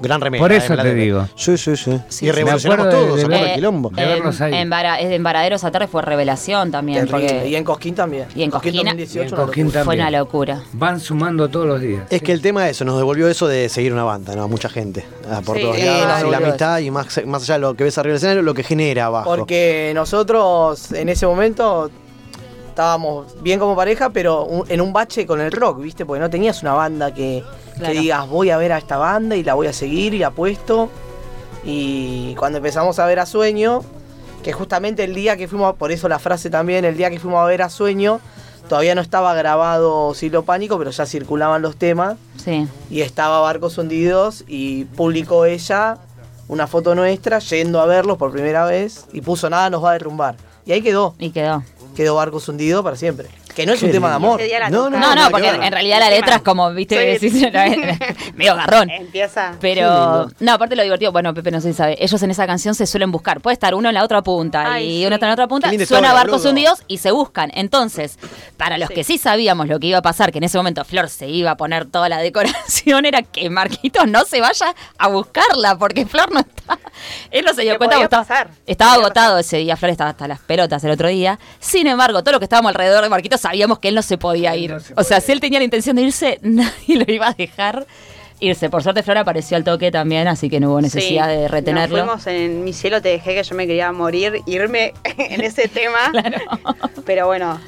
B: Gran remera.
C: Por
B: eh,
C: eso
B: la
C: te
B: de-
C: digo.
B: Sí, sí, sí.
A: Sí,
B: y
A: sí.
B: revolucionamos
C: Me acuerdo de-
B: todo,
C: de
B: se
C: ver- Eh,
B: acuerdo el quilombo.
C: de verlos ahí.
A: En, Vara- es de Embaraderos a Tarde fue revelación también.
D: Terrible. Y
A: Porque
D: en Cosquín también.
A: Y en Cosquín-
D: 2018
C: y en
D: una
C: Cosquín
D: locura.
A: fue
C: también.
A: una locura.
C: Van sumando todos los días.
B: Es que el tema es eso, nos devolvió eso de seguir una banda, ¿no? A mucha gente. Ah, por
E: Sí,
B: todos
E: sí,
B: lados, y la
D: boludo.
B: amistad, y más, más allá de lo que ves arriba del escenario, lo que genera abajo.
D: Porque nosotros en ese momento estábamos bien como pareja, pero un- en un bache con el rock, ¿viste? Porque no tenías una banda que, que
A: Claro.
D: digas, voy a ver a esta banda y la voy a seguir y la apuesto. Y cuando empezamos a ver a Sueño, que justamente el día que fuimos, por eso la frase también, el día que fuimos a ver a Sueño, todavía no estaba grabado Silo Pánico, pero ya circulaban los temas
A: Sí.
D: y estaba Barcos Hundidos y publicó ella una foto nuestra yendo a verlos por primera vez y puso nada nos va a derrumbar. Y ahí quedó,
A: Y quedó.
D: quedó Barcos Hundidos para siempre. Que no es
B: Qué
D: un tema de
B: lindo.
D: amor.
E: Ese día la
B: No,
E: toca.
A: No, no,
B: nada
A: porque
B: que
A: en
B: ver.
A: en realidad la letra es como, viste,
E: Soy-
A: decís, no, es- medio garrón.
E: Empieza.
A: Pero, no, aparte lo divertido, bueno, Pepe no sé si sabe, ellos en esa canción se suelen buscar. Puede estar uno en la otra punta
E: Ay,
A: y
E: sí.
A: uno está en la otra punta,
B: Qué lindo
A: suena
B: estaba,
A: barcos
B: boludo.
A: hundidos y se buscan. Entonces, para los que sí sabíamos lo que iba a pasar, que en ese momento Flor se iba a poner toda la decoración, era que Marquitos no se vaya a buscarla, porque Flor no está. Él no se dio
E: Que
A: cuenta
E: podía
A: porque
E: pasar.
A: estaba, estaba
E: Podía
A: agotado ese día, Flor estaba hasta las pelotas el otro día. Sin embargo, todo lo que estábamos alrededor de Marquitos sabíamos que él no se podía ir.
C: No se
A: o sea,
C: podía
A: si él tenía la intención de irse, nadie lo iba a dejar irse. Por suerte, Flor apareció al toque también, así que no hubo necesidad
E: Sí.
A: de retenerlo.
E: Nos fuimos en Mi cielo te dejé que yo me quería morir, irme en ese tema. Pero bueno,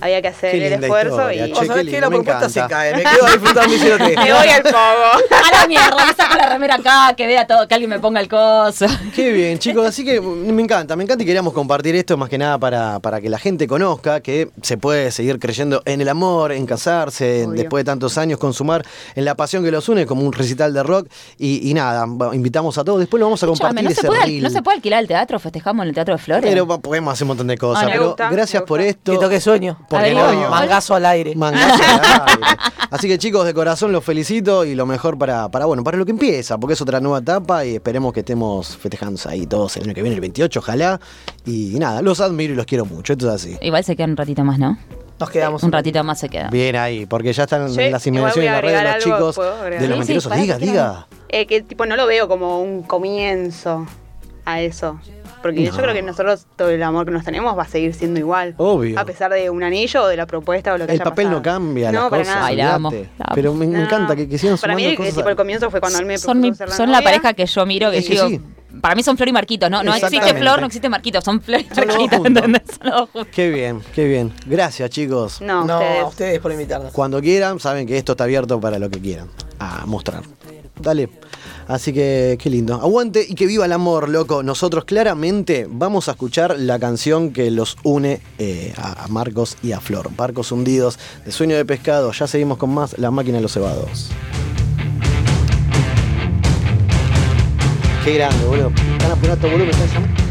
E: había que hacer
B: Qué
E: el
B: linda
E: esfuerzo
B: historia,
E: y
D: O
B: che.
D: sabés
B: qué
D: que
B: lindo,
D: la
B: me
D: propuesta se
B: encanta.
D: cae, me quedo disfrutando diciendo que
E: me voy al pogo.
A: A la mierda, me saco la remera acá, que vea todo, que alguien me ponga el coso.
B: Qué bien, chicos. Así que mm, me encanta, me encanta y queríamos compartir esto más que nada para, para que la gente conozca que se puede seguir creyendo en el amor, en casarse, en-
E: Obvio.
B: después de tantos años, consumar en la pasión que los une, como un recital de rock. Y, y nada, va- invitamos a todos. Después lo vamos a compartir
A: Escuchame, ¿no, se
B: ese
A: puede, al-
B: reel.
A: no se puede alquilar el teatro, festejamos en el Teatro de Flores.
B: Pero va- podemos hacer un montón de cosas.
A: Ah, me
B: pero
E: gusta,
B: gracias
E: me
B: por
E: gusta.
B: esto.
D: que toque sueño.
B: Porque
A: Averiguo.
B: no.
D: Mangazo al aire.
B: Mangazo al aire. Así que chicos, de corazón los felicito y lo mejor para, para bueno, para lo que empieza, porque es otra nueva etapa y esperemos que estemos festejando ahí todos el año que viene, el 28, ojalá. Y nada, los admiro y los quiero mucho, esto es así.
A: Igual se queda un ratito más, ¿no?
D: Nos quedamos
A: Un ratito más se queda.
B: Bien ahí, porque ya están
E: Sí,
B: en las
E: igual voy
B: inmediaciones
E: a
B: de las redes de los
E: agregar algo,
B: chicos,
E: ¿puedo agregar?
B: de los
A: Sí, sí,
B: mentirosos.
A: para,
B: diga,
A: quiero.
B: diga.
E: Eh, que tipo no lo veo como un comienzo a eso. Porque
B: No.
E: yo creo que nosotros todo el amor que nos tenemos va a seguir siendo igual.
B: Obvio.
E: A pesar de un anillo o de la propuesta o lo que
B: El
E: haya
B: papel
E: pasado.
B: no cambia, las
E: No, para
B: cosas,
E: nada.
A: Ay, la amo,
B: olvídate.
A: la amo.
B: Pero me, me
E: No,
B: encanta
E: no.
B: que, que sigan
E: Para mí
B: sumando
E: el,
B: cosas.
E: tipo, el comienzo fue cuando él me
A: son mi-
E: propuso ser
A: son la
E: novia.
A: pareja que yo miro que
B: Es
A: yo
B: que
A: digo,
B: sí.
A: para mí son Flor y Marquitos, no, no existe
B: Exactamente.
A: Flor, no existe Marquitos, son Flor y
B: Son los dos
A: Marquitos,
B: juntos.
A: ¿entendés? Son los dos juntos.
B: Qué bien, qué bien. Gracias, chicos.
E: No,
D: No,
E: ustedes.
D: a ustedes por invitarnos.
B: Cuando quieran, saben que esto está abierto para lo que quieran. A mostrar. Dale. Así que qué lindo. Aguante y que viva el amor, loco. Nosotros claramente vamos a escuchar la canción que los une eh, a a Marcos y a Flor. Barcos hundidos, de sueño de pescado. Ya seguimos con más La máquina de los cebados. Qué grande, boludo. Están apurando todo volumen, están llamando.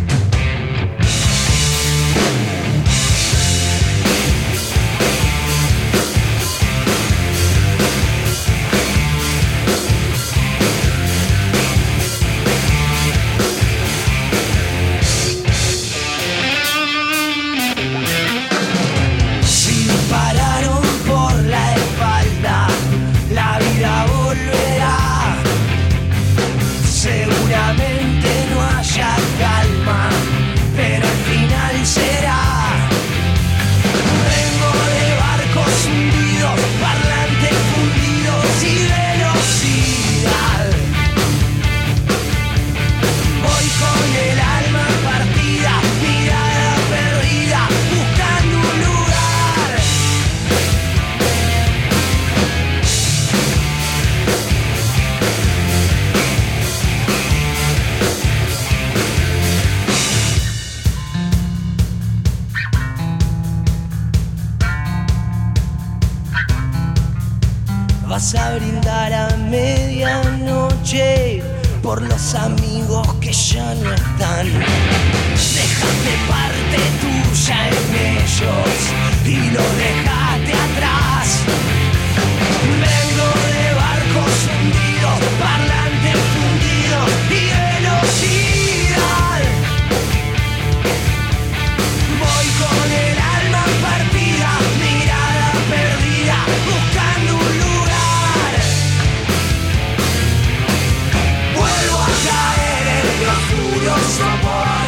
I: Si me pararon por la espalda, la vida volverá. Seguramente no haya calma, pero al final será. Vengo de barcos hundidos, parlantes fundidos y velocidad. Voy con el alma partida, mirada perdida, buscando un lugar. Vas a brindar a medianoche por los amigos que ya no están. Dejaste parte tuya en ellos y lo dejaste atrás. Vengo de barcos hundidos, parlantes fundidos y velocidad. Voy con el alma partida, mirada perdida, buscando un lugar. Vuelvo a caer en mi oscuro sabor,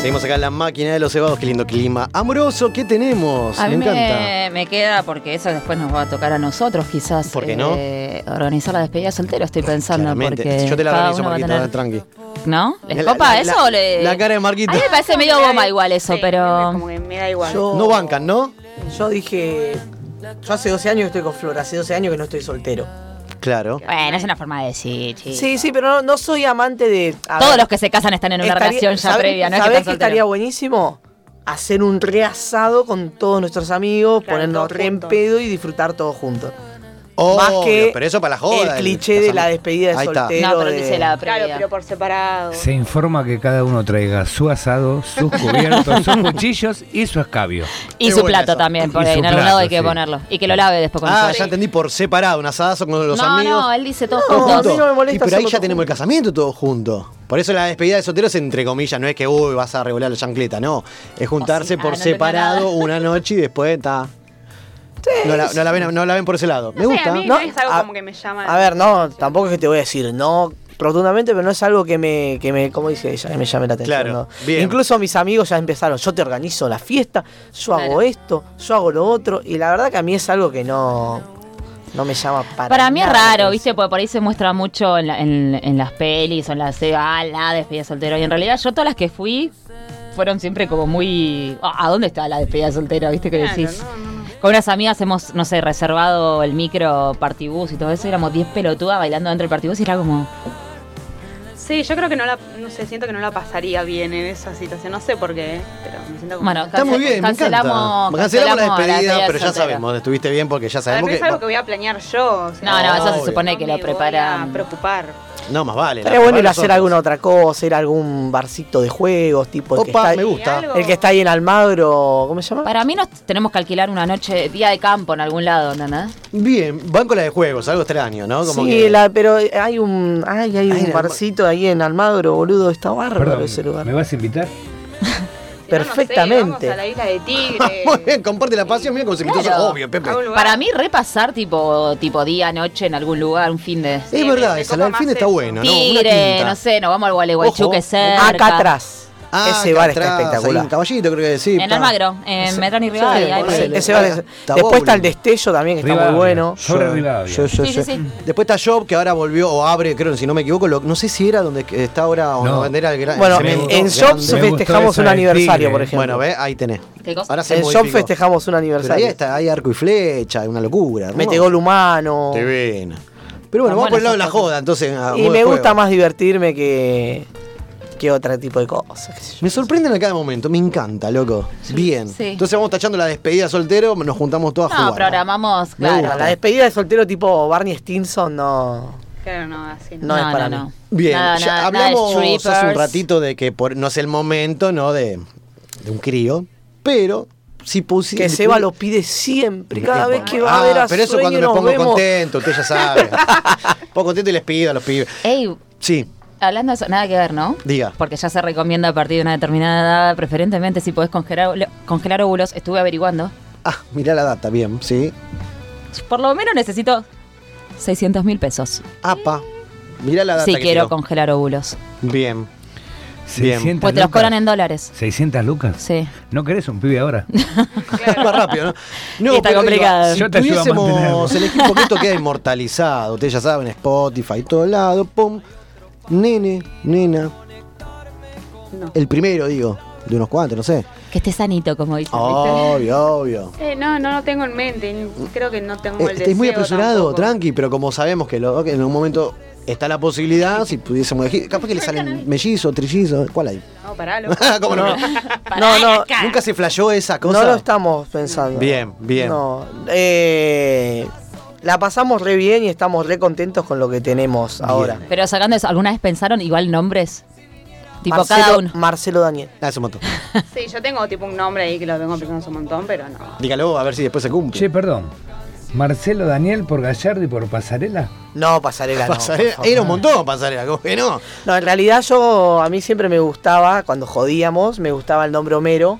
B: Seguimos acá en la máquina de los cebados. Qué lindo clima amoroso que tenemos.
A: A
B: me
A: mí
B: encanta.
A: me, me queda porque eso después nos va a tocar a nosotros quizás.
B: ¿Por qué no?
A: eh, organizar la despedida soltero, estoy pensando.
B: Claramente.
A: Porque
B: Yo te la
A: cada
B: organizo,
A: uno va a
B: Marquito,
A: tener-
B: dale, tranqui.
A: ¿No?
B: La-
A: ¿Les
B: la-
A: copa
B: la-
A: eso o le-
B: La cara de Marquito.
A: A mí me parece medio bomba igual eso,
E: Sí,
A: pero...
E: Como que me da igual.
D: Yo-
B: No bancan, ¿no?
D: Yo dije. Yo hace 12 años que estoy con Flor, hace 12 años que no estoy soltero.
B: Claro.
A: Bueno, es una forma de decir, chicos.
D: Sí, sí, pero no, no soy amante de. a
A: Todos
D: ver,
A: los que se casan están en una
D: estaría-
A: relación ya
D: ¿sabés-
A: previa, ¿no?
D: ¿Sabés
A: están
D: que estaría
A: solteros.
D: buenísimo? Hacer un reasado con todos nuestros amigos,
E: Claro,
D: ponernos
E: todos
D: re en
E: juntos.
D: pedo y disfrutar todos juntos.
B: Obvio,
D: Más que
B: pero eso para la joda.
D: el cliché de la despedida de
B: Ahí está.
D: soltero.
A: No, pero él
D: de-
A: dice la
E: Claro,
A: previa.
E: pero por separado.
C: Se informa que cada uno traiga su asado, sus cubiertos, sus cuchillos y su escabio.
A: Y
B: Qué
A: su
B: buena
A: plato
B: esa.
A: también,
C: Y
A: porque
C: su
A: en algún lado
C: plato,
A: hay que
C: sí.
A: ponerlo. Y que lo lave después con
B: Ah,
A: su-
B: ya entendí, por separado, un asadazo con los
A: No, eh.
B: amigos.
A: no, él dice todos
B: Todos
A: juntos.
D: a mí no me
B: Y
D: molesta
B: pero ahí
D: hacerlo
B: ya
D: todo
B: tenemos el
D: junto.
B: casamiento todos juntos. Por eso la despedida de solteros, entre comillas, no es que uy, vas a regular la chancleta, no. Es juntarse
A: Ah,
B: por
A: no tengo
B: separado
A: nada.
B: una noche y después está. No la, no la ven, no la ven por ese lado. Me
E: sé,
B: gusta.
E: a mí-
D: No,
E: es algo como que me llama-
D: A ver, no, tampoco es que te voy a decir no rotundamente, pero no es algo que me, que me como dice ella, que me llame la atención.
B: Claro,
D: ¿no?
B: bien.
D: Incluso mis amigos ya empezaron, yo te organizo la fiesta, yo hago
A: Claro.
D: esto, yo hago lo otro, y la verdad que a mí es algo que no, no me llama para
A: Para mí es
D: nada la
A: raro,
E: pues.
D: atención.
A: ¿viste? Porque por ahí se muestra mucho en, la- en- en las pelis o en las series, ah, la despedida de soltero. Y en realidad yo todas las que fui fueron siempre como muy... "Ah, ¿A dónde está la despedida de soltero? ¿Viste que
E: Claro,
A: decís?
E: no, no, no.
A: Con unas amigas hemos, no sé, reservado el micro partibus y todo eso. y éramos 10 pelotudas bailando dentro del partibus y era como...
E: Sí, yo creo que no la, no sé, siento que no la pasaría bien en esa situación, no sé por qué, pero me siento como...
A: Bueno,
E: a
B: Está muy bien, me encanta.
A: cancelamos-
B: Cancelamos la
A: cancelamos la
B: despedida,
A: despedida
B: pero ya
A: soltera.
B: sabemos, estuviste bien porque ya
E: ver, no
B: sabemos
E: es algo que
B: que.
E: voy a planear yo. o sea,
A: No, no,
B: eso se
A: supone que
E: me
A: lo
E: voy a
A: preparan.
E: preocupar.
B: No, más vale. la
D: Estaría bueno ir a
B: preparamos
D: hacer
B: nosotros.
D: alguna otra cosa, ir a algún barcito de juegos, tipo el, que
B: Opa,
D: está,
B: me gusta.
E: algo-
D: el que está ahí en Almagro, ¿cómo se llama?
A: Para mí nos tenemos que alquilar una noche, día de campo en algún lado, ¿entendés?
B: Bien, van con la de juegos, algo extraño, ¿no? Como
D: sí,
B: que-
D: la- pero hay un, ay, hay
B: Ay, en
D: un
B: Alma-
D: barcito ahí en Almagro, boludo, está bárbaro
C: Perdón,
D: ese lugar.
C: ¿me vas a invitar?
E: Si no, no sé,
D: Perfectamente.
E: vamos a la isla de Tigre.
B: Muy bien, comparte la pasión, mira cómo se quitó
A: Claro.
B: eso. Obvio, Pepe.
E: a un lugar.
A: Para mí repasar tipo, tipo día, noche en algún lugar, un fin de...
E: Sí,
B: es
E: me-
B: verdad,
E: me
B: esa,
E: copa
B: la del
E: más
B: fin está
E: eso.
B: buena, ¿no? Una
A: Tigre,
B: quinta.
A: no sé, nos vamos al Gualeguaychú
B: Ojo.
A: que es cerca.
D: Acá atrás. ese
B: Ah, acá atrás, ahí
D: bar está
B: en
D: espectacular.
B: caballito, creo que sí.
A: En
B: está.
A: Almagro, en Metrán y Rivadavia, ahí por ahí.
B: ponele.
D: Ese bar es-
B: Está
D: Después está el
B: bowling.
D: destello también, que está muy
C: Rivadavia,
D: bueno.
C: sobre
D: Yo-
C: Rivadavia.
D: yo- yo-
A: Sí, sí,
D: yo-
A: sí.
B: Después está Job, que ahora volvió o abre, creo, si no me equivoco. lo- no sé si era donde está ahora o no,
C: No.
B: era el gran.
D: Bueno,
B: el
D: en,
B: cemento
D: en
B: grande.
D: Shops
C: Me gustó
D: festejamos
C: esa
D: un
C: de
D: aniversario,
C: Tigre.
D: por ejemplo.
B: Bueno, ve, ahí tenés.
A: ¿Qué cosa?
B: Ahora se
D: en Shops
B: modificó.
D: festejamos un
B: Pero ahí
D: aniversario.
B: está, hay arco y flecha, es una locura. hermoso.
D: Mete gol humano.
B: Divino. Pero bueno, vamos por el lado de la joda, entonces. a
D: Y
B: modo de
D: me gusta
B: Ah, juego.
D: más divertirme que, que otro tipo de cosas. qué sé yo.
B: Me sorprenden a cada momento, me encanta, loco. Bien.
A: sí.
B: Entonces vamos tachando la despedida soltero, nos juntamos todos a
A: No,
B: jugar.
A: programamos,
B: Me
A: claro.
B: gusta.
D: La despedida de soltero tipo Barney Stinson no.
E: Claro, no, así no.
D: No es para mí.
B: Bien,
A: Nada,
B: ya
A: nada, nada de
B: hablamos hace un
A: strippers.
B: ratito de que por- no es el momento, ¿no? De, de un crío, pero si pusiste.
D: Que Seba lo pide siempre. Cada vez que va
B: Ah,
D: a ver a
B: Pero eso
D: Sueño
B: cuando me
D: nos
B: pongo
D: vemos.
B: contento, usted ya sabe. pongo contento y les pido a los pibes.
A: Ey,
B: Sí,
A: hablando de eso, nada que ver, ¿no?
B: Diga.
A: Porque ya se recomienda a partir de una determinada edad, preferentemente si podés congelar, óvulo- congelar óvulos, estuve averiguando.
B: ah, mirá la data, bien, sí.
A: Por lo menos necesito 600 mil pesos
B: Apa, mirá la data.
A: si
B: que
A: quiero
B: tiró.
A: congelar óvulos.
B: Bien. Bien.
C: 600
A: Pues te los
C: lucas.
A: cobran en dólares.
C: 600 lucas.
A: Sí.
C: ¿No querés un pibe ahora?
B: Más rápido, ¿no? No,
A: Está
B: pero
A: complicado.
B: si
C: Yo te ayudo a
B: tuviésemos
C: mantenerlo.
B: el equipo que esto queda inmortalizado. Ustedes ya saben, Spotify, todo lado, pum. Nene, nena.
E: No.
B: El primero, digo. De unos cuantos, no sé.
A: Que esté sanito, como dicen.
B: Obvio, obvio.
E: Eh, no, no lo tengo en mente, ni- creo que no tengo
B: Eh,
E: el
B: estáis muy
E: deseo
B: apresurado,
E: tampoco.
B: tranqui, pero como sabemos que lo- que en un momento está la posibilidad, si pudiésemos elegir. Capaz que le salen mellizos, trillizos. ¿Cuál hay?
E: No, paralo.
B: ¿Cómo no?
D: No, no,
B: Nunca se flasheó esa cosa.
D: no lo estamos pensando.
B: Bien, bien.
D: No, eh, la pasamos re bien y estamos re contentos con lo que tenemos ahora.
A: Pero sacando eso, ¿alguna vez pensaron igual nombres? Tipo
D: Marcelo,
A: cada uno.
D: Marcelo Daniel.
B: Ah, es un montón.
E: Sí, yo tengo tipo un nombre ahí que lo tengo pensando hace un montón, pero no.
B: Dígalo, a ver si después se cumple.
C: Che, perdón. Marcelo Daniel por Gallardo y por Pasarela.
D: No, pasarela. Ah, no,
B: Pasarela,
D: por favor.
B: era un montón pasarela, ¿cómo que no?
D: No, en realidad yo, a mí siempre me gustaba, cuando jodíamos, me gustaba el nombre Homero.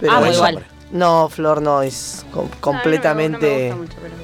D: Pero
A: Amo
B: Buen
A: Ah, igual.
B: nombre.
D: No, Flor no, es com- completamente...
E: No, no me- no me gusta mucho,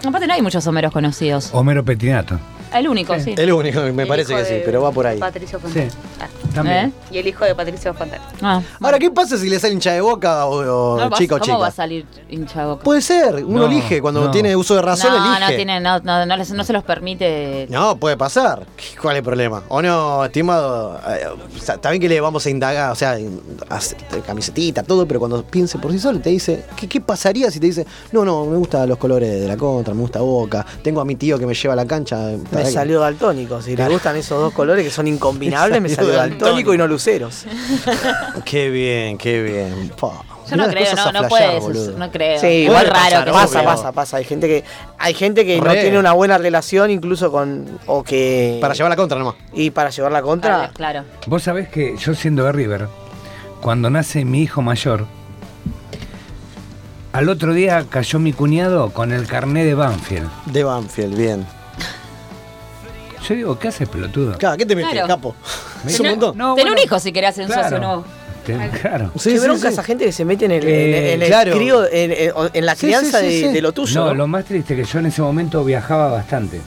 E: pero-
A: Aparte no hay muchos homeros conocidos.
C: Homero Petinato.
A: El único, sí.
C: Sí.
B: El único, me
E: El
B: parece
E: hijo
B: que sí,
E: de
B: pero va por ahí.
E: Patricio
C: Sí,
E: Fontana. Ah,
C: también.
A: ¿Eh?
E: Y el hijo de Patricio Fontana.
A: Ah.
B: Ahora, ¿qué pasa si le sale hincha de boca o, o
A: No vas-
B: Oh, chica o
A: ¿Cómo va a
B: chica?
A: salir hincha de boca?
B: Puede ser, uno
C: No,
B: elige, cuando
C: no.
B: tiene uso de razón
A: no,
B: elige.
A: no, tiene, no, no, no les- no se los permite.
B: No, puede pasar. ¿Cuál es el problema? O no, estimado. eh, o sea, Está bien que le vamos a indagar, o sea, in- hacer camisetita, todo, pero cuando piense por sí solo te dice, ¿qué, qué pasaría si te dice, no, no, me gustan los colores de la contra, me gusta boca, tengo a mi tío que me lleva a la cancha? eh,
D: Me salió daltónico. Si le
B: Claro.
D: gustan esos dos colores que son incombinables, me
B: Me
D: salió
B: salió
D: daltónico y no luceros.
B: Qué bien, qué bien. Pa,
A: Yo
B: mirá
A: no
B: las
A: creo,
B: cosas
A: no,
B: a flashear,
A: no puede. eso es-
B: boludo.
A: no creo.
D: Sí,
A: Igual
D: puede
A: raro
B: pasar,
A: que
B: obvio.
A: pase.
D: Pasa, pasa, pasa. Hay gente que, hay gente que no
B: Re.
D: tiene una buena relación, incluso con. o que.
B: Para llevar la contra nomás.
D: y para llevar la
A: Claro,
D: contra.
A: Claro.
C: Vos sabés que yo siendo de River, cuando nace mi hijo mayor, al otro día cayó mi cuñado con el carné de Banfield.
B: De Banfield, bien.
C: Yo digo, ¿qué haces, pelotudo?
B: Claro, ¿qué te metes,
A: Claro.
B: capo? Es un
A: Tenés-
B: montón.
C: No,
A: Ten un
C: bueno,
A: hijo si querés hacer un socio nuevo.
C: Ten- claro.
B: Sí,
D: Qué
B: sí,
D: bronca
B: sí.
D: esa gente que se mete en, el, en- en
C: Eh,
D: el
B: claro.
D: crío, en, en- en la
B: Sí, sí,
D: crianza
B: sí,
D: de,
B: sí.
D: de lo tuyo.
C: No,
D: ¿no?
C: lo más triste es que yo en ese momento viajaba bastante.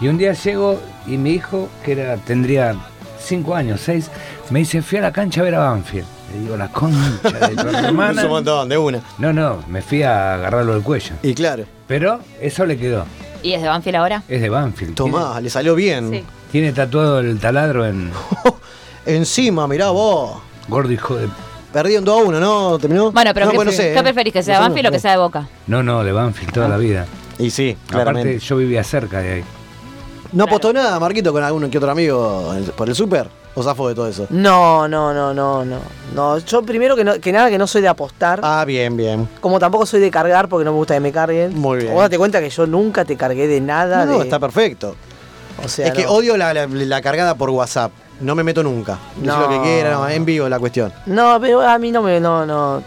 C: Y un día llego y mi hijo, que era, tendría 5 años, 6, me dice, fui a la cancha a ver a Banfield. Le digo, la concha de tu
B: Es
C: hermana.
B: un montón, de una.
C: No, no, me fui a agarrarlo del cuello.
B: Y claro,
C: Pero eso le quedó.
A: ¿Y es de Banfield ahora?
C: Es de Banfield.
B: Tomás, le salió bien.
E: Sí.
C: Tiene, tiene tatuado el taladro en
B: Encima, mirá vos.
C: gordo hijo de...
B: Perdieron 2 a 1, ¿no? ¿Terminó?
A: Bueno, pero
B: no,
A: ¿qué,
B: bueno, no
A: pre-
B: sé,
A: qué
B: ¿eh?
A: preferís? ¿Que sea
B: No sé,
A: Banfield o
B: no
A: que
B: sé.
A: sea de Boca?
C: No, no, de Banfield toda la vida.
B: Ah. Y sí,
C: Aparte,
B: claramente.
C: yo vivía cerca de ahí.
B: ¿No apostó nada, Marquito, con alguno que otro amigo en- por el súper? ¿O zafo de todo eso?
D: No, no, no, no, no. No, yo primero que, no- que nada que no soy de apostar,
B: Ah, bien, bien.
D: como tampoco soy de cargar porque no me gusta que me carguen.
B: Muy bien.
D: Vos date cuenta que yo nunca te cargué de nada.
B: No, no,
D: de-
B: está perfecto.
D: o sea,
B: es que
D: no.
B: odio la, la- la cargada por WhatsApp. No me meto nunca. No.
D: No.
B: lo que quiera, no, en vivo la cuestión.
D: No, pero a mí no me. No, no.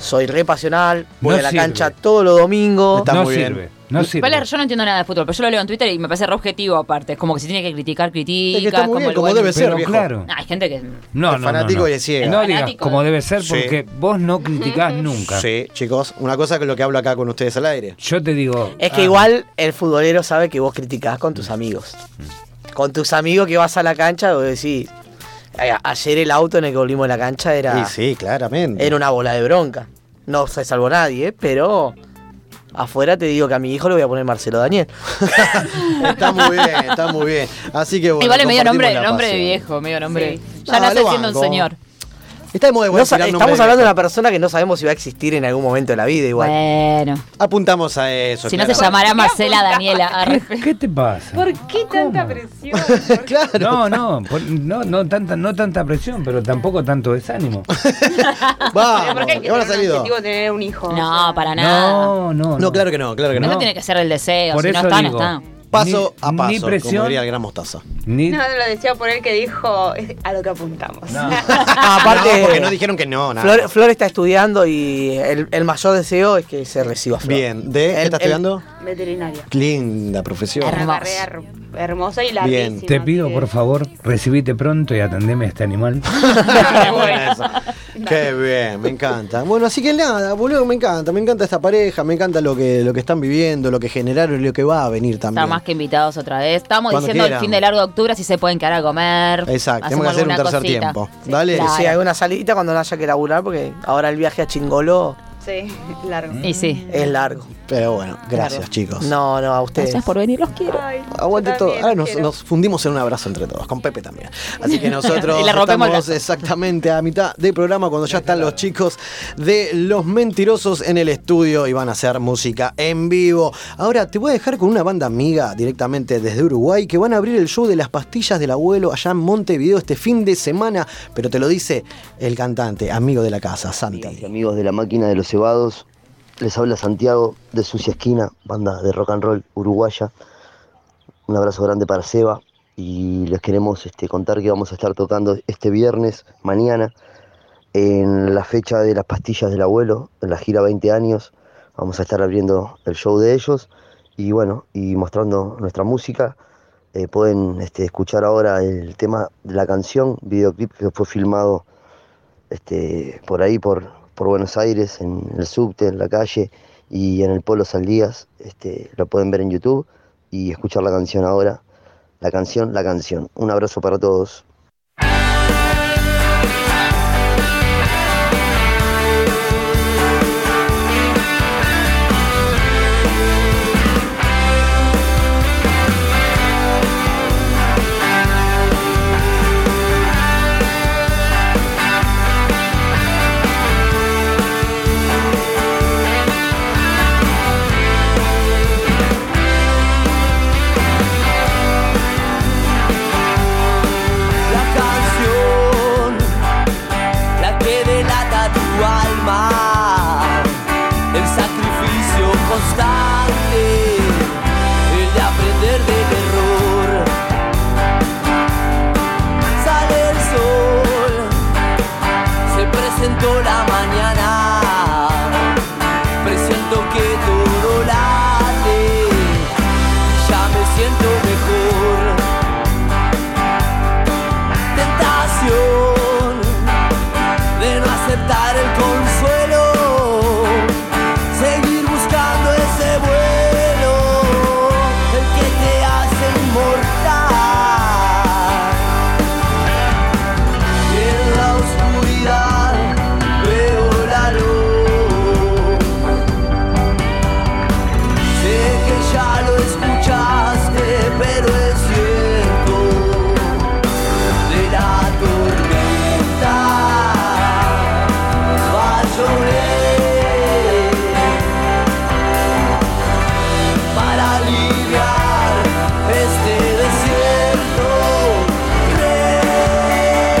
D: Soy re pasional, voy
C: No
D: a la
C: sirve.
D: cancha todos los domingos.
B: Está
C: no
B: muy bien.
C: sirve, no sirve.
A: Valer, yo no entiendo nada de fútbol, pero yo lo leo en Twitter y me parece re objetivo aparte. Es como que si tiene que criticar, critica.
B: Es que está muy bien,
A: el
B: como
A: buen-
B: debe ser,
C: Pero
B: viejo.
C: claro.
A: No, hay gente que.
C: No,
B: Es
C: no, no,
B: fanático
C: no.
B: y es ciego.
C: No
A: Es
C: digas
A: fanático.
C: como debe ser
B: Sí.
C: porque vos no criticás nunca.
B: Sí, chicos, una cosa que lo que hablo acá con ustedes al aire.
C: Yo te digo.
D: Es que
C: ah,
D: igual el futbolero sabe que vos criticás con tus amigos.
B: Mm.
D: Con tus amigos que vas a la cancha, vos decís. "A- Ayer el auto en el que volvimos de la cancha era.
B: Y sí, claramente.
D: Era una bola de bronca. No se salvó nadie, ¿eh? pero afuera te digo que a mi hijo le voy a poner Marcelo Daniel.
B: Está muy bien, está muy bien. Así que bueno.
A: Igual es medio
B: compartimos
A: nombre,
B: la
A: nombre de
B: pasión.
A: viejo, medio nombre.
E: Sí.
A: Ya
B: Ah,
A: nace
B: lo
A: siendo un
B: banco.
A: señor.
B: Está de moda igual
D: No sa-
B: tirar
D: estamos
B: nombre de
D: hablando de
B: viejo.
D: una persona que no sabemos si va a existir en algún momento de la vida igual.
A: Bueno.
B: Apuntamos a eso.
A: Si no se
B: claramente.
A: llamará Marcela Daniela. arre.
C: ¿Qué, qué te pasa?
E: ¿Por qué tanta presión? ¿Por qué?
B: Claro.
C: No, no, por- no, no tanta, no tanta presión, pero tampoco tanto desánimo.
E: Pero ¿Por
B: Vamos,
E: qué hay
B: que
E: que tener
B: habrá
E: un
B: salido.
E: objetivo de tener un hijo? O
A: No,
E: sea,
A: para nada.
C: No, no, no.
B: No, claro que no, claro que
A: Eso
B: no.
C: No.
A: tiene que ser el deseo.
C: Por
A: si no
C: eso
A: está, no
C: digo,
A: está.
B: Paso
C: ni-
B: a paso,
C: Ni
B: como
C: presión,
B: diría el gran mostaza.
C: ni...
E: No, lo decía por él que dijo es a lo que apuntamos.
C: No.
B: Ah,
D: Aparte,
B: No, porque no dijeron que no, nada.
D: Flor, Flor está estudiando y el, el mayor deseo es que se reciba Flor.
B: Bien, ¿de
D: El-
B: qué estás
D: el-
B: estudiando?
E: Veterinaria.
B: Linda profesión.
A: Hermoso.
E: Una carrera her- hermosa y larguísima.
B: Bien.
C: Te pido, por favor, recibite pronto y atendeme a este animal.
B: Qué buena esa. Qué bien, me encanta. Bueno, así que nada, boludo, me encanta. Me encanta esta pareja, me encanta lo que, lo que están viviendo, lo que generaron y lo que va a venir también.
A: Están más que invitados otra vez. Estamos
B: Cuando
A: diciendo
B: quieran.
A: el fin de largo de octubre si se pueden quedar a comer.
B: Exacto, tenemos
A: Hacemos
B: que hacer un
A: alguna
B: tercer
A: cosita.
B: tiempo. Dale.
A: claro.
D: Sí, alguna salidita cuando no haya que laburar porque ahora el viaje a Chingolo
E: Sí, largo.
A: Y sí.
D: es largo.
B: Pero bueno, gracias, chicos.
D: No, no, a ustedes.
A: Gracias por venir, los quiero.
E: Ay,
B: Aguante
E: yo
B: todo.
E: también
B: Ahora nos,
E: quiero.
B: nos fundimos en un abrazo entre todos, con Pepe también. Así que nosotros
A: Y le rompemos el
B: estamos
A: brazo.
B: exactamente a mitad del programa cuando ya están los chicos de Los Mentirosos en el estudio y van a hacer música en vivo. Ahora te voy a dejar con una banda amiga directamente desde Uruguay que van a abrir el show de las pastillas del abuelo allá en Montevideo este fin de semana, pero te lo dice el cantante, amigo de la casa,
H: Amigas y
B: Santi.
H: amigos de la máquina de los cebados, les habla Santiago de Sucia Esquina, banda de rock and roll uruguaya. Un abrazo grande para Seba y les queremos este, contar que vamos a estar tocando este viernes, mañana, en la fecha de las pastillas del abuelo, en la gira 20 años. Vamos a estar abriendo el show de ellos y bueno, y mostrando nuestra música. Eh, pueden este, escuchar ahora el tema de la canción, videoclip que fue filmado este, por ahí, por, por Buenos Aires, en el subte, en la calle y en el Polo Saldías. Este, lo pueden ver en YouTube. y escuchar la canción ahora. La canción, la canción. Un abrazo para todos.
I: La canción, la que delata tu alma, el sacrificio constante, el de aprender del error. Sale el sol, se presentó la mañana, presiento que todo late, ya me siento mejor tentación de no aceptar el consuelo, seguir buscando ese vuelo, el que te hace inmortal. Y en la oscuridad veo la luz. Sé que ya lo escuchaste, pero es cierto de la tormenta va a llover para aliviar este desierto. Cree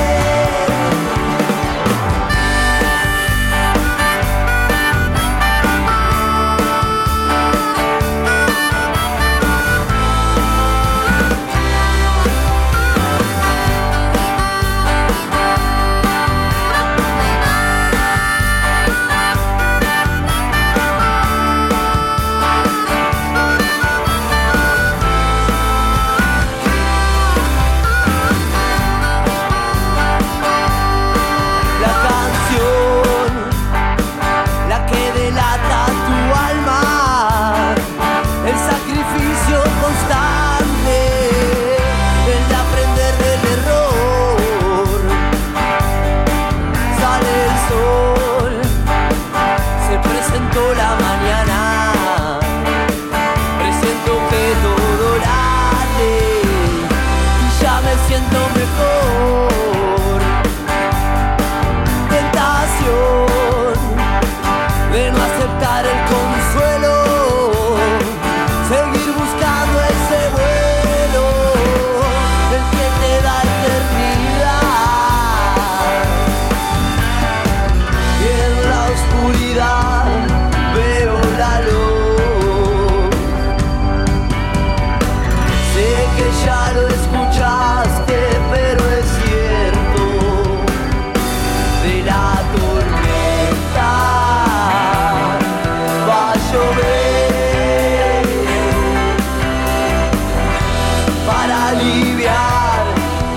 I: la canción, la que delata tu alma, el sacrificio constante, el de aprender del error. Sale el sol, se presentó la mañana, presiento que todo late y ya me siento mejor tentación de no aceptar el consuelo, seguir buscando ese vuelo, el que te da eternidad. Y en la oscuridad veo la luz. Sé que ya lo escuchaste, pero es cierto de la tormenta va a llover para aliviar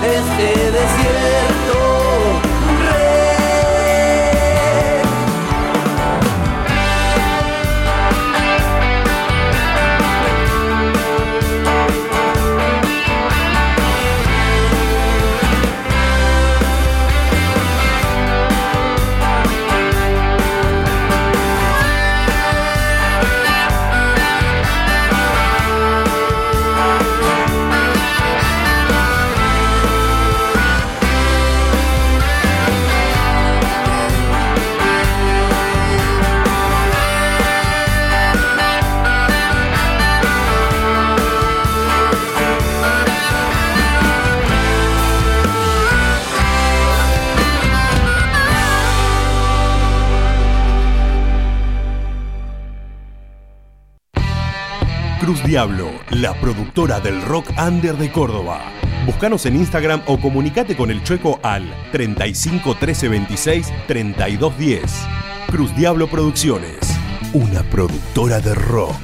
I: este desierto. Rey.
J: Cruz Diablo, la productora del rock under de Córdoba. Búscanos en Instagram o comunicate con el Chueco al 35 13 26 32 10. Cruz Diablo Producciones, una productora de rock.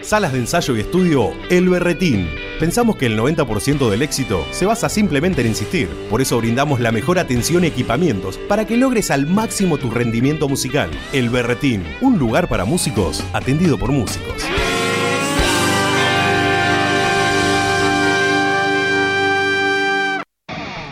J: Salas de ensayo y estudio El Berretín. Pensamos que el 90% del éxito se basa simplemente en insistir. Por eso brindamos la mejor atención y equipamientos para que logres al máximo tu rendimiento musical. El Berretín, un lugar para músicos atendido por músicos.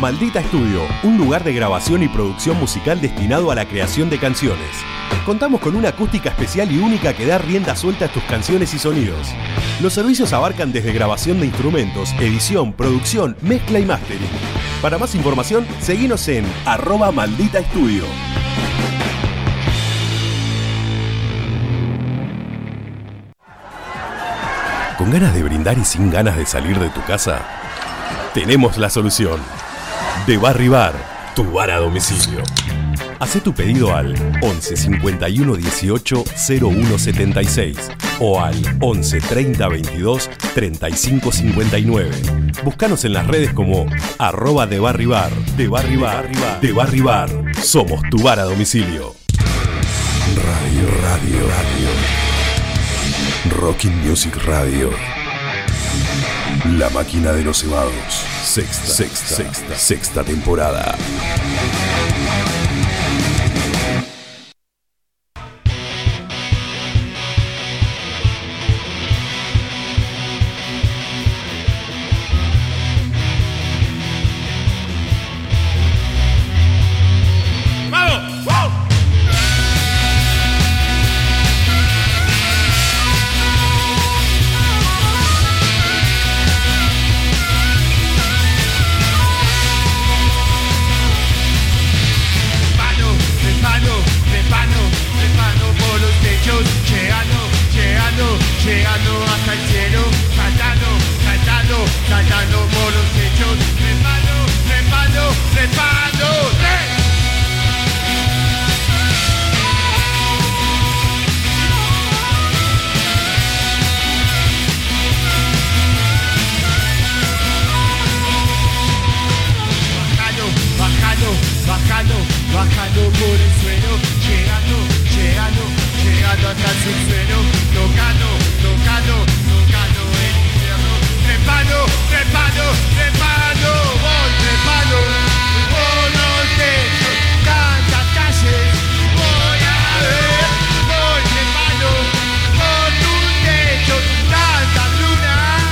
J: Maldita Estudio, un lugar de grabación y producción musical destinado a la creación de canciones. Contamos con una acústica especial y única que da rienda suelta a tus canciones y sonidos. Los servicios abarcan desde grabación de instrumentos, edición, producción, mezcla y mastering. Para más información, seguinos en arroba maldita estudio. ¿Con ganas de brindar y sin ganas de salir de tu casa? Tenemos la solución. De Barry Bar, tu bar a domicilio. Haz tu pedido al 11 51 18 01 76 o al 11 30 22 35 59. Búscanos en las redes como arroba de Barry Bar, de Barry Bar, de Barry Bar. Somos tu bar a domicilio. Radio, radio, radio. Rocking Music Radio. La máquina de los cebados. Sexta, sexta, sexta, sexta temporada.
K: Pano, de pano, de pano, de pano por los techos, llegando, llegando, llegando hasta el cielo, saltando, saltando, saltando por los techos, de pano, de pano, de pano, ¡eh! bajando, bajando, bajando, bajando por el suelo, llegando, llegando, llegando hasta el subsuelo, tocando, tocando, tocando el infierno, trepando, trepando, trepando, voy trepando, por los techos, tantas calles, voy a ver, voy trepando, por tus techos, tantas lunas,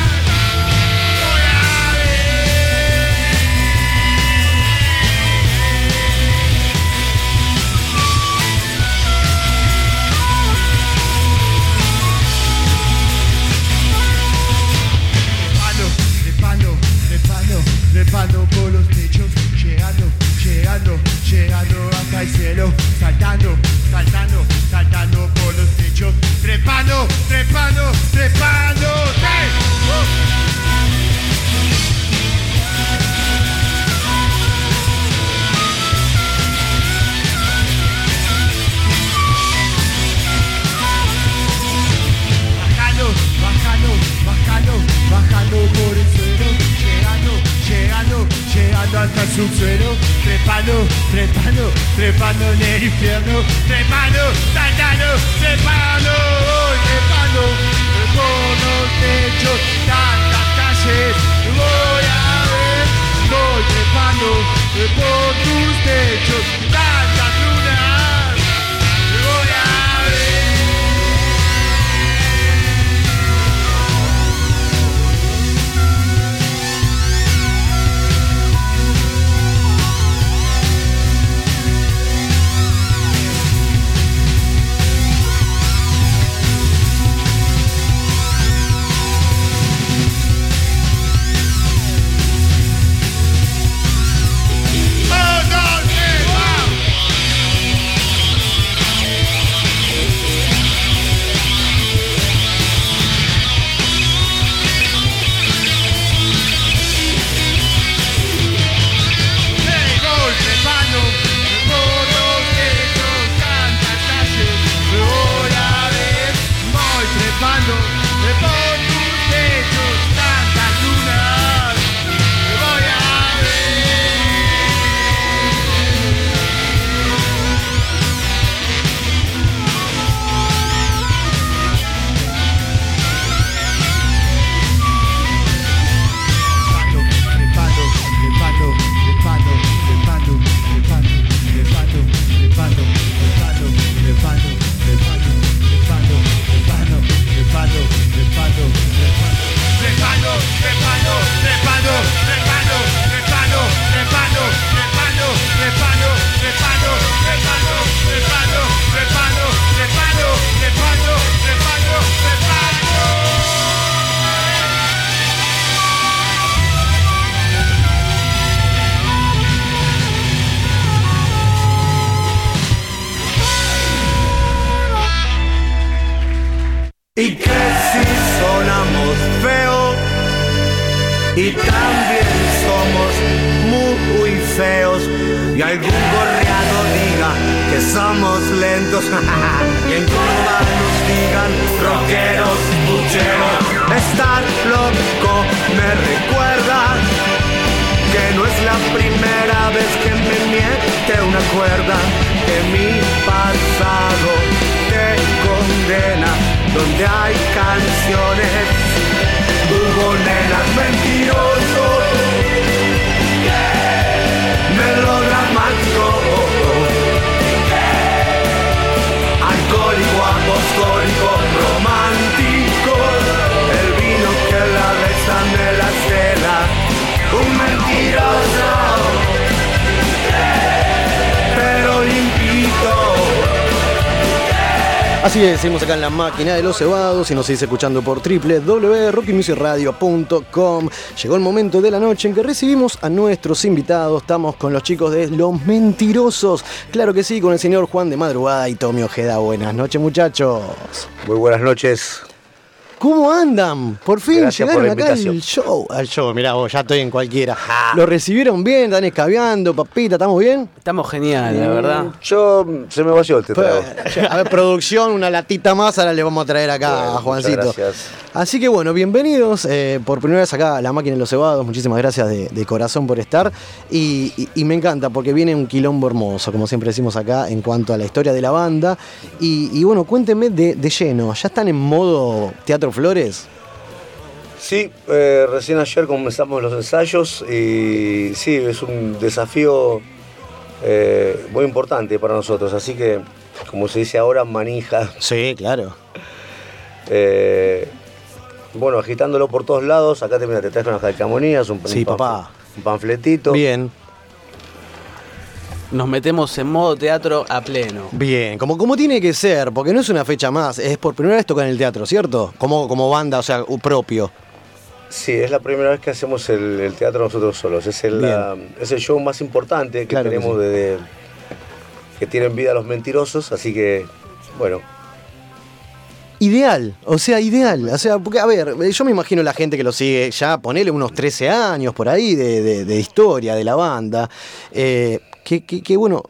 K: voy a ver. Trepando, trepando, trepando, trepando por los techos, llegando, llegando, llegando hasta el cielo, saltando, saltando, saltando por los techos, trepando, trepando, trepando. ¡Hey! ¡Uh! bajando, bajando, bajando, bajando por el suelo, llegando, llegando, llegando hasta el subsuelo, trepando, trepando, trepando en el infierno, trepando, saltando, trepando, trepando, por los techos, tantas calles, voy a ver, voy trepando, por tus techos, tantas lunas, voy a ver.
L: Y algún gorreado diga que somos lentos. y en Córdoba nos digan rockeros, pucheros. Estar loco me recuerda que no es la primera vez que me miente una cuerda. Que mi pasado te condena. Donde hay canciones, buboneras, mentirosos melodramático Alcohólico, apostólico, romántico El vino que la besa me la cela Un mentiroso Pero limpito
B: Así es, seguimos acá en la máquina de los cebados y nos seguís escuchando por www.rockymusicradio.com. Llegó el momento de la noche en que recibimos a nuestros invitados. Estamos con los chicos de Los Mentirosos. Claro que sí, con el señor Juan de Madrugada y Tommy Ojeda. Buenas noches, muchachos.
M: Muy buenas noches.
B: ¿Cómo andan? Por fin
M: Gracias por
B: llegaron
M: la
B: acá
M: invitación. Ah.
B: al show. Al show, mirá vos, ya estoy en cualquiera. Lo recibieron bien, están escabeando, papita, ¿estamos bien?
N: Estamos genial, la verdad.
M: Yo
B: mm,
M: se me vació el tetrago.
B: A ver, producción, una latita más, ahora le vamos a traer acá
M: Bueno,
B: a Juancito.
M: muchas gracias.
B: Así que bueno, bienvenidos eh, por primera vez acá a La Máquina de los Cebados. Muchísimas gracias de, de corazón por estar. Y, y- y me encanta porque viene un quilombo hermoso, como siempre decimos acá, en cuanto a la historia de la banda. Y, y, bueno, cuéntenme de, de lleno, ¿ya están en modo Teatro Flores?
M: Sí, eh, recién ayer comenzamos los ensayos y sí, es un desafío eh, muy importante para nosotros. Así que, como se dice ahora, manija. Eh,
B: Sí, claro.
M: bueno, agitándolo por todos lados. Acá te, mira, te traje unas calcamonías, un,
B: Sí,
M: un panf-
B: papá.
M: un panfletito.
B: Bien.
N: Nos metemos en modo teatro a pleno.
B: Bien, como, como tiene que ser, porque no es una fecha más, es por primera vez tocar en el teatro, ¿cierto? Como, como banda, o sea, u- propio.
M: Sí, es la primera vez que hacemos el, el teatro nosotros solos. Es el,
B: Bien.
M: ah, es el show más importante que
B: Claro que
M: tenemos
B: sí.
M: desde que tienen vida los mentirosos, así que bueno,
B: Ideal, o sea, ideal. O sea, porque, a ver, eh, yo me imagino la gente que lo sigue ya, ponele unos 13 años por ahí de, de- de historia de la banda. eh, que, que- que, bueno,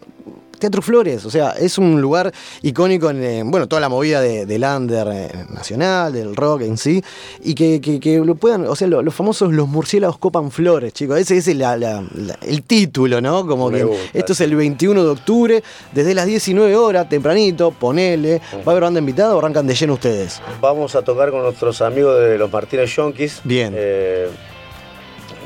B: Teatro Flores, o sea, es un lugar icónico en, eh, bueno, toda la movida de- del under eh, nacional, del rock en sí. Y que, que- que lo puedan, o sea, lo- los famosos Los Murciélagos Copan Flores, chicos. Ese, ese es la- la- la- el título, ¿no? Como
M: Me
B: que
M: gusta.
B: esto es el 21 de octubre, desde las 19 horas, tempranito, ponele. ¿Va a haber banda invitada o arrancan de lleno ustedes?
M: vamos a tocar con nuestros amigos de los Martínez Yonkis.
B: Bien.
M: Eh,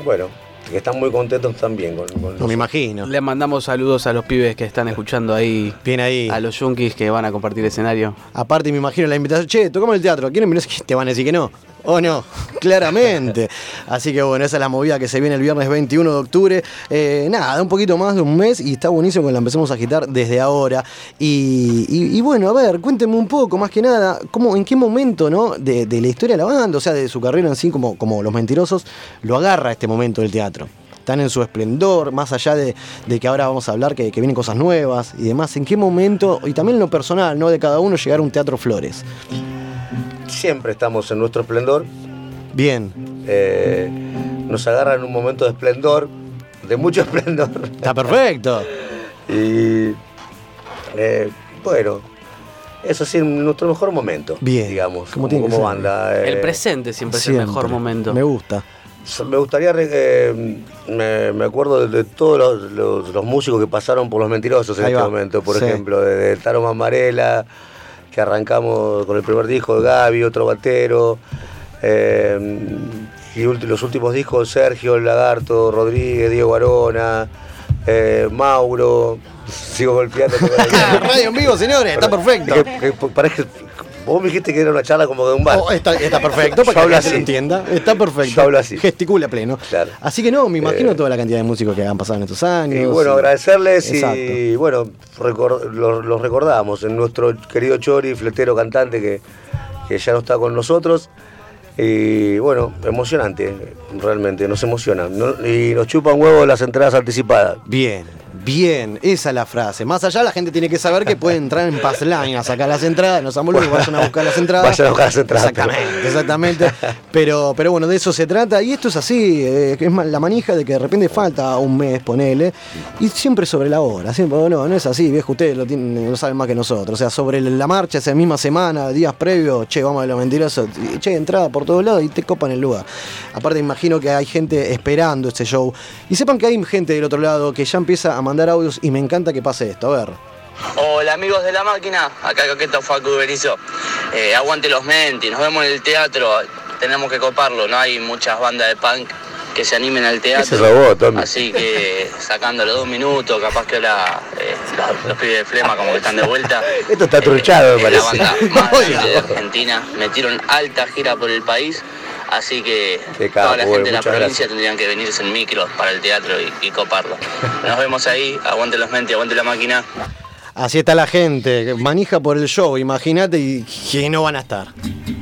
M: bueno, que están muy contentos también con, con
B: No me imagino.
N: Le mandamos saludos a los pibes que están escuchando ahí.
B: Bien ahí.
N: A los junkies que van a compartir escenario.
B: Aparte, me imagino la invitación. Che, tocamos el teatro. ¿Quieren venir? Te van a decir que no. ¿O no? Claramente. Así que bueno, esa es la movida que se viene el viernes 21 de octubre. Eh, nada, un poquito más de un mes y está buenísimo que la empecemos a agitar desde ahora. Y, y- y bueno, a ver, cuéntenme un poco, más que nada, cómo, en qué momento ¿no? de, de la historia de la banda, o sea, de su carrera en sí, como, como los mentirosos, lo agarra este momento del teatro. Están en su esplendor, más allá de, de que ahora vamos a hablar que, que vienen cosas nuevas y demás. ¿En qué momento, y también en lo personal, ¿no? De cada uno llegar a un teatro Flores.
M: Siempre estamos en nuestro esplendor.
B: Bien,
M: Eh, nos agarran en un momento de esplendor, de mucho esplendor.
B: está perfecto.
M: Y eh, bueno, eso sí, nuestro mejor momento.
B: Bien,
M: Digamos,
B: como
M: como,
B: tiene que
M: como
B: ser.
M: banda. eh,
N: El presente siempre, es el mejor
B: Siempre.
N: momento.
B: Me gusta.
M: so- Me gustaría, re- eh, me, me acuerdo de, de todos los, los- los músicos que pasaron por Los Mentirosos en
B: Ahí
M: este
B: va,
M: momento. Por
B: sí.
M: ejemplo, de, de Taro Mamarela, que arrancamos con el primer disco de Gaby, otro batero. eh, y ulti- los últimos discos, Sergio, El Lagarto, Rodríguez, Diego Arona, eh, Mauro. Sigo golpeando. porque-
B: Radio en vivo, señores, está perfecto.
M: Es que- que parece que- vos me dijiste que era una charla como de un bar.
B: Oh, está, está perfecto
M: Yo
B: para que
M: hablo
B: la gente
M: así.
B: lo entienda. Está perfecto.
M: Yo hablo así.
B: Gesticula pleno.
M: Claro. Eh.
B: Así que no, me imagino toda la cantidad de músicos que han pasado en estos años.
M: Y bueno, agradecerles
B: Oh, Exacto.
M: y bueno, recor- lo- los recordamos. En nuestro querido Chori, fletero cantante que, que ya no está con nosotros. Y bueno, emocionante, realmente, nos emociona. No- y nos chupan huevos las entradas anticipadas.
B: Bien. Bien, esa es la frase. Más allá, la gente tiene que saber que puede entrar en Passline a sacar las entradas, en los ambulantes vayan a buscar las entradas.
M: Vayan a buscar las entradas.
B: Exactamente, exactamente. Pero, pero bueno, de eso se trata. Y esto es así, eh, es ma- la manija de que de repente falta un mes, ponele. Y siempre sobre la hora. Siempre, no, no es así, viejo, ustedes lo, tienen, lo saben más que nosotros. O sea, sobre la marcha, esa misma semana, días previos, che, vamos a lo mentiroso. y, Che, entrada por todos lados y te copan el lugar. Aparte, imagino que hay gente esperando este show. Y sepan que hay gente del otro lado que ya empieza a mandar audios y me encanta que pase esto. A ver.
O: Hola amigos de la máquina, acá Coqueto Facu Berizo. Eh, aguante los menti, nos vemos en el teatro, tenemos que coparlo, no hay muchas bandas de punk que se animen al teatro.
M: Ese robot, Tommy.
O: Así que sacándolo dos minutos, capaz que ahora eh, los, los pibes de flema como que están de vuelta.
M: Esto está truchado, me
O: Es la
M: parece.
O: banda más grande de Argentina, metieron alta gira por el país. Así que
M: Qué capo,
O: toda la gente
M: bueno,
O: de la
M: muchas
O: provincia
M: gracias.
O: tendrían que venirse en micros para el teatro y, y coparlo. Nos vemos ahí, aguante los menti, aguante la máquina.
B: Así está la gente, manija por el show, imagínate, y que no van a estar.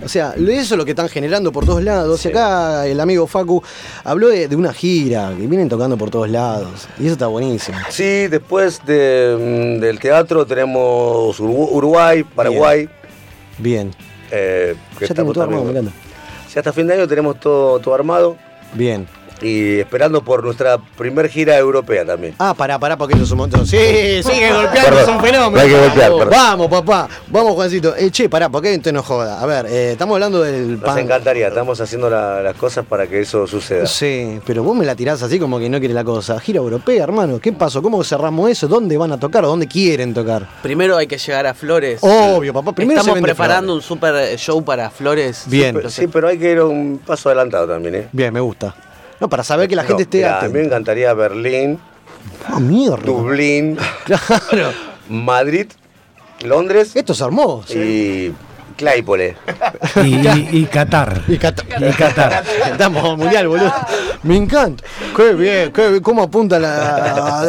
B: O sea, eso es lo que están generando por todos lados. Y acá el amigo Facu habló de, de una gira, que vienen tocando por todos lados. Y eso está buenísimo.
M: Sí, después de, mm, del teatro tenemos Urugu- Uruguay, Paraguay.
B: Bien.
M: eh, que
B: Ya tengo
M: estamos
B: todo armado, me
M: también-
B: encanta.
M: Ya hasta fin de año tenemos todo, todo armado.
B: Bien.
M: Y esperando por nuestra primer gira europea también.
B: Ah, pará, pará, porque ellos son un montón. Sí, sigue golpeando,
M: Perdón,
B: son fenómenos.
M: no hay que golpear, perdón.
B: Vamos, papá. Vamos, Juancito. Eh, che, pará, ¿por qué entonces no joda? A ver, eh, estamos hablando del
M: Nos
B: pan.
M: encantaría, estamos haciendo la- las cosas para que eso suceda.
B: Sí, pero vos me la tirás así como que no quiere la cosa. Gira europea, hermano. ¿Qué pasó? ¿Cómo cerramos eso? ¿Dónde van a tocar o dónde quieren tocar?
N: Primero hay que llegar a Flores.
B: Obvio, papá. Primero se
N: Estamos
B: vende
N: preparando un super show para Flores.
B: Bien.
M: Pero- sí, pero hay que ir un paso adelantado también, ¿eh?
B: Bien, me gusta. No, para saber que la
M: No,
B: gente esté
M: mirá, a mí
B: atenta.
M: me encantaría Berlín,
B: Ah, mierda.
M: Dublín,
B: Claro.
M: Madrid, Londres.
B: Esto se armó.
M: Y Claypole.
C: Y, y Qatar.
B: Y Qatar.
C: Y Qatar.
B: Estamos mundial, boludo. Me encanta. Qué bien, qué bien. ¿Cómo apunta la,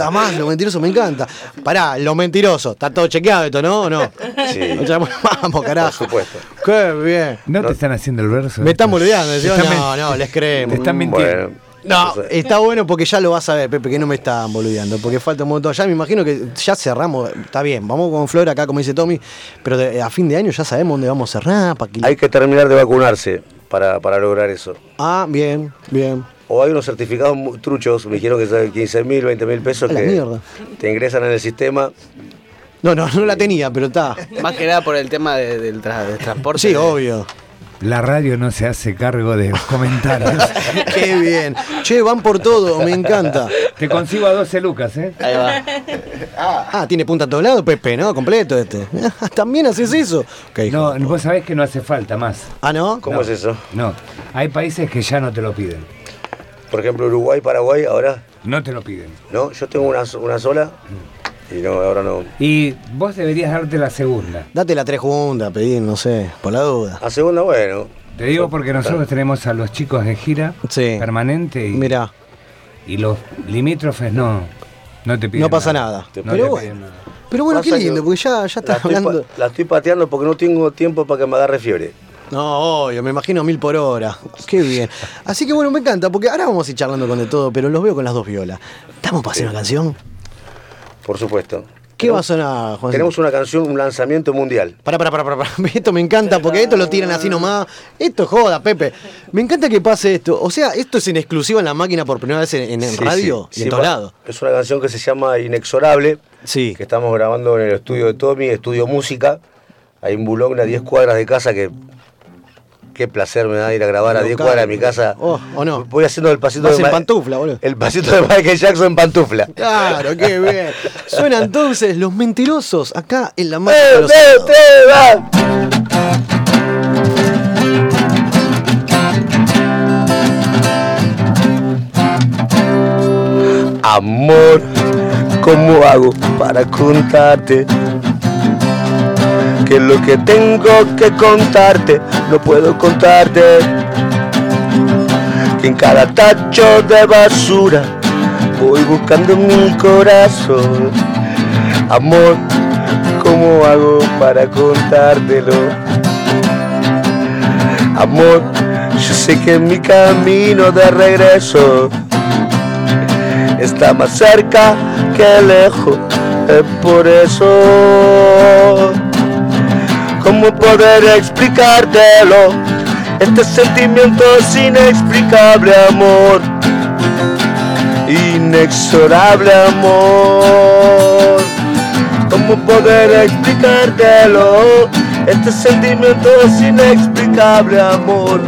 B: a, a más lo mentiroso? Me encanta. Pará, lo mentiroso. Está todo chequeado esto, ¿no? ¿O no?
M: Sí.
B: O sea, Vamos, carajo.
M: Por supuesto.
B: Qué bien.
C: ¿No, te están haciendo el verso?
B: Me están boludeando. decimos,
C: Te están
B: no,
C: men-
B: no, les creemos.
C: Te están mintiendo.
M: Bueno,
B: No,
M: entonces-
B: está bueno porque ya lo vas a ver, Pepe, que no me están boludeando, porque falta un montón. Ya me imagino que ya cerramos, está bien, vamos con Flor acá, como dice Tommy, pero de- a fin de año ya sabemos dónde vamos a cerrar. para que-
M: Hay que terminar de vacunarse para, para lograr eso.
B: Ah, bien, bien.
M: O hay unos certificados mu- truchos, me dijeron que son 15 mil, 20 mil pesos
B: A la
M: que
B: mierda.
M: te ingresan en el sistema.
B: No, no, no la tenía, pero está.
N: Más que nada por el tema de- del, tra- del transporte.
B: Sí, obvio.
C: La radio no se hace cargo de comentar.
B: Qué bien. Che, van por todo, me encanta.
C: Te consigo a 12 lucas, ¿eh?
N: Ahí va.
B: Ah, tiene punta a todos lados, Pepe, ¿no? Completo este. También haces eso. Ok, hijo.
C: No, vos sabés que no hace falta más.
B: Ah, ¿no?
M: ¿Cómo
C: No.
M: es eso?
C: No, hay países que ya no te lo piden.
M: Por ejemplo, Uruguay, Paraguay, ahora,
C: No te lo piden.
M: ¿no? Yo tengo una, so- una sola y no, ahora no.
C: Y vos deberías darte la segunda.
B: Date la tres juntas, pedir, no sé, por la duda.
M: A Ah, segunda, bueno.
C: Te digo porque nosotros tenemos a los chicos de gira
B: Sí.
C: permanente y,
B: Mirá,
C: y los limítrofes no, no te piden
B: no pasa nada. Pero
C: No te
B: bueno.
C: piden nada.
B: Pero bueno, qué
M: Pasa que
B: lindo, porque ya, ya
M: La
B: estás
M: estoy,
B: hablando.
M: pa- la estoy pateando porque no tengo tiempo para que me agarre fiebre.
B: No, obvio, me imagino mil por hora. Qué bien. Así que bueno, me encanta, porque ahora vamos a ir charlando con de todo, pero los veo con las dos violas. ¿Estamos para
M: Eh,
B: hacer una canción?
M: Por supuesto.
B: ¿Qué va a sonar, Juan?
M: Tenemos una canción, un lanzamiento mundial.
B: Pará, pará, pará, pará, pará. Esto me encanta porque esto lo tiran así nomás. Esto es joda, Pepe. Me encanta que pase esto. O sea, esto es en exclusiva en la máquina por primera vez en, en- en
M: Sí,
B: radio y
M: sí. Sí,
B: en todos
M: va-
B: lados.
M: Es una canción que se llama Inexorable,
B: Sí.
M: que estamos grabando en el estudio de Tommy, estudio música. Ahí en Boulogne, a 10 cuadras de casa, que qué placer me da ir a grabar a
B: Lo
M: 10
B: caro.
M: cuadras de mi casa.
B: Oh, ¿o no?
M: Voy haciendo el pasito
B: Vas
M: de
B: en
M: Ma-
B: pantufla, boludo.
M: El pasito de Michael Jackson en pantufla.
B: Claro, qué bien. Suena entonces los mentirosos acá en la máquina. de
M: ¡Eh,
B: los
M: eh,
B: sábados.
M: eh, va! Amor, ¿cómo hago para contarte? Que lo que tengo que contarte, no puedo contarte. Que en cada tacho de basura voy buscando mi corazón. Amor, ¿cómo hago para contártelo? Amor, yo sé que mi camino de regreso está más cerca
P: que lejos, es por eso. ¿Cómo poder explicártelo? Este sentimiento es inexplicable, amor. Inexorable amor. ¿Cómo poder explicártelo? Este sentimiento es inexplicable, amor.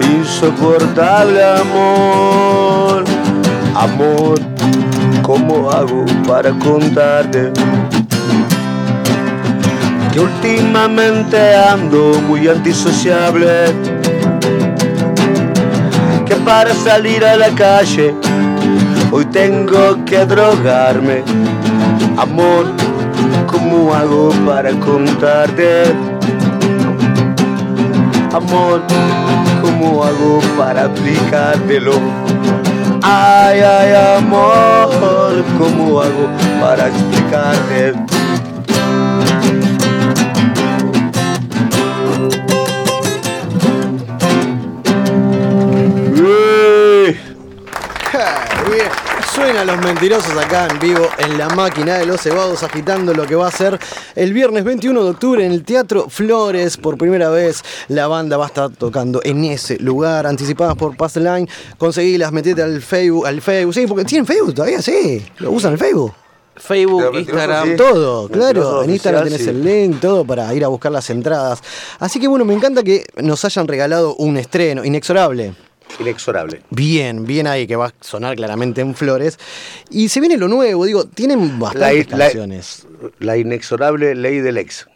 P: Insoportable amor. Amor, ¿cómo hago para contarte? Que últimamente ando muy antisociable. Que para salir a la calle hoy tengo que drogarme. Amor, ¿cómo hago para contarte? Amor, ¿cómo hago para aplicártelo? Ay, ay, amor, ¿cómo hago para explicarte?
B: Suena los mentirosos acá en vivo en la máquina de los cebados agitando lo que va a ser el viernes 21 de octubre en el Teatro Flores. Por primera vez la banda va a estar tocando en ese lugar, anticipadas por Pass the Line. Conseguilas, metete al Facebook, al Facebook. Sí, porque tienen Facebook todavía, sí. Lo usan el Facebook.
N: Facebook, Instagram.
B: Todo, claro.
N: Mentiroso
B: En Instagram
N: oficial,
B: tenés
N: sí.
B: el link, todo para ir a buscar las entradas. Así que bueno, me encanta que nos hayan regalado un estreno inexorable.
M: Inexorable.
B: Bien, bien ahí, que va a sonar claramente en flores. Y se viene lo nuevo, digo, tienen
M: La,
B: bastantes
M: la-
B: canciones.
M: la inexorable ley del ex.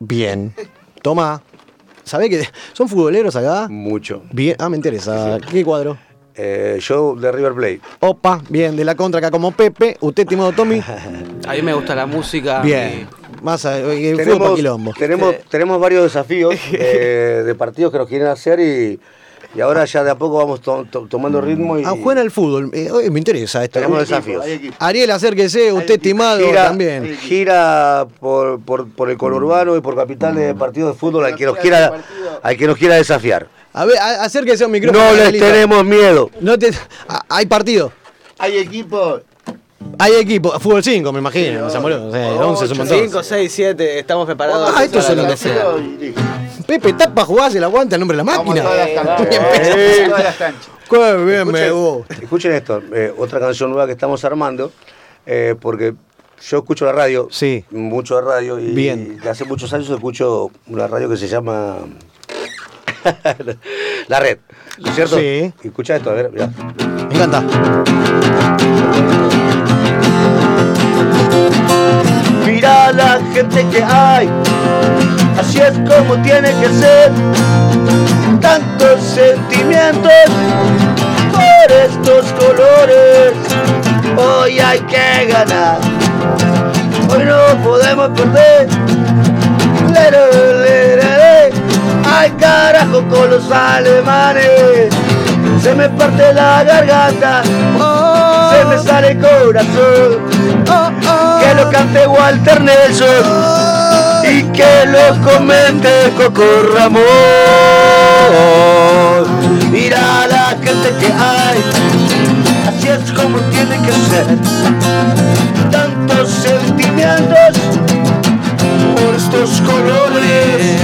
B: Bien. Toma. ¿Sabés que son futboleros acá?
M: Mucho.
B: Bien. Ah, me interesa. ¿Qué cuadro?
M: Eh, yo de River Plate.
B: Opa, bien, de la contra acá como Pepe, usted Timado Tommy.
N: A mí me gusta la música.
B: Bien. Más a- eh, fútbol pa'
M: Tenemos,
B: quilombo.
M: tenemos, tenemos varios desafíos eh, de partidos que nos quieren hacer y, y ahora ya de a poco vamos to- to- tomando ritmo y
B: Ah, juegan al fútbol. Eh, oye, me interesa esto.
M: Tenemos desafíos. Hay equipo.
B: Ariel, acérquese, usted timado
M: gira,
B: también. Mm.
M: gira por, por- por el conurbano y por capital de partidos de fútbol al que nos quiera, al que nos quiera desafiar.
B: A ver, a- acérquese a un micrófono.
M: No les
B: Arielito.
M: tenemos miedo.
B: No te- Ah, hay partido.
Q: Hay equipo.
B: Hay equipo. Fútbol 5, me imagino. Samuel, o sea, el 11 es un montón.
N: 5, 6, 7, estamos preparados.
B: Ah, estos son los que sea. Pepe tapa, jugás, se la aguanta el nombre de la máquina. Bien,
M: Eh,
B: Pepe. Qué bien me gusta.
M: Escuchen esto, eh, otra canción nueva que estamos armando, eh, porque yo escucho la radio,
B: sí.
M: mucho la radio, y
B: Bien.
M: de hace muchos años escucho una radio que se llama La Red, ¿no es cierto?
B: Sí.
M: Escucha esto, a ver, mirá.
B: Me encanta.
P: Mira la gente que hay, así es como tiene que ser. Tantos sentimientos por estos colores. Hoy hay que ganar, hoy no podemos perder. Lero, lero, lero. Ay carajo con los alemanes, se me parte la garganta, se me sale el corazón. Que lo cante Walter Nelson y que lo comente Coco Ramón. Mira la gente que hay, así es como tiene que ser. Tantos sentimientos por estos colores.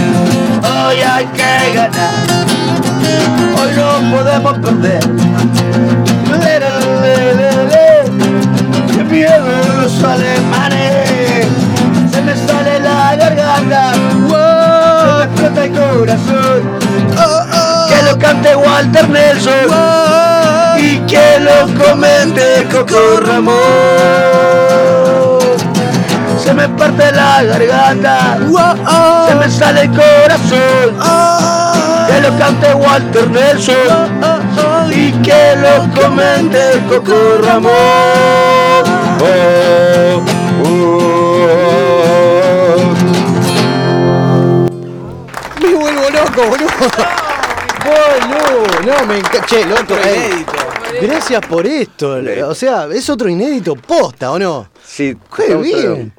P: Hoy hay que ganar, hoy no podemos perder. Le, le, le, le, le. ¡Qué miedo los alemanes! Se me sale la garganta, wow, se me explota el corazón. Que lo cante Walter Nelson y que lo comente Coco Ramón. Se me parte la garganta, se me sale el corazón. Que lo cante Walter Nelson y que lo comente Coco Ramón. Oh, oh, oh.
B: Me vuelvo loco, boludo. Boludo, no, me encanta. Che, loco, ey. Gracias por esto. O sea, es otro inédito posta, ¿o no?
M: Sí,
B: Qué
M: estamos-
B: bien.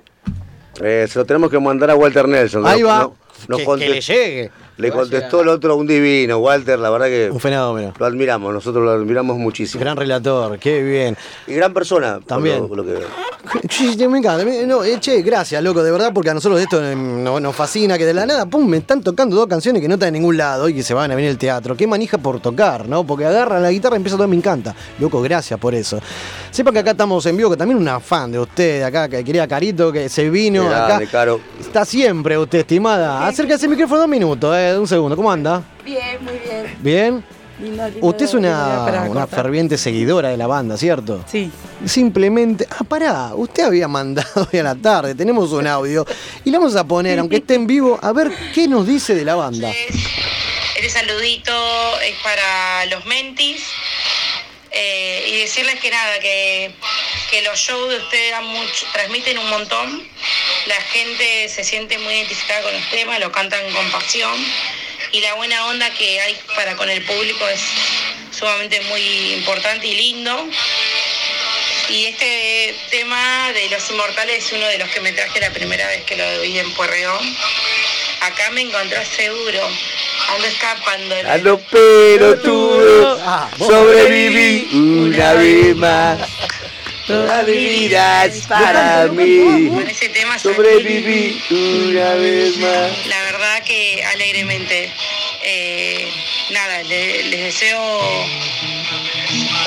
M: Eh, se lo tenemos que mandar a Walter Nelson.
B: Ahí
M: No-
B: va.
M: no- nos
B: Que- que
M: conte-
B: le llegue.
M: Le contestó el otro un divino, Walter, la verdad que. Un
B: fenómeno.
M: Lo admiramos, nosotros lo admiramos muchísimo.
B: Gran relator, qué bien.
M: Y gran persona. por
B: También.
M: lo- por lo que veo.
B: Sí, sí, me encanta. Me- No, eh, che, gracias, loco, de verdad, porque a nosotros esto eh, no- nos fascina, que de la nada, pum, me están tocando dos canciones que no están en ningún lado y que se van a venir al teatro. Qué manija por tocar, ¿no? Porque agarran la guitarra y empieza todo, me encanta. Loco, gracias por eso. Sepa que acá estamos en vivo, que también una fan de usted, acá, que quería Carito, que se vino
M: Grande,
B: acá.
M: Caro.
B: Está siempre usted, estimada. Acérquese al micrófono dos minutos, eh, un segundo. ¿Cómo anda?
Q: Bien, muy bien.
B: ¿Bien?
Q: Lindo, lindo,
B: Usted es
Q: lindo, pará,
B: una, una
Q: corta.
B: ferviente seguidora de la banda, ¿cierto?
Q: Sí.
B: Simplemente. Ah, pará, usted había mandado hoy a la tarde, tenemos un audio. Y le vamos a poner, aunque esté en vivo, a ver qué nos dice de la banda.
R: Este saludito es para los mentis eh, y decirles que nada, que, que los shows de ustedes dan mucho- transmiten un montón, la gente se siente muy identificada con los temas, lo cantan con pasión y la buena onda que hay para con el público es sumamente muy importante y lindo. Y este tema de Los Inmortales es uno de los que me traje la primera vez que lo vi en Puerreón. Acá me encontrás seguro, ando escapando.
M: A los pelotudos
R: Ah, vos.
M: eh, sobreviví una vez más. Toda mi vida es para mí. Sobreviví una vez más.
R: La verdad que alegremente. eh, nada, le- les deseo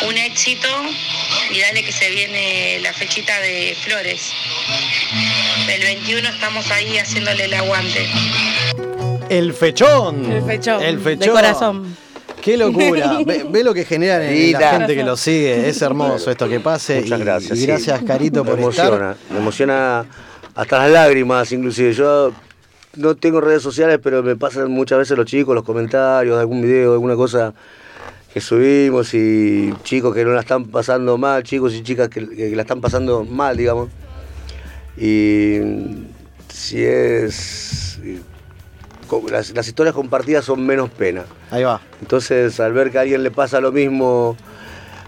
R: un éxito y dale que se viene la fechita de Flores. El 21 estamos ahí haciéndole el aguante.
B: El fechón.
R: El fechón,
B: El
R: de
B: fechón.
R: corazón.
B: Qué locura. Ve, ve lo que generan en
M: Linda.
B: la gente que lo sigue. Es hermoso esto que pase.
M: Muchas
B: Y-
M: gracias.
B: Y
M: sí.
B: gracias, Carito,
M: me
B: por estar.
M: emociona, Me emociona hasta las lágrimas, inclusive. Yo no tengo redes sociales, pero me pasan muchas veces los chicos, los comentarios de algún video, de alguna cosa que subimos y chicos que no la están pasando mal, chicos y chicas que, que la están pasando mal, digamos. Y si es... y co- Las, las historias compartidas son menos pena.
B: Ahí va.
M: Entonces, al ver que a alguien le pasa lo mismo,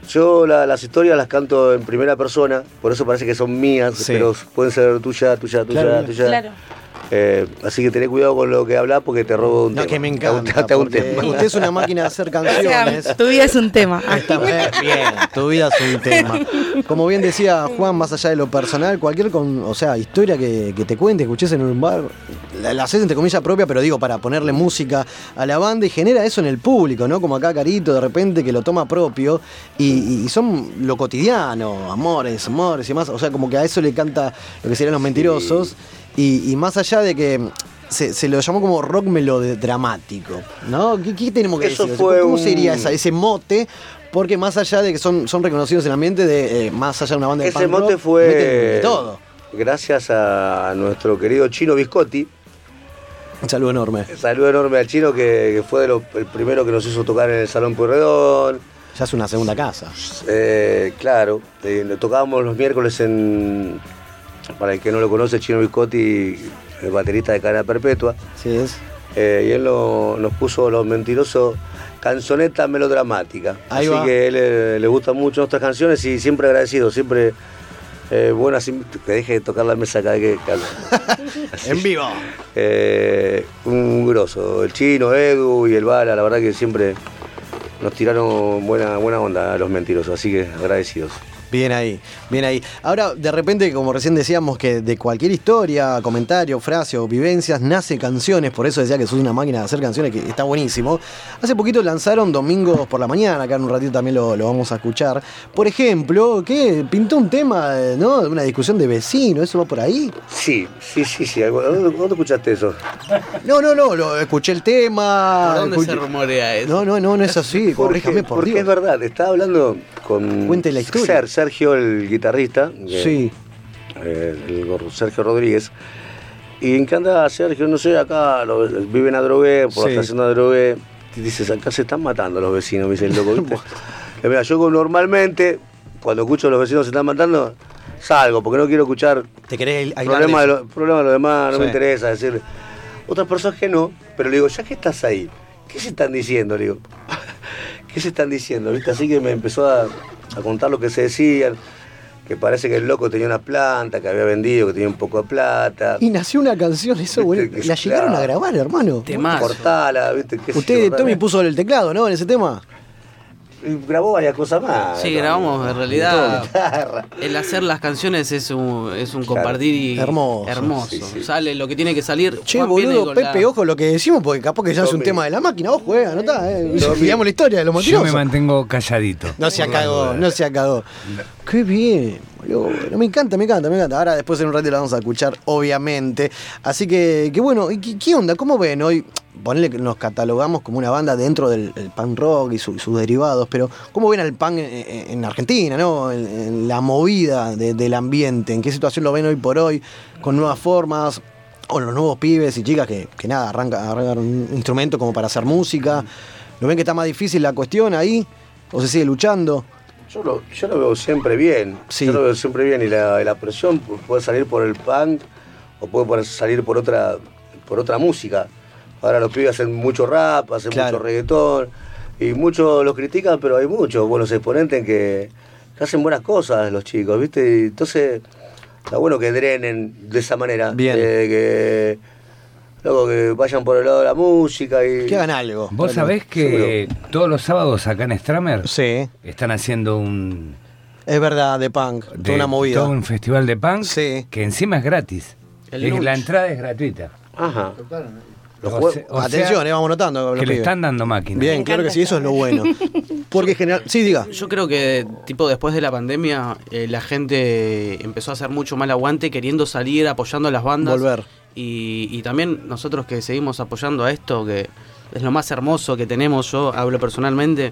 M: yo la- las historias las canto en primera persona, por eso parece que son mías, pero pueden ser tuya, tuya, tuya,
B: Claro,
M: tuya. Eh, así que tené cuidado con lo que hablas porque te robo un tema.
B: que me
M: Te hago-
B: encanta,
M: te hago un
B: porque
M: tema.
B: Usted es una máquina de hacer canciones.
Q: tu vida es un tema.
B: Está bien, bien, tu vida es un tema. Como bien decía Juan, más allá de lo personal, cualquier con, o sea, historia que, que te cuente, escuches en un bar, la, la haces entre comillas propia, pero digo, para ponerle música a la banda y genera eso en el público, ¿no? Como acá Carito, de repente, que lo toma propio y, y- y son lo cotidiano, amores, amores y más. O sea, como que a eso le canta lo que serían los mentirosos. Y, y más allá de que. Se, se lo llamó como rock melodramático, ¿no? ¿Qué, qué tenemos que
M: Eso
B: decir?
M: fue
B: ¿Cómo
M: un-
B: sería esa, ese mote, porque más allá de que son, son reconocidos en el ambiente, de, eh, más allá de una banda de
M: Ese
B: punk rock,
M: mote fue
B: meten de todo.
M: gracias a nuestro querido Chino Biscotti.
B: Un saludo enorme.
M: Saludo enorme al Chino que, que fue de los- el primero que nos hizo tocar en el Salón Pueyrredón.
B: Ya es una segunda casa.
M: Eh, claro, eh, lo tocábamos los miércoles en. Para el que no lo conoce, Chino Biscotti, el baterista de Cara Perpetua. Eh,
B: Sí es.
M: y él lo- nos puso los mentirosos canzoneta melodramática.
B: Ahí
M: Así
B: va.
M: que a él eh, le gustan mucho nuestras canciones y siempre agradecido, siempre. eh, buenas. in- Que deje de tocar la mesa cada vez que hablo.
B: En vivo.
M: Eh, un grosso. El chino, Edu y el Bala, la verdad que siempre nos tiraron buena, buena onda a los mentirosos, así que agradecidos.
B: Bien ahí, bien ahí. Ahora, de repente, como recién decíamos, que de cualquier historia, comentario, frase o vivencias, nace canciones, por eso decía que sos una máquina de hacer canciones, que está buenísimo. Hace poquito lanzaron Domingos por la Mañana, acá en un ratito también lo, lo vamos a escuchar. Por ejemplo, que pintó un tema, eh, ¿no? Una discusión de vecino, ¿eso va por ahí?
M: Sí, sí, sí, sí. algo- ¿Dónde, dónde escuchaste eso?
B: No, no, no, lo, escuché el tema.
M: ¿Por dónde
B: Ah, escuché-
M: se
N: rumorea
B: No, no, no, no es así, corríjame por
M: porque es
B: Dios.
M: verdad, estaba hablando con
B: Cuente la historia.
M: Ser- Sergio, el guitarrista. que-
B: Sí.
M: eh, el gor- Sergio Rodríguez. Y encanta a Sergio, no sé, acá lo- viven a Drogué,
B: Sí.
M: por la estación de Drogué. Y dices, acá se están matando los vecinos, me dice el loco, ¿viste? Y mira, yo normalmente, cuando escucho a los vecinos se están matando, salgo, porque no quiero escuchar
B: ¿Te querés aislar
M: problemas
B: de
M: de,
B: eso?
M: los, problemas de los demás, no
B: Sí.
M: me interesa decir. Otras personas que no, pero le digo, ya que estás ahí, ¿qué se están diciendo? Le digo, ¿qué se están diciendo? ¿Viste? Así que me empezó a, a contar lo que se decían.
P: que parece que el loco tenía una planta que había vendido, que tenía un poco de plata.
B: Y nació una canción, eso, bueno. La llegaron a grabar, hermano.
P: Cortala, ¿viste? ¿Qué sé yo,
B: Usted,
P: cortala.
B: Tommy, puso el teclado, ¿no? En ese tema.
P: Y grabó varias cosas más.
N: Sí,
P: ¿no?
N: grabamos, en
P: Y
N: realidad. El hacer las canciones es un, es un compartir y
B: Hermoso.
N: hermoso. Sale lo que tiene que salir.
B: Che,
N: Juan viene
B: boludo,
N: con la-
B: Pepe, ojo lo que decimos, porque capaz que ya es un
N: Tommy.
B: tema de la máquina. Ojo, juega, anotá, eh.
C: Tommy.
B: Miramos la historia de los
C: Yo
B: motivos.
C: me mantengo calladito.
B: No se acabó, no se acabó. Qué bien, boludo. Bueno, Me encanta, me encanta, me encanta. Ahora después en un rato la vamos a escuchar, obviamente. Así que, que bueno, ¿y qué, qué onda? ¿Cómo ven hoy? Ponle que nos catalogamos como una banda dentro del el punk rock y, su- y sus derivados, pero ¿cómo ven al punk en, en- en Argentina, no? En, en la movida de- del ambiente, ¿en qué situación lo ven hoy por hoy? Con nuevas formas, o los nuevos pibes y chicas que, que nada, arranca, arrancan un instrumento como para hacer música. ¿Lo ven que está más difícil la cuestión ahí? ¿O se sigue luchando?
P: Yo lo, yo lo veo siempre bien. Yo lo veo siempre bien. Y la, y la presión pu- puede salir por el punk o puede por- salir por otra, por otra música. Ahora los pibes hacen mucho rap, hacen mucho reggaetón. Y muchos los critican, pero hay muchos buenos exponentes que, que hacen buenas cosas los chicos, ¿viste? Y entonces, está bueno que drenen de esa manera.
B: Bien.
P: Eh, que, loco, que vayan por el lado de la música y.
B: Que hagan algo.
C: Vos sabés que todos los sábados acá en Stramer están haciendo un,
B: Es verdad, de punk,
C: de
B: toda una movida.
C: todo un festival de punk que encima es gratis.
B: El
C: Es-
B: lunch.
C: la entrada es gratuita.
P: Ajá.
B: ¿eh?
C: O se- o sea,
B: Atención, eh, vamos notando. los
C: que le
B: pibes.
C: están dando máquina.
B: Bien, claro que sí, eso es lo bueno. Porque general. Sí, diga.
N: Yo creo que, tipo, después de la pandemia, eh, la gente empezó a hacer mucho mal aguante, queriendo salir, apoyando a las bandas.
B: Volver.
N: Y, y también nosotros que seguimos apoyando a esto, que es lo más hermoso que tenemos, yo hablo personalmente,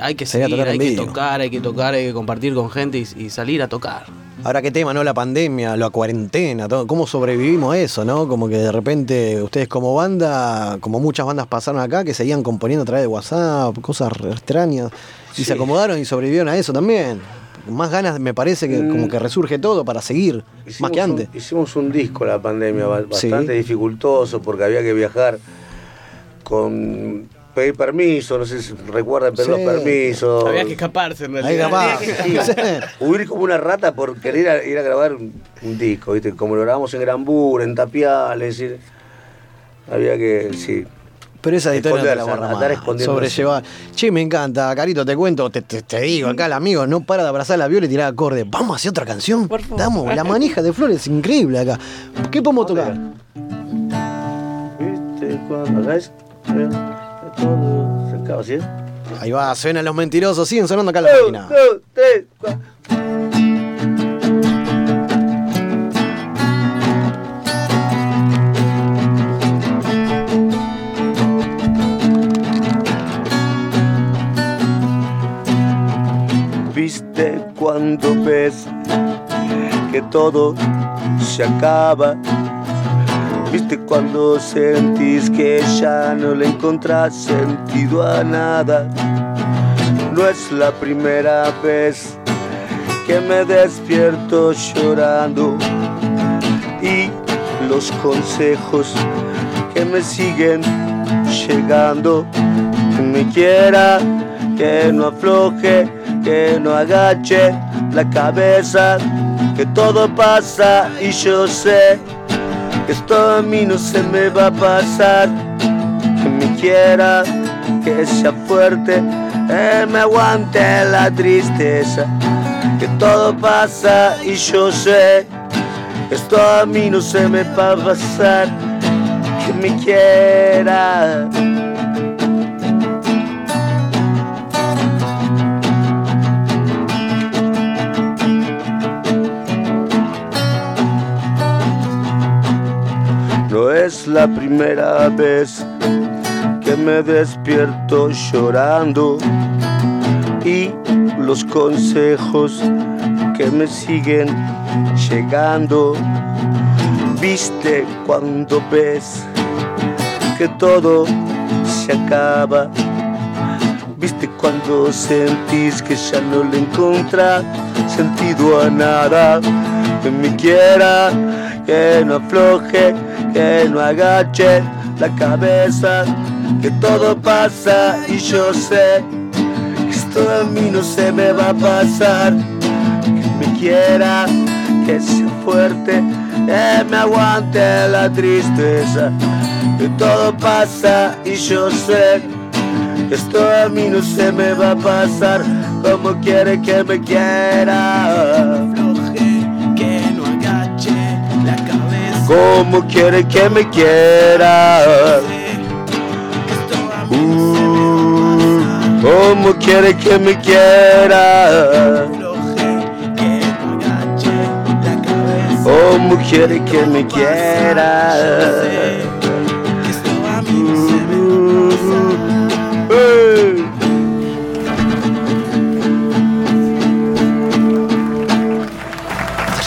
N: hay que
B: Sería
N: seguir,
B: tocar
N: hay
B: en
N: que
B: vivo.
N: tocar, hay que tocar, hay que compartir con gente y, y salir a tocar.
B: Ahora qué tema, ¿no? La pandemia, la cuarentena, todo, cómo sobrevivimos a eso, ¿no? Como que de repente ustedes como banda, como muchas bandas pasaron acá, que seguían componiendo a través de WhatsApp, cosas re extrañas, y se acomodaron y sobrevivieron a eso también. Con Más ganas, me parece, que
C: Mm.
B: como que resurge todo para seguir, más que antes.
P: un- hicimos un disco la pandemia, ba-
B: Sí.
P: bastante dificultoso porque había que viajar con pedir permiso, no sé si recuerdan, pedir
N: Sí.
P: los permisos.
N: Había que escaparse en realidad.
P: Huir como una rata por querer ir a, ir a grabar un, un disco, ¿viste? Como lo grabamos en Grambur, en Tapial, es decir, había que, sí.
B: Pero esa historia no te la
P: Esconderse,
B: borra
P: andar
B: más.
P: escondiéndose.
B: Sobrellevar. Che, me encanta, Carito, te cuento, te, te- te digo, acá el amigo no para de abrazar la viola y tirar acorde. Vamos a hacer otra canción. Damos, Pues la manija de flores increíble acá. ¿Qué podemos tocar?
P: ¿Viste? Cuando hagáis, eh, todo se acaba, ¿sí? Oh.
B: Ahí va, suenan los mentirosos, siguen sonando acá en la máquina.
P: dos, tres, cuatro. Viste cuando ves que todo se acaba. Viste cuando sentís que ya no le encontrás sentido a nada. No es la primera vez que me despierto llorando y los consejos que me siguen llegando. Que me quiera, que no afloje, que no agache la cabeza, que todo pasa y yo sé que esto a mí no se me va a pasar. Que me quiera, que sea fuerte, que me aguante la tristeza. Que todo pasa y yo sé, que esto a mí no se me va a pasar. Que me quiera. No es la primera vez que me despierto llorando y los consejos que me siguen llegando. Viste cuando ves que todo se acaba. Viste cuando sentís que ya no le encuentra sentido a nada. Que me quiera, que no afloje, que no agache la cabeza. Que todo pasa y yo sé que esto a mí no se me va a pasar. Que me quiera que sea fuerte, que me aguante la tristeza. Que todo pasa y yo sé que esto a mí no se me va a pasar como quiere que me quiera.
I: que no agache la cabeza.
P: Como quiere que me quiera. Uh, como quiere que me quiera. Como quiere que me quiera. Uh, hey.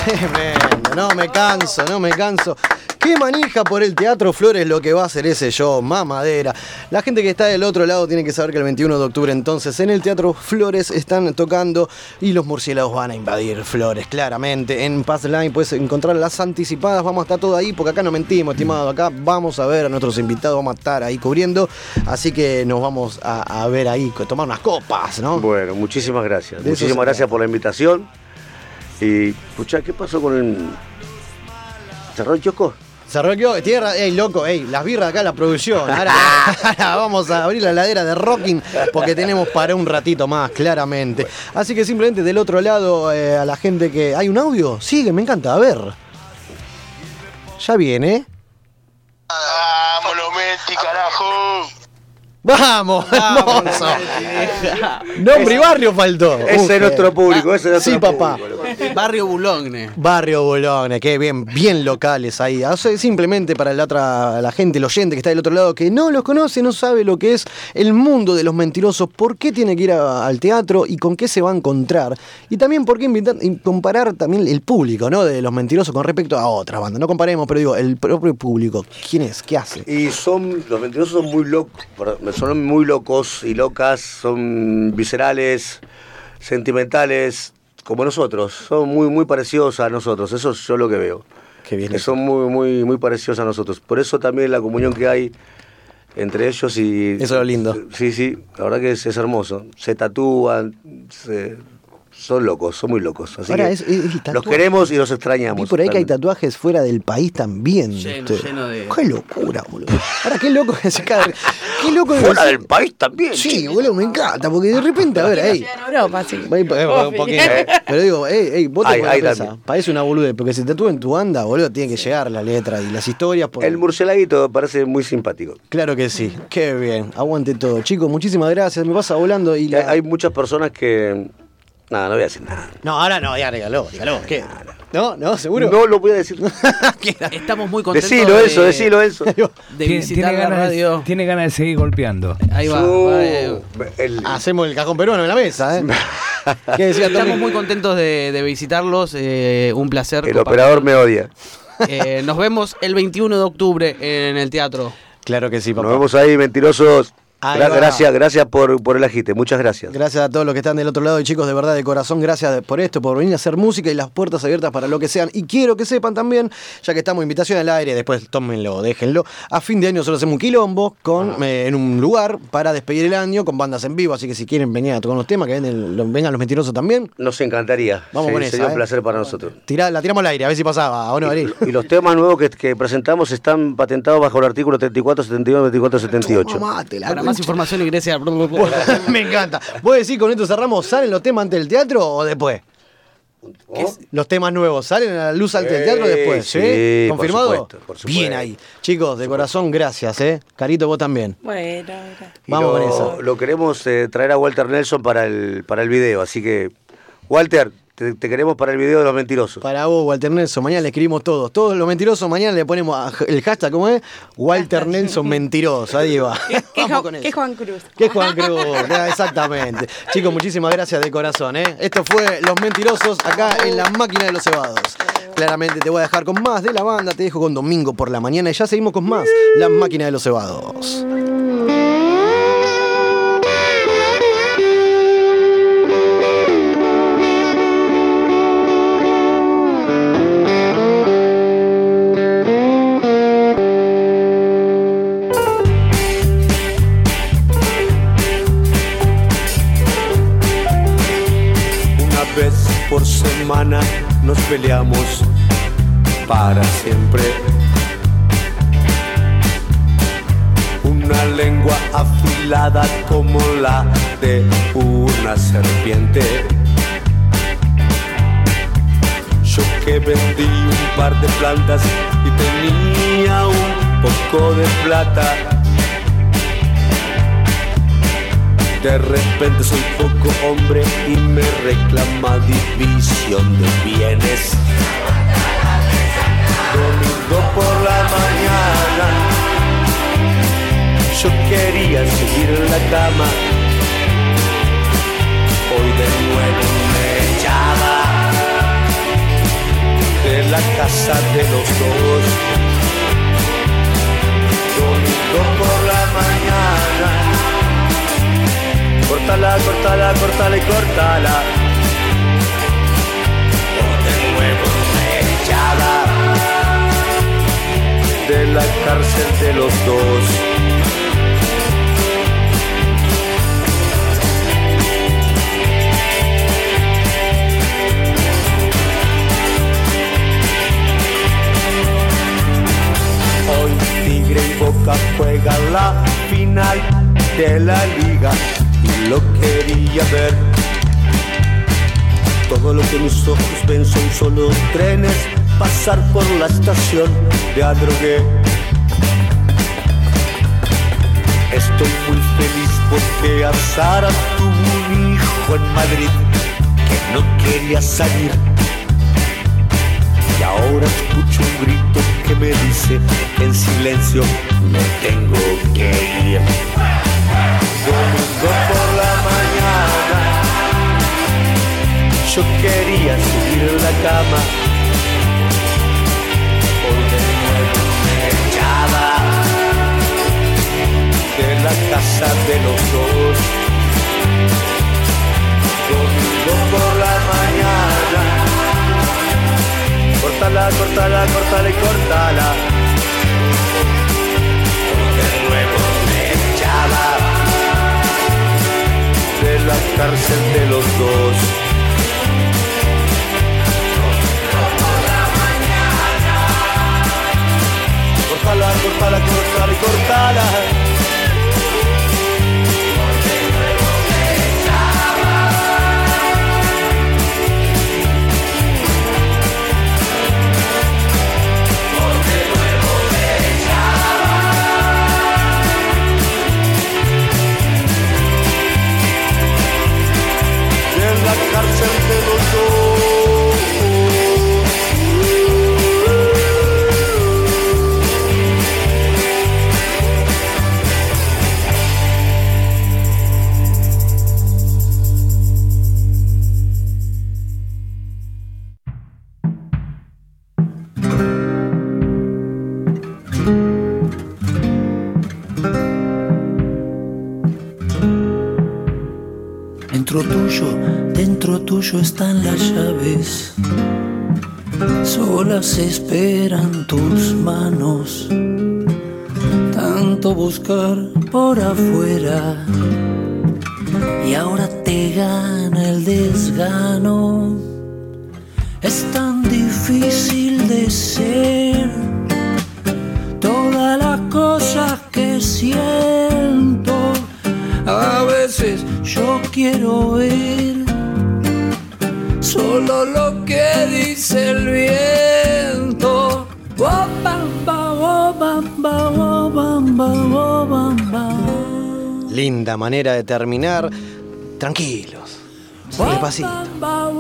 B: Tremendo, no me canso, no me canso. Qué manija por el Teatro Flores lo que va a hacer ese show, mamadera. La gente que está del otro lado tiene que saber que el 21 de octubre entonces en el Teatro Flores están tocando y los murciélagos van a invadir Flores, claramente. En Pass Line puedes encontrar las anticipadas, vamos a estar todo ahí porque acá no mentimos, estimado. Acá vamos a ver a nuestros invitados, vamos a estar ahí cubriendo. Así que nos vamos a, a ver ahí, co- tomar unas copas, ¿no?
M: Bueno, muchísimas gracias.
B: De eso se
M: muchísimas
B: trata.
M: gracias por la invitación. Y, escuchá, ¿qué pasó con el. ¿Cerró el kiosco?
B: Cerró el kiosco, tierra, ey, loco, ey, las birras acá, la producción. Ahora, ahora vamos a abrir la ladera de Rocking porque tenemos para un ratito más, claramente. Así que simplemente del otro lado, eh, a la gente que. ¿Hay un audio? Sí, que me encanta, a ver. Ya viene. ¡Vamos, carajo! ¡Vamos, hermoso! Nombre y barrio faltó. Ah,
M: Ese es nuestro público, ese es nuestro
B: Sí, papá.
N: Barrio Bulogne.
B: Barrio Bologne, que bien, bien locales ahí. Ah, O sea, simplemente para la otra, la gente, el oyente que está del otro lado, que no los conoce, no sabe lo que es el mundo de los mentirosos, por qué tiene que ir a- al teatro y con qué se va a encontrar. Y también por qué invitar, y comparar también el público, ¿no? De los mentirosos con respecto a otras bandas. No comparemos, pero digo, el propio público, ¿quién es? ¿Qué hace?
M: Y son, los mentirosos son muy locos, perdón, son muy locos y locas, son viscerales, sentimentales, como nosotros, son muy, muy parecidos a nosotros, eso es yo lo que veo.
B: Qué bien.
M: Que son muy, muy, muy parecidos a nosotros. Por eso también la comunión que hay entre ellos y... Eso es lo
B: lindo.
M: Sí, sí, la verdad que es, es hermoso. Se tatúan, se- son locos, son muy locos. Así
B: Ahora,
M: que
B: es- es- es tatuaje.
M: los queremos y los
B: Vi
M: extrañamos.
B: por ahí que hay
M: también.
B: tatuajes fuera del país también.
M: Lleno,
B: Este,
M: lleno de-
B: Qué locura, boludo. Ahora, qué loco es cada- Qué loco es-
M: Fuera del país también.
B: Sí, boludo, me encanta, porque de repente, a ver, ahí.
Q: Europa, sí. Oh,
B: Ahí, eh, un
Q: Obvio.
B: poquito. Pero digo, ey, ey, vos te
M: Ahí-
B: ponés
M: ahí
B: a pensar,
M: también.
B: Parece una boludez, porque si te tú en tu banda, boludo, tiene que llegar la letra y las historias. por-
M: El murcielaguito parece muy simpático.
B: Claro que sí. Qué bien. Aguante todo. Chicos, muchísimas gracias. Me pasa volando y.
M: Hay,
B: la-
M: hay muchas personas que. Nada, no voy a decir nada.
B: No, ahora no, ya regaló, regaló. ¿Qué? No, no, seguro.
M: No lo voy a decir.
N: Estamos muy contentos.
M: Decilo,
N: de-
M: Enzo, decilo, Enzo.
N: De visitar la
C: ganas de-
N: radio.
C: tiene ganas de seguir golpeando.
N: Ahí va.
C: Su-
N: va, eh.
B: Hacemos el cajón peruano en la mesa, ¿eh? ¿Qué decía Tommy?
N: Estamos muy contentos de, de visitarlos. eh, un placer.
M: El
N: compartir.
M: operador me odia.
N: Eh, nos vemos el 21 de octubre en el teatro.
B: Claro que sí, papá.
M: Nos vemos ahí, mentirosos.
B: Ahí
M: Gra-
B: va.
M: gracias, gracias por, por el agite. Muchas gracias.
B: Gracias a todos los que están del otro lado y chicos, de verdad, de corazón, gracias de- por esto, por venir a hacer música y las puertas abiertas para lo que sean. Y quiero que sepan también, ya que estamos invitación al aire, después tómenlo, déjenlo. A fin de año nosotros hacemos un quilombo con, eh, en un lugar para despedir el año con bandas en vivo. Así que si quieren venir a tocar unos temas, que vengan, lo- vengan los mentirosos también.
M: Nos encantaría.
B: Vamos
M: Sí,
B: con
M: Sería
B: esa,
M: un
B: ¿eh?
M: placer para nosotros.
B: Tirá- la tiramos al aire, a ver si pasaba. ¿O no, Ariel?
M: Y los temas nuevos que, que presentamos están patentados bajo el artículo 34, 79, 24, 78.
B: Mate, la
N: Para más
B: concha.
N: información ingrese a...
B: Me encanta. ¿Vos decís con esto cerramos? ¿Salen los temas antes del teatro o después? Los temas nuevos, ¿salen a la luz antes del teatro o
M: Sí,
B: después? ¿Sí?
M: sí, por
B: ¿Confirmado?
M: supuesto, por supuesto.
B: Bien ahí. Chicos, de corazón, gracias, ¿eh? Carito, vos también.
Q: Bueno,
M: Y
B: Vamos
M: lo,
B: con eso.
M: Lo queremos eh, traer a Walter Nelson para el, para el video. Así que, Walter, te, te queremos para el video de los mentirosos.
B: Para vos, Walter Nelson, mañana le escribimos todos. Todos los mentirosos, mañana le ponemos a- el hashtag, ¿cómo es? Walter Nelson mentiroso, ahí va.
Q: ¿Qué, Ju- qué Juan Cruz?
B: Que es Juan Cruz, ah, exactamente. Chicos, muchísimas gracias de corazón. ¿eh? Esto fue Los Mentirosos acá en la máquina de los cebados. Claramente te voy a dejar con más de la banda, te dejo con Domingo por la mañana y ya seguimos con más La máquina de los cebados.
P: Una vez por semana
L: semana nos peleamos para siempre. Una lengua afilada como la de una serpiente. Yo que vendí un par de plantas y tenía un poco de plata. De repente soy poco hombre y me reclama división de bienes. Domingo por la mañana, yo quería seguir en la cama. Hoy de nuevo me echaba de la casa de los dos. Domingo por la mañana. Cortala, cortala, cortala y cortala. O de nuevo me echaba de la cárcel de los dos. Hoy Tigre y Boca juegan la final de la liga y lo quería ver. Todo lo que mis ojos ven son solo trenes pasar por la estación de Adrogué. Estoy muy feliz porque Azara tuvo un hijo en Madrid que no quería salir. Y ahora escucho un grito que me dice en silencio, me tengo que ir. Domingo por la mañana, yo quería subir en la cama. Hoy de nuevo me echaba de la casa de los dos. Domingo por la mañana. Cortala, cortala, cortala y cortala. De nuevo me echaba de la cárcel de los dos. Cortala, cortala, cortala y cortala. de la cárcel de los dos.
G: Dentro tuyo, dentro tuyo están las llaves. Solas esperan tus manos. Tanto buscar por afuera. Y ahora te gana el desgano. Es tan difícil de ser. Todas las cosas que siento. A veces yo quiero ver solo lo que dice el viento. Oh, bamba, oh, bamba, oh, bamba, oh, bamba.
B: Linda manera de terminar. Tranquilos. Despacito.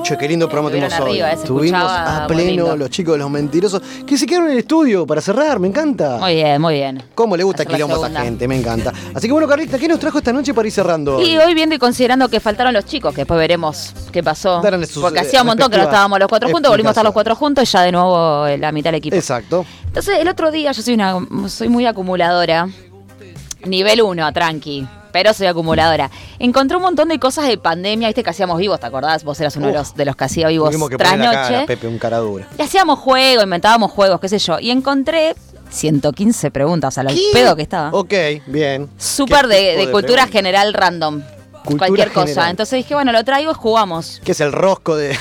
B: Che, qué lindo programa
A: Estuvieron
B: tenemos hoy.
A: arriba, se
B: Tuvimos
A: escuchaba
B: a pleno
A: bonito.
B: los chicos de los mentirosos que se quedaron en el estudio para cerrar, me encanta.
A: Muy bien, muy bien.
B: Cómo le gusta
A: Hacer la
B: quilombo a esa
A: segunda.
B: gente, me encanta. Así que bueno, Carlita, ¿qué nos trajo esta noche para ir cerrando?
A: Y hoy viendo y considerando que faltaron los chicos, que después veremos qué pasó.
B: Daron sus,
A: Porque
B: eh,
A: hacía un montón que no
B: respectivas
A: estábamos los cuatro juntos, volvimos a estar los cuatro juntos y ya de nuevo eh, la mitad del equipo.
B: Exacto.
A: Entonces, el otro día yo soy una soy muy acumuladora. Nivel 1, tranqui. Pero soy acumuladora. Encontré un montón de cosas de pandemia, viste que hacíamos vivos, ¿te acordás? Vos eras uno de,
B: Uf.
A: los, de los que hacía vivos
B: Tuvimos que
A: tras
B: poner la cara,
A: noche.
B: Pepe, un cara dura.
A: Y hacíamos juegos, inventábamos juegos, qué sé yo. Y encontré 115 preguntas, o sea, lo
B: ¿Qué?
A: pedo que estaba.
B: Ok, bien. ¿Qué
A: Súper de,
B: tipo
A: de cultura
B: pregunta?
A: general random.
B: Cultura
A: cualquier cosa.
B: general.
A: Entonces dije, bueno, lo traigo, jugamos.
B: Que es el rosco de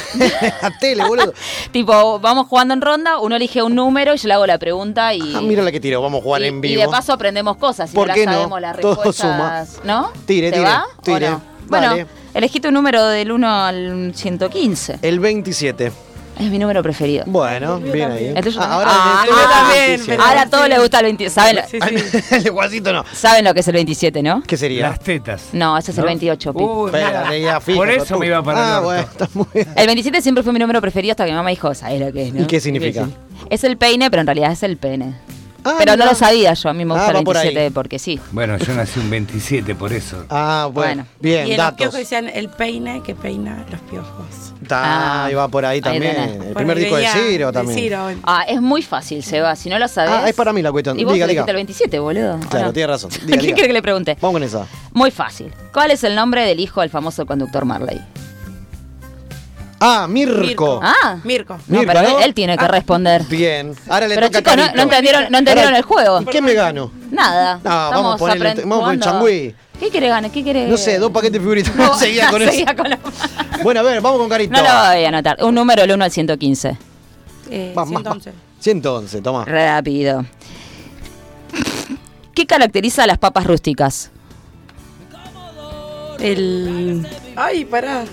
B: la tele, boludo.
A: tipo, vamos jugando en ronda, uno elige un número y yo le hago la pregunta y.
B: Ah, mira la que tiró, vamos a jugar
A: y-
B: en vivo.
A: Y de paso aprendemos cosas. Y
B: ¿Por
A: no
B: qué
A: las
B: no?
A: sabemos las
B: Todo
A: respuestas.
B: suma.
A: ¿No?
B: Tire,
A: ¿Te
B: tire,
A: va o
B: tire.
A: no? Bueno,
B: Dale.
A: elegí tu número del 1 al 115.
B: El 27.
A: Es mi número preferido.
B: Bueno, bien ahí.
A: El tuyo
B: ahora
A: Ah,
B: el de-
A: ah,
B: el
A: ah,
B: 27.
A: Ahora a todos les gusta el 27. ¿Saben, lo-
B: el de Juancito no.
A: saben lo que es el 27, no?
B: ¿Qué sería?
C: Las tetas.
A: No, ese es el
C: ¿No?
A: 28, Pi.
C: Uy,
B: Espérate, ya, fijo,
C: Por eso
B: tú.
C: me iba para el
B: Ah,
C: orto.
B: bueno, está muy bien.
A: El 27 siempre fue mi número preferido hasta que mi mamá dijo, ¿sabes lo que es? no?".
B: ¿Y qué significa?
A: Es el peine, pero en realidad es el pene.
B: Ah,
A: pero
B: mirá.
A: no lo sabía yo, a mí me gusta
B: Ah,
A: el
B: va por ahí.
A: 27 porque sí.
C: Bueno, yo nací un 27, por eso.
B: Ah, bueno. Bien,
Q: y en los
B: datos.
Q: piojos decían el peine que peina los piojos.
A: Ah.
B: Está, ahí va por ahí también.
A: tenés.
B: el primer disco de Ciro también.
A: Ah, es muy fácil, Seba, si no lo sabes.
B: Ah, es para mí la cuestión.
A: Y vos
B: Diga,
A: elegiste
B: diga.
A: el 27, boludo. ¿o
B: Claro,
A: no?
B: tiene razón.
A: ¿Qué
B: Diga, diga.
A: quiere que le pregunte?
B: Vamos con esa.
A: Muy fácil. ¿Cuál es el nombre del hijo del famoso conductor Marley?
B: Ah, Mirko.
A: Ah, Mirko. No,
B: Mirko,
A: pero
B: ¿no?
A: él, él tiene que
B: Ah.
A: responder.
B: Bien. Ahora le
A: Pero
B: toca a
A: chicos, no-
B: Carito.
A: no entendieron- no entendieron
B: Ahora,
A: el juego.
B: ¿Y qué me gano?
A: Nada.
B: No, Ah, vamos a
A: Estamos
B: ponerle- este-
A: aprend-
B: vamos con el
A: jugando.
B: changüí.
A: ¿Qué quiere ganar? ¿Qué quiere
B: No sé, dos paquetes de figuritas.
A: No,
B: Seguía con eso.
A: seguía con la-
B: Bueno, a ver, vamos con Carito.
A: No lo voy a anotar. Un número del 1 al 115.
Q: Eh,
B: Va, más, más. 111, toma.
A: Rápido. ¿Qué caracteriza a las papas rústicas? El.
Q: Ay, pará.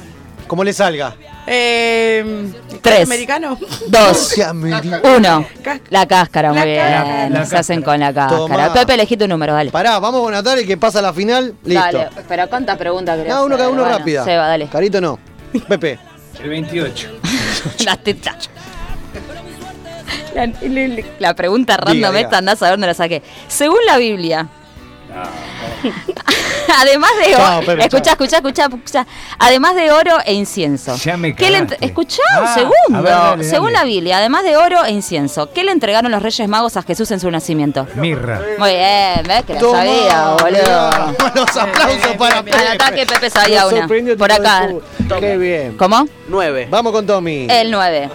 B: Como le salga.
Q: Eh,
A: Tres.
Q: ¿Americano?
A: Dos.
B: Se americano.
A: Uno. La cáscara, muy bien.
B: cáscara. La
A: Se hacen con la
B: Tomá.
A: cáscara. Pepe, elegí tu número, dale.
B: Pará, vamos a anotar el que pasa a la final. Listo.
A: Dale, pero ¿cuántas preguntas crees?
B: Cada uno, cada uno
A: Bueno,
B: rápida.
A: Seba, dale.
B: Carito no. Pepe.
C: El 28.
A: Las tetas. La, la- la pregunta
B: Diga,
A: random
B: diga.
A: esta, andás a ver dónde la saqué. Según la Biblia. Además de
C: Chao,
A: oro.
C: Pepe,
A: Escuchá, escuchá, escuchá, escuchá. Además de oro e incienso.
C: Ya me
A: ¿Qué le
C: cagaste.
A: entre- Escuchá
C: Ah,
A: un segundo.
C: a ver, dale, dale.
A: Según la Biblia, además de oro e incienso, ¿qué le entregaron los Reyes Magos a Jesús en su nacimiento?
C: Mirra.
A: Muy bien, ves que la
B: Tomá,
A: sabía, boludo.
B: Los aplausos para Pepe.
A: Al ataque Pepe sabía
B: Nos
A: una.
B: sorprendió
A: Por
B: tu
A: acá.
B: respuesta. Qué bien.
A: ¿Cómo?
N: 9.
B: Vamos con Tommy.
A: El 9.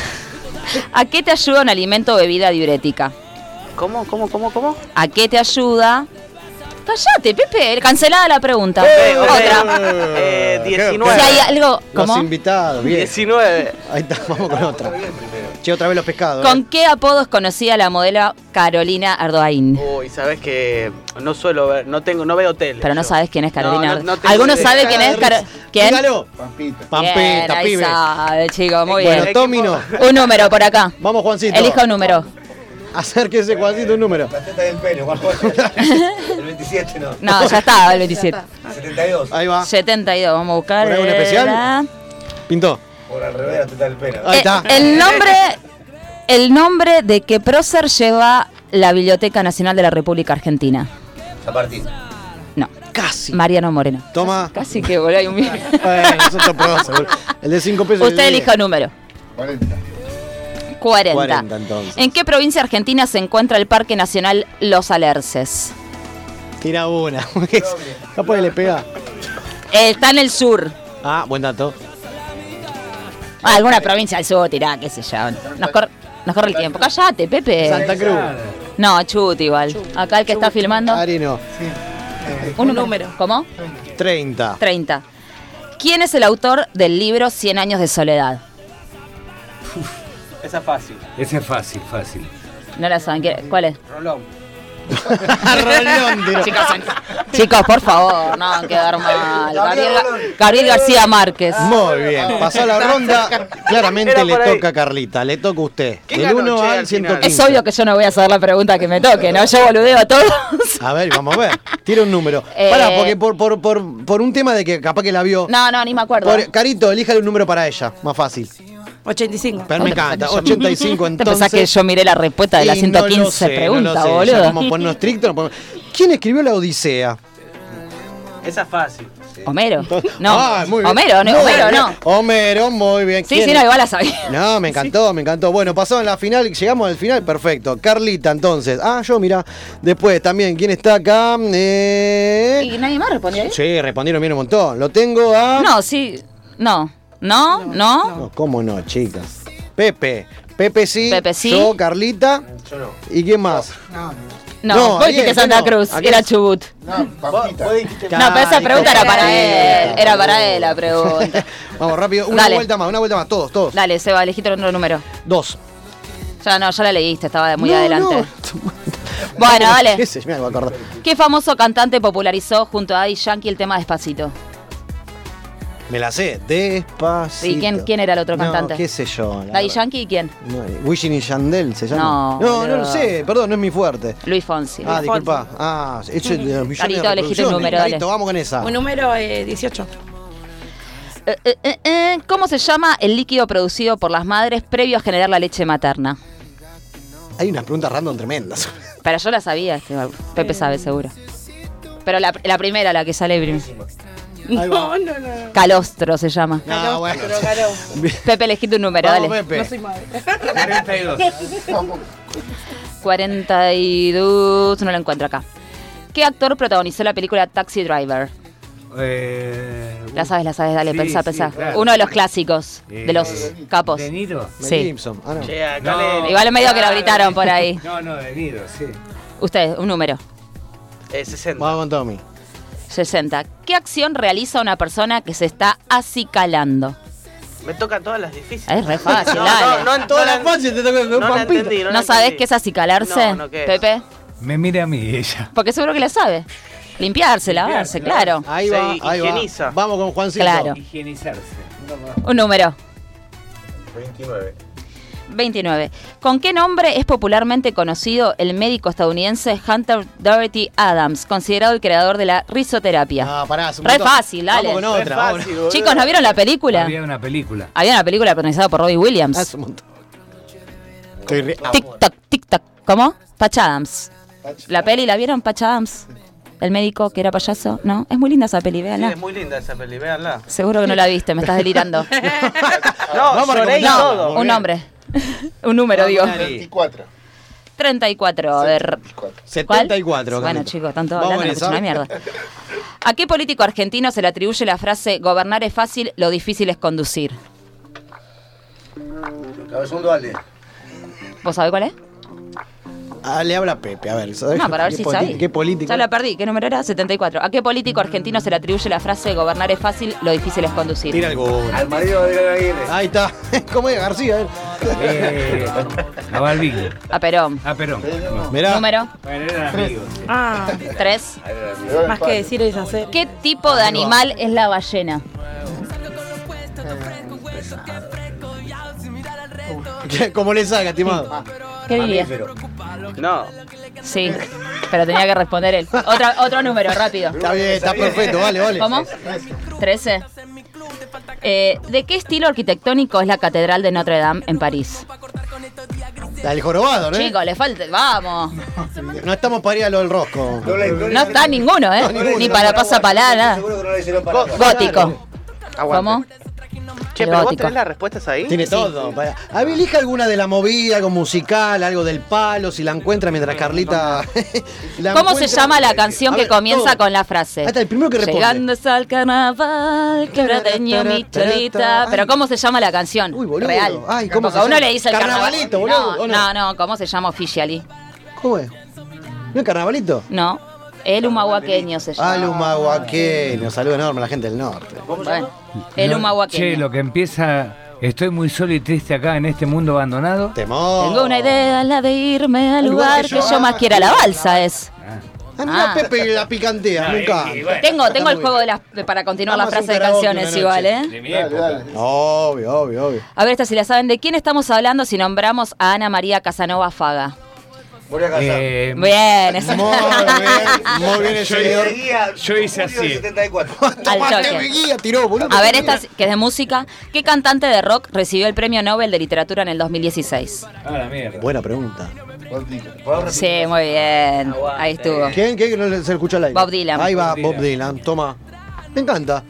A: ¿A qué te ayuda un alimento o bebida diurética?
N: ¿Cómo, cómo, cómo, cómo?
A: ¿A qué te ayuda? Callate, Pepe, cancelada la pregunta.
N: Eh,
A: Otra.
N: Eh, 19.
A: Si hay algo,
B: Los
A: ¿cómo?
B: invitados, bien.
N: 19.
B: Ahí está, vamos con otra. Che, otra vez los pescados.
A: ¿Con
B: eh.
A: qué apodos conocía la modelo Carolina Ardoain?
N: Uy, sabes que no suelo ver, no tengo, no veo tele.
A: Pero no sabes quién es
N: No,
A: Carolina
N: no, no
A: Ardoain.
N: tengo
A: ¿Alguno
N: idea.
A: sabe quién es Carolina? ¿Quién?
B: Dígalo.
N: Pampita.
A: Bien,
B: Pampita,
A: ahí
B: pibe.
A: sabe, chico, muy
B: Bueno,
A: bien.
B: Tommy no.
A: Un número por acá.
B: Vamos, Juancito.
A: Elija un número.
B: Acérquese, Juancito, un número.
M: del pene, Juan. El 27 no.
A: No, ya está, el 27.
M: 72.
B: Ahí va.
A: 72, vamos a buscar. eh,
B: ¿Por algún especial?
A: la-
B: Pintó.
M: Por al revés, la teta del pene.
B: Ahí está.
A: Eh, El nombre, el nombre de que prócer lleva la Biblioteca Nacional de la República Argentina.
M: San Martín.
A: No.
B: Casi.
A: Mariano Moreno.
B: Toma.
A: Casi que boludo, hay un
B: Bueno, es otro pro, seguro. El de 5 pesos.
A: Usted elija un número.
M: 40.
A: 40.
B: 40, entonces.
A: ¿En qué provincia argentina se encuentra el Parque Nacional Los Alerces?
B: Tira una. No puede le pega.
A: Eh, Está en el sur.
B: Ah, buen dato.
A: Ah, alguna provincia del sur, tirá, qué sé yo. Nos, cor- nos corre el tiempo. Cállate, Pepe.
B: Santa Cruz.
A: No, chute igual. Acá el que está filmando.
B: Ari no.
A: Un número. ¿Cómo?
B: 30.
A: 30. ¿Quién es el autor del libro Cien años de soledad?
N: Esa es fácil.
C: Ese es fácil, fácil.
A: No la saben. ¿Qué- ¿Cuál es?
N: Rolón.
B: Rolón, tiró.
A: Chicos, Chicos, por favor, no van a quedar mal. Gabriel, Ga-
B: Rolón.
A: Gabriel García Márquez.
B: Muy
A: Ah.
B: bien. Pasó la ronda. Claramente
N: Era
B: le
N: por ahí.
B: toca a Carlita. Le toca a usted.
N: ¿Qué
B: Del
N: ganó,
B: 1
N: che,
B: al
N: al final?
B: 115.
A: Es obvio que yo no voy a saber la pregunta que me toque, ¿no? Yo boludeo a todos.
B: A ver, vamos a ver. Tira un número.
A: Eh.
B: Pará, porque por, por, por, por un tema de que capaz que la vio.
A: No, no, ni me acuerdo.
B: Por- Carito, elíjale un número para ella. Más fácil.
Q: 85.
B: Pero me encanta. 85
A: ¿Te
B: entonces.
A: pensás que yo miré la respuesta de las
B: Y
A: 115
B: no lo sé, no
A: preguntas,
B: lo sé, ya
A: boludo?
B: Vamos a ponernos estrictos. no podemos- ¿Quién escribió la Odisea?
N: Esa es fácil.
A: Homero. No.
B: Ah, muy bien.
A: Homero, no,
B: Muy
A: Homero,
B: bien.
A: no.
B: Homero, muy bien.
A: Sí,
B: ¿Quién
A: sí,
B: es?
A: no, igual la sabía.
B: No, me encantó, me encantó. Bueno, pasó en la final, llegamos al final, perfecto. Carlita, entonces. Ah, yo, mira. Después también, ¿quién está acá? Eh...
A: ¿Y nadie más respondió?
B: Sí, respondieron bien un montón. Lo tengo a.
A: No, sí. No. No, no.
B: No, ¿Cómo no, chicas? Pepe. Pepe sí.
A: Pepe sí.
B: Yo, Carlita.
M: Yo no.
B: ¿Y quién más?
A: No,
B: No,
A: vos
B: Ariel,
A: dijiste
B: yo
A: Santa
B: no.
A: Cruz,
B: Ariel-
A: era Chubut.
B: No,
A: No, pero esa pregunta era para él. Era para él la pregunta.
B: Vamos, rápido. Una
A: Dale.
B: vuelta más, una vuelta más. Todos, todos.
A: Dale, Seba, elegiste otro número.
B: Dos.
A: Ya no, ya la leíste, estaba de muy
B: No,
A: adelante. Bueno, dale. ¿Qué famoso cantante popularizó junto a Daddy Yankee el tema Despacito?
B: Me la sé. Despacito.
A: ¿Y quién- quién era el otro
B: No,
A: cantante?
B: qué sé yo. la verdad.
A: ¿Daddy Yankee y quién?
B: No, Wisin y Yandel se llama.
A: No,
B: no, no
A: boludo.
B: lo sé. Perdón, no es mi fuerte.
A: Luis Fonsi.
B: Ah,
A: Luis
B: disculpa. Ah, hecho de los millones
A: Carito,
B: de
A: elegiste un
B: reproducciones.
A: número,
B: Carito,
A: dale.
B: vamos con esa.
Q: Un número eh, 18.
A: Eh, eh, eh, eh, ¿Cómo se llama el líquido producido por las madres previo a generar la leche materna?
B: Hay unas preguntas random tremendas.
A: Pero yo la sabía, este, Pepe sabe seguro. Pero la, la primera, la que sale prim-
Q: No, no, no.
A: Calostro se llama.
Q: Calostro, calostro.
A: Pepe, elegiste un número,
Q: Vamos,
A: dale.
Q: Pepe. No soy madre.
A: 42. 42, no lo encuentro acá. ¿Qué actor protagonizó la película Taxi Driver?
C: Eh,
D: uh,
A: La sabes, la sabes, dale,
C: Sí,
A: pensá,
C: sí,
A: pensá.
C: claro.
A: Uno de los clásicos, de
C: Eh,
A: los capos.
C: ¿De Niro?
A: Sí.
B: Ah,
D: Che, acá le-
A: Igual medio que lo gritaron por ahí.
C: No, no, de Niro, sí.
A: Ustedes, un número.
D: Eh, 60.
B: Vamos con Tommy.
A: 60. ¿Qué acción realiza una persona que se está acicalando?
D: Me tocan todas las difíciles.
A: Es re fácil,
D: no,
A: dale.
D: No, no en todas las fáciles te tocan no la entendí, no
A: ¿No,
D: la
A: sabés
D: entendí.
A: qué es acicalarse,
D: No, no, ¿qué es?
A: Pepe?
C: Me mira a mí ella.
A: Porque seguro que la sabe. Limpiarse, lavarse, Ah, claro.
B: Ahí va, ahí va. Vamos con Juancito.
A: Claro.
C: Higienizarse.
A: Un número.
M: 29.
A: 29. ¿Con qué nombre es popularmente conocido el médico estadounidense Hunter Doherty Adams, considerado el creador de la risoterapia?
B: Ah, pará, hace un
A: Re
B: montón.
A: fácil, dale.
B: Vamos con otra. vamos.
A: Chicos, ¿no vieron la película?
C: Había una película.
A: Había una película protagonizada por Robbie Williams.
B: Hace un montón. Estoy re- ah,
A: Tic-tac, tic-tac. ¿Cómo? Patch Adams. ¿La peli la vieron? Patch Adams. El médico que era payaso. No, es muy linda esa peli,
D: Sí,
A: véanla.
D: es muy linda esa peli, véanla.
A: Seguro que no la viste, me estás delirando.
D: No,
A: Vamos a
D: lloré y
A: recomendar.
D: todo.
A: Un nombre. Un número, digo.
S: 34.
A: 34, a ver.
B: 74,
A: Bueno,
B: Carlito.
A: chicos, tanto
B: Vamos
A: hablando, no
B: con
A: escucho
B: esa.
A: una mierda. ¿A qué político argentino se le atribuye la frase gobernar es fácil, lo difícil es conducir?
M: Cabezón Dualde.
A: ¿Vos sabés cuál es?
B: Ah, le habla Pepe, a ver. ¿sabés
A: No, para ver
B: qué
A: si
B: politi-
A: sabés.
B: ¿Qué político?
A: Ya la perdí, ¿qué número era? 74. ¿A qué político argentino se le atribuye la frase gobernar es fácil, lo difícil es conducir?
B: Tira alguno.
M: Al marido de Adriana Aguirre.
B: Ahí está. ¿Cómo es García? A ver.
C: Eh, a Balvin.
A: A Perón.
C: A Ah, Perón.
B: Mirá.
A: Número.
C: Bueno, eran amigos.
Q: Ah,
A: Tres.
Q: más que decir es hacer.
A: ¿Qué tipo
Q: Ahí
A: de
Q: va.
A: animal es la ballena?
B: Eh, ¿Cómo le saca, estimado? Ah,
A: ¿Qué dirías?
D: No.
A: Sí, pero tenía que responder él. Otra- otro número, rápido.
B: Está bien, está perfecto, vale, vale.
A: ¿Cómo? 13. Eh, ¿De qué estilo arquitectónico es la Catedral de Notre Dame en París?
B: El jorobado, ¿no?
A: Chicos, le falta. Vamos.
B: No estamos para ir a lo del rosco.
A: No está ninguno, ¿eh? Ni para pasapalabra. Gótico. ¿Cómo?
D: Che,
A: El
D: pero vos
A: gótico.
D: tenés las respuestas ahí.
B: Tiene todo. para- A ver, elija alguna de la movida, algo musical, algo del palo, si la encuentra mientras Carlita. la
A: ¿Cómo se
B: encuentra.
A: llama la
B: A
A: canción que
B: ver,
A: comienza
B: todo.
A: con la frase?
B: Ahí está, el primero que responde.
A: Llegando es al carnaval, quebradeño mi cholita.
B: Ay.
A: Pero ¿cómo se llama la canción? Uy,
B: boludo.
A: Real.
B: Ay, ¿cómo
A: Porque
B: se
A: a uno
B: llama?
A: le dice el
B: Carnavalito,
A: carnaval.
B: boludo, ¿o
A: No,
B: no?
A: no, no, ¿cómo se llama officially?
B: ¿Cómo es? ¿No es carnavalito?
A: No. El humahuaqueño se llama.
B: Al humahuaqueño. Saludo enorme a la gente del norte.
A: Bueno, el
C: No,
A: humahuaqueño.
C: Che, lo que empieza. Estoy muy solo y triste acá en este mundo abandonado.
B: Temor.
A: Tengo una idea, la de irme al lugar que yo más quiera. La balsa es.
B: Ah, mirá,
A: Ah.
B: Pepe la picantea,
A: Ah,
B: nunca.
A: Tengo, tengo el juego de las, de- para continuar la
B: Vamos a
A: frase de
B: un karaoke
A: canciones
B: una
A: igual,
B: noche.
A: ¿eh?
B: Obvio, obvio, obvio.
A: A ver, esta si la saben. ¿De quién estamos hablando si nombramos a Ana María Casanova Faga?
M: Voy a casar.
C: Eh,
A: Bien, esa
B: Muy bien, muy bien el
M: Yo
B: señor.
M: seguía
C: Yo hice
M: Julio del
C: así.
M: 74.
A: al
B: Tomate, me
A: choque.
B: guía, tiró, boludo.
A: A ver, esta si- que es de música. ¿Qué cantante de rock recibió el premio Nobel de Literatura en el 2016?
C: A la mierda.
B: Buena pregunta.
A: Sí, muy bien. Ahí estuvo.
B: Eh, ¿Quién? ¿Quién? Que no le- se escucha el aire.
A: Bob Dylan.
B: Ahí va,
A: Bob
B: Bob Dylan. Toma. Me encanta.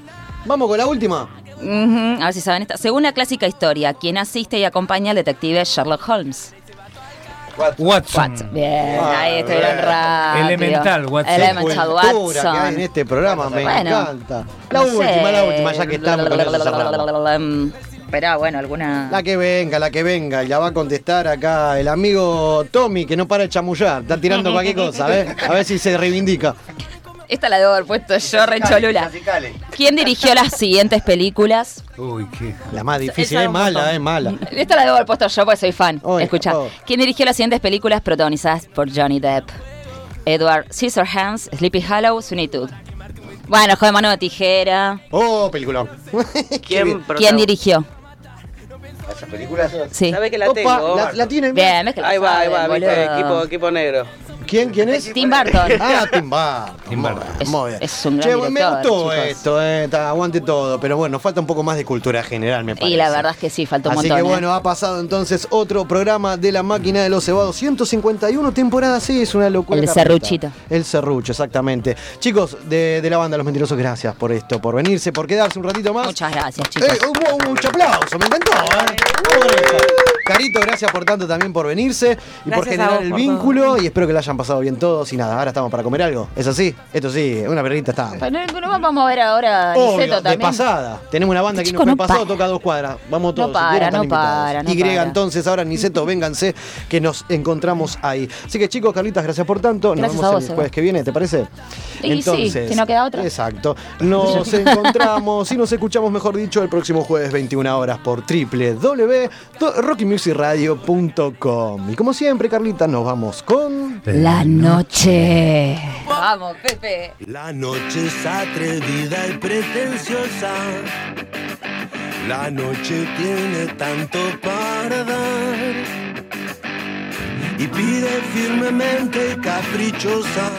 B: Vamos con la última.
A: Ujú, A ver si saben esta. Según la clásica historia, ¿quién asiste y acompaña al detective Sherlock Holmes?
C: Watson.
A: Bien, ahí estuvieron
C: bien.
A: rápido.
C: Elemental, Watson.
A: Elemental
B: Ah, Cultura que
A: Watson.
B: hay en este programa, me
A: Bueno,
B: encanta. La última, la última, ya que estamos con la cosa hablando.
A: Mm,
S: esperaba, bueno, alguna.
B: La que venga, la que venga, ya va a contestar acá el amigo Tommy, que no para de chamullar, está tirando cualquier cosa, a ver, a ver si se reivindica.
A: Esta la debo haber puesto yo, Recholula. ¿Quién dirigió las siguientes películas?
B: Uy, qué. La más difícil,
A: Esa
B: es
A: un montón.
B: mala, es mala.
A: Esta la debo haber puesto yo porque soy fan. Escucha. ¿Quién dirigió las siguientes películas protagonizadas por Johnny Depp? Edward Scissorhands, Sleepy Hollow, Sunitud. Bueno, joven mano de tijera.
B: Oh, película.
A: ¿Quién, ¿Quién dirigió?
M: ¿Esas películas?
A: Sí.
E: Sabe que la
A: Opa,
E: tengo.
A: la- la tiene. Bien, es que la
E: Ahí va, ahí va,
A: saben,
E: viste,
A: boludo.
E: equipo, equipo negro.
B: ¿Quién, quién es?
A: Tim Burton.
B: Ah, Tim Burton. Muy bien.
A: Es un gran
B: Che, me
A: director,
B: gustó
A: chicos.
B: esto, eh, está, aguante todo, pero bueno, falta un poco más de cultura general, me parece.
A: Y la verdad es que sí, faltó un
B: Así
A: montón.
B: que
A: ¿eh?
B: bueno, ha pasado entonces otro programa de la máquina de los cebados. 151 temporadas, sí, es una locura.
A: El
B: completa.
A: serruchito.
B: El serrucho, exactamente. Chicos de, de la banda Los Mentirosos, gracias por esto, por venirse, por quedarse un ratito más. Eh,
A: Muchas gracias, chicos.
B: hubo mucho aplauso, me encantó. ¿eh? Pobre. Carito, gracias por tanto también por venirse y por
Q: Gracias a
B: generar
Q: vos
B: el
Q: por
B: vínculo y espero que la hayan pasado bien todos y nada, ahora estamos para comer algo. ¿Es así? Esto sí, una perrita está.
A: Bueno, no vamos a ver ahora
B: Obvio,
A: Niceto
B: de
A: también.
B: pasada. Tenemos una banda que
A: Este chico
B: nos fue
A: no
B: pasado,
A: para.
B: toca a dos cuadras. Vamos todos.
A: No
B: si quieren,
A: para,
B: están
A: no
B: invitados.
A: para, no
B: y
A: para.
B: entonces, ahora Niceto, vénganse, que nos encontramos ahí. Así que chicos, Carlitas, gracias por tanto. Nos
A: Gracias
B: vemos
A: a vos,
B: el
A: Seba.
B: jueves que viene, ¿te parece?
A: Y sí, si no queda otra.
B: Exacto. Nos encontramos y nos escuchamos, mejor dicho, el próximo jueves 21 horas por www.rockymusicradio.com. Y como siempre, Carlitas, nos vamos con...
A: La noche.
S: Vamos, Pepe.
L: La noche es atrevida y pretenciosa. La noche tiene tanto para dar. Y pide firmemente y caprichosa